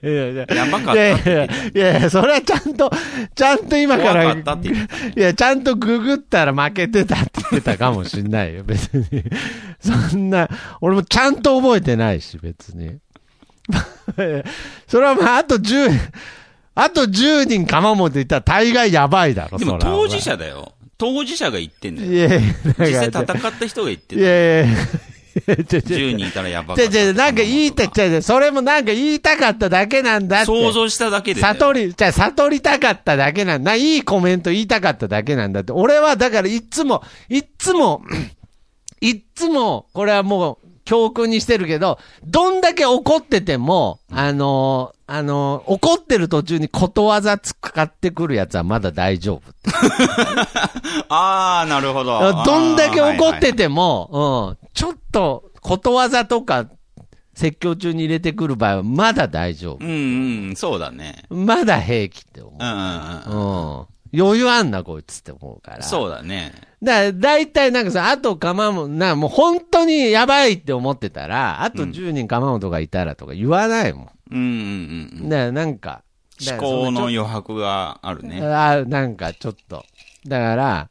やいや
やばかっ
いや
た
いやいやいや、それはちゃんと、ちゃんと今から、
怖かったって言って
いや、ちゃんとググったら負けてたって言ってたかもしんないよ、 別に。そんな、俺もちゃんと覚えてないし、別に。 それはまあ、あと10、あと10人鎌本いたら大概やばいだろ、
でも
そら
当事者だよ。当事者が言ってんだ
い
よ。
やいや、
実際
だ
戦
から
った人が言
い
ってた。
やいやいや、
10人いたらやばか
ち
っ
ょ
た。
ちょなんか言いた、ちょちょそれもなんか言いたかっただけなんだって。
想像しただけでだよ。
悟り、じゃあ悟りたかっただけなんだ。いいコメント言いたかっただけなんだって。俺はだからいっつも、いっつも、 いっつも、これはもう教訓にしてるけど、どんだけ怒ってても、あのーあのー怒ってる途中にことわざ使ってくるやつはまだ大丈夫って。
あー、なるほど。あー
どんだけ怒っ
はい
てても、うん、ちょっとことわざとか説教中に入れてくる場合はまだ大丈夫
はい。うんうん、そうだね。
まだ平気って思う
うんうんうん。
うん。余裕あんな、こいつって思うから。う。
そうだね。
だから、大体なんかさ、あと釜も、な、もう本当にやばいって思ってたら、あと10人釜本がいたらとか言わないも
うんうんうん
ん。。だから、なんか。だ
思
から
考の
そ
余白がある
ちょ
ね。
あなんかちょっと。だから、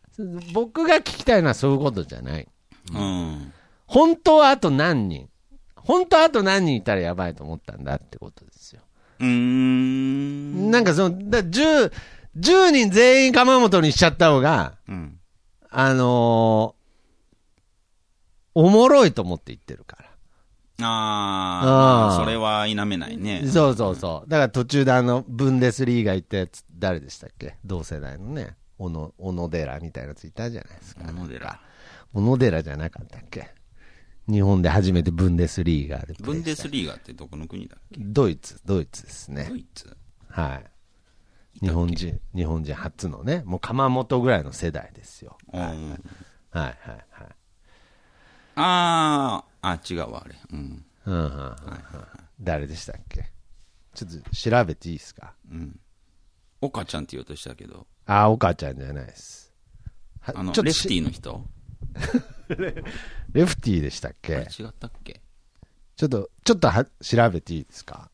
僕が聞きたいのはそういうことじゃない。
うん。
本当はあと何人本当はあと何人いたらやばいと思ったんだってことですよ。
うーん。
なんかその、だ10、10人全員釜本にしちゃった方が、
うん。
あのーおもろいと思って言ってるか
あ
あー
ー、それは否めないね
ら。。そうそうそう。だから途中であの、ブンデスリーガ行ったやつ、誰でしたっけ同世代のね、小野、小野寺みたいなやついたじゃないですか。
小野寺。
小野寺じゃなかったっけ日本で初めてブンデスリーガでプレーした。
ブンデスリーガってどこの国だっ
ドイツ、ドイツです
け
ね
ド。イツ
はい。日本人、日本人初のね、もう鎌本ぐらいの世代ですよ。
うん
はいはいはい。
あー、あ、違うわ、あれ。うん。
うんうんうんうん誰でしたっけちょっと調べていいですか
うん。岡ちゃんって言おうとしたけど、
あ、お母ちゃんじゃないです。は
あの、
ちょっと
レフ
し
ティの人
レフティーでしたっ
あれ
け
違ったっけ
ちょっと、ちょっとは調べていいですか、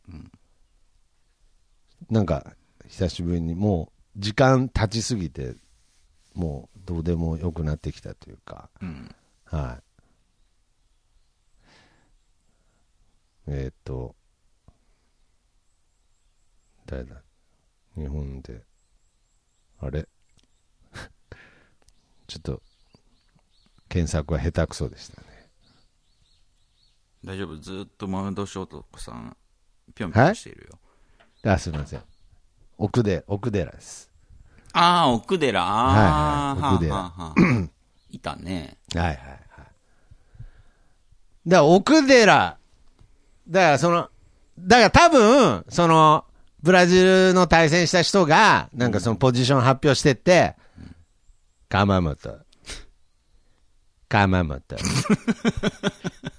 なんか、久しぶりにもう、時間経ちすぎて、もう、どうでもよくなってきたというか、
うん。
はい。えーっと、誰だ日本で、あれ ちょっと、検索は下手くそでしたね。
大丈夫ずーっとマウンドショートさん、ぴょんぴょんしているよ。
あ、すみません。奥で、奥寺です。
ああ、奥寺。ああ、
はいはい奥寺
はあはあはあいたね。
はいはいはい。だから奥寺、だからその、だから多分、その、ブラジルの対戦した人が、なんかそのポジション発表してって、鎌本。鎌本。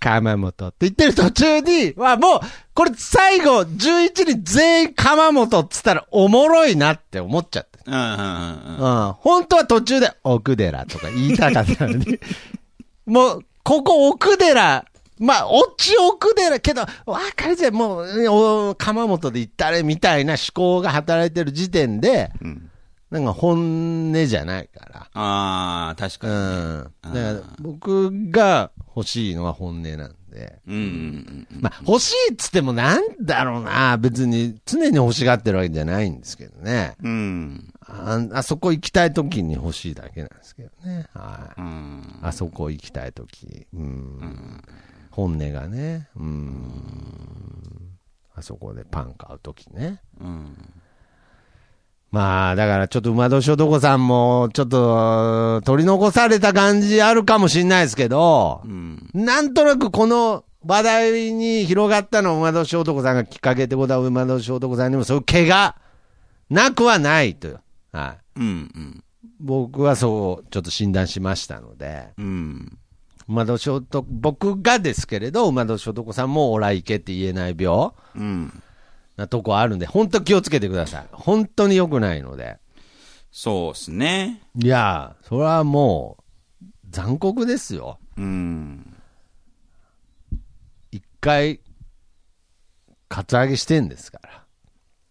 鎌本って言ってる途中に、はもう、これ最後、11人全員鎌本っつったらおもろいなって思っちゃって。
うんうんうんうん。
うん、本当は途中で奥寺とか言いたかったのに、 もう、ここ奥寺、まあ、オチ奥寺けど、わかるじゃん、もう、お鎌本で行ったれみたいな思考が働いてる時点で、
うん、
なんか本音じゃないから。
ああ、確
う
かに。
ん。だから僕が欲しいのは本音なんで。
うんうんうん。
まあ、欲しいっつってもなんだろうな。別に常に欲しがってるわけじゃないんですけどね。
うん。
ああそこ行きたいときに欲しいだけなんですけどね。はい。
うん。
あそこ行きたいとき、うん、本音がね、うん、あそこでパン買うときね。
うん。
まあ、だからちょっと馬年男さんも、ちょっと取り残された感じあるかもしれないですけど
う、ん。
なんとなくこの話題に広がったのは馬年男さんがきっかけってことは、馬年男さんにもそういう怪我なくはないという、はい、
うん。
僕はそう、ちょっと診断しましたので。
うん。
馬年男、僕がですけれど、馬年男さんも、おら行けって言えない病
うん。
なとこあるんで、本当気をつけてください。本当に良くないので。
そうっすね。
いやー、それはもう、残酷ですよ。
うん。
一回、カツアゲしてんですから。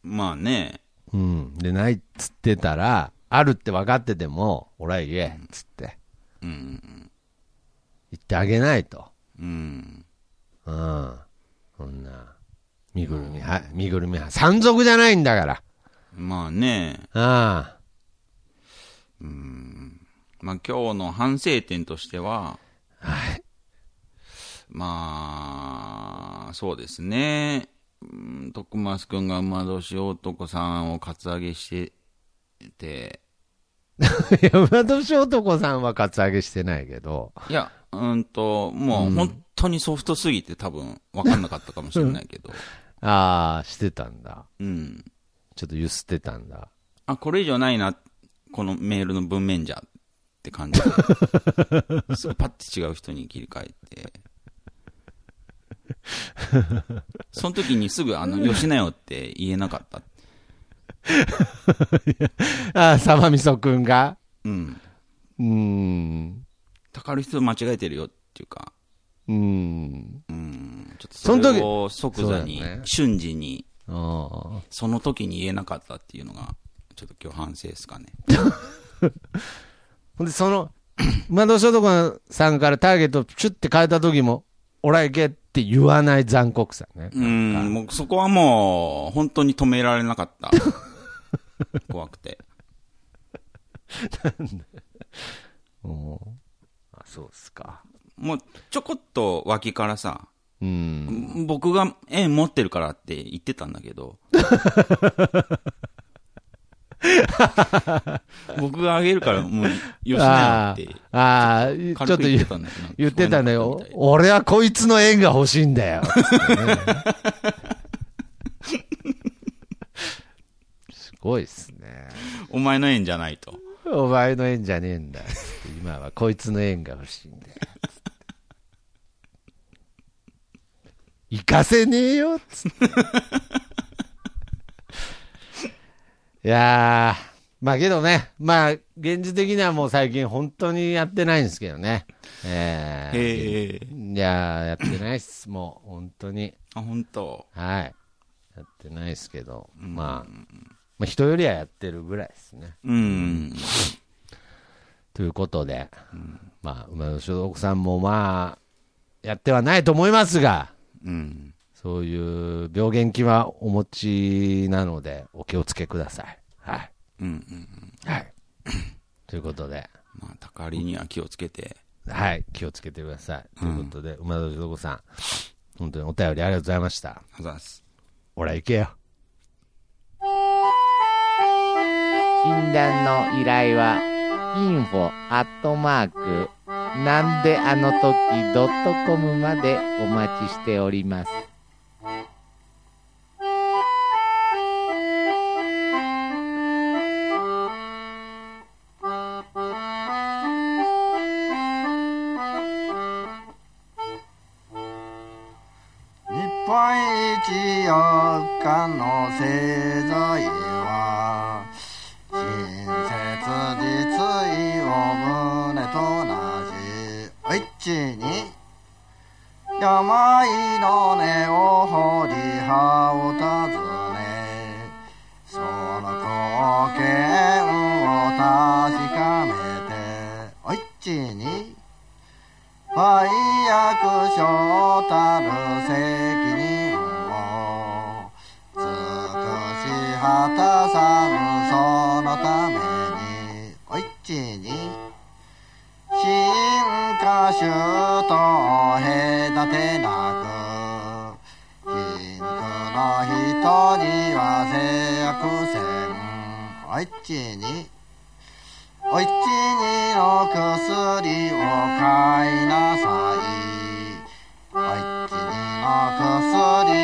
まあね。
うん。で、ないっつってたら、あるって分かってても、おら言え、っつって。
うん。
言ってあげないと。
うん。
うん。そんな、身ぐるみは、身ぐるみは、山賊じゃないんだから。
まあね。
あ あ。
まあ今日の反省点としては、
はい。
まあ、そうですね。うん徳松くんが馬年男さんをカツアゲしてて、
山年男さんはカツアゲしてないけど、
いや、うんと、もう本当にソフトすぎて多分分かんなかったかもしれないけど、
ああ、してたんだ。
うん。
ちょっとゆすってたんだ。
あ、これ以上ないな、このメールの文面じゃって感 じで、すぐパッて違う人に切り替えて、その時にすぐ、あの、よしなよって言えなかった。
ああ、サバミソくんが
うん。
うーん。
たかる人間違えてるよっていうか、
うーん。
うん。ちょっと
そ
そ
の時
れを即
そ
座に、
うだよね
瞬時に、
ああ。
その時に言えなかったっていうのが、ちょっと今日反省ですかね。
ほんで、その、 馬年男さんからターゲットをチュッて変えた時も、おら行けって言わない残酷さね。
うん、もうそこはもう、本当に止められなか った。怖くて。
おーあ、そうっすか。
もう、ちょこっと脇からさ、
うん。
僕が縁持ってるからって言ってたんだけ ど、僕があげるからもう、よしな
あ
よって、
あ、ああ、ちょっ
軽
と
く言って
言
たんだけど。
言ってたんだよ
聞こえなかったみ。たい
俺はこいつの縁が欲しいんだ よ。 すごいっすね。
お前の縁じゃないと。
お前の縁じゃねえんだ。今はこいつの縁が欲しいんだよ。行かせねえよっつっていやー、まあけどね、まあ、現実的にはもう最近本当にやってないんですけどね。えー
ええ
いやー、やってないっす、もう、本当に。
あ、本当。
はい。やってないですけど、まあ、まあ、人よりはやってるぐらいですね。
うん。
ということで、まあ、馬の所属さんもまあ、やってはないと思いますが、
うん。
そういう病原菌はお持ちなので、お気をつけください。はい。
うん。うん。
はい。ということで、
まあ、高りには気をつけて。
はい、気をつけてください。ということで、馬の所属さん、本当にお便りありがとうございました。
あざっす。
ほら、行けよ。
診断の依頼は info アットマークなんであの時ドットコムまでお待ちしております。
日本一四日の製造いは親切実意を胸と同じ一致に病の根を掘り葉を尋ねその貢献を確かめて一致に売約所たる責任を尽くし果たさぬそのためにおいちに進化種と隔てなく貧苦の人には制約せんおいちにおいちにの薬を買いなさい。おいちにの薬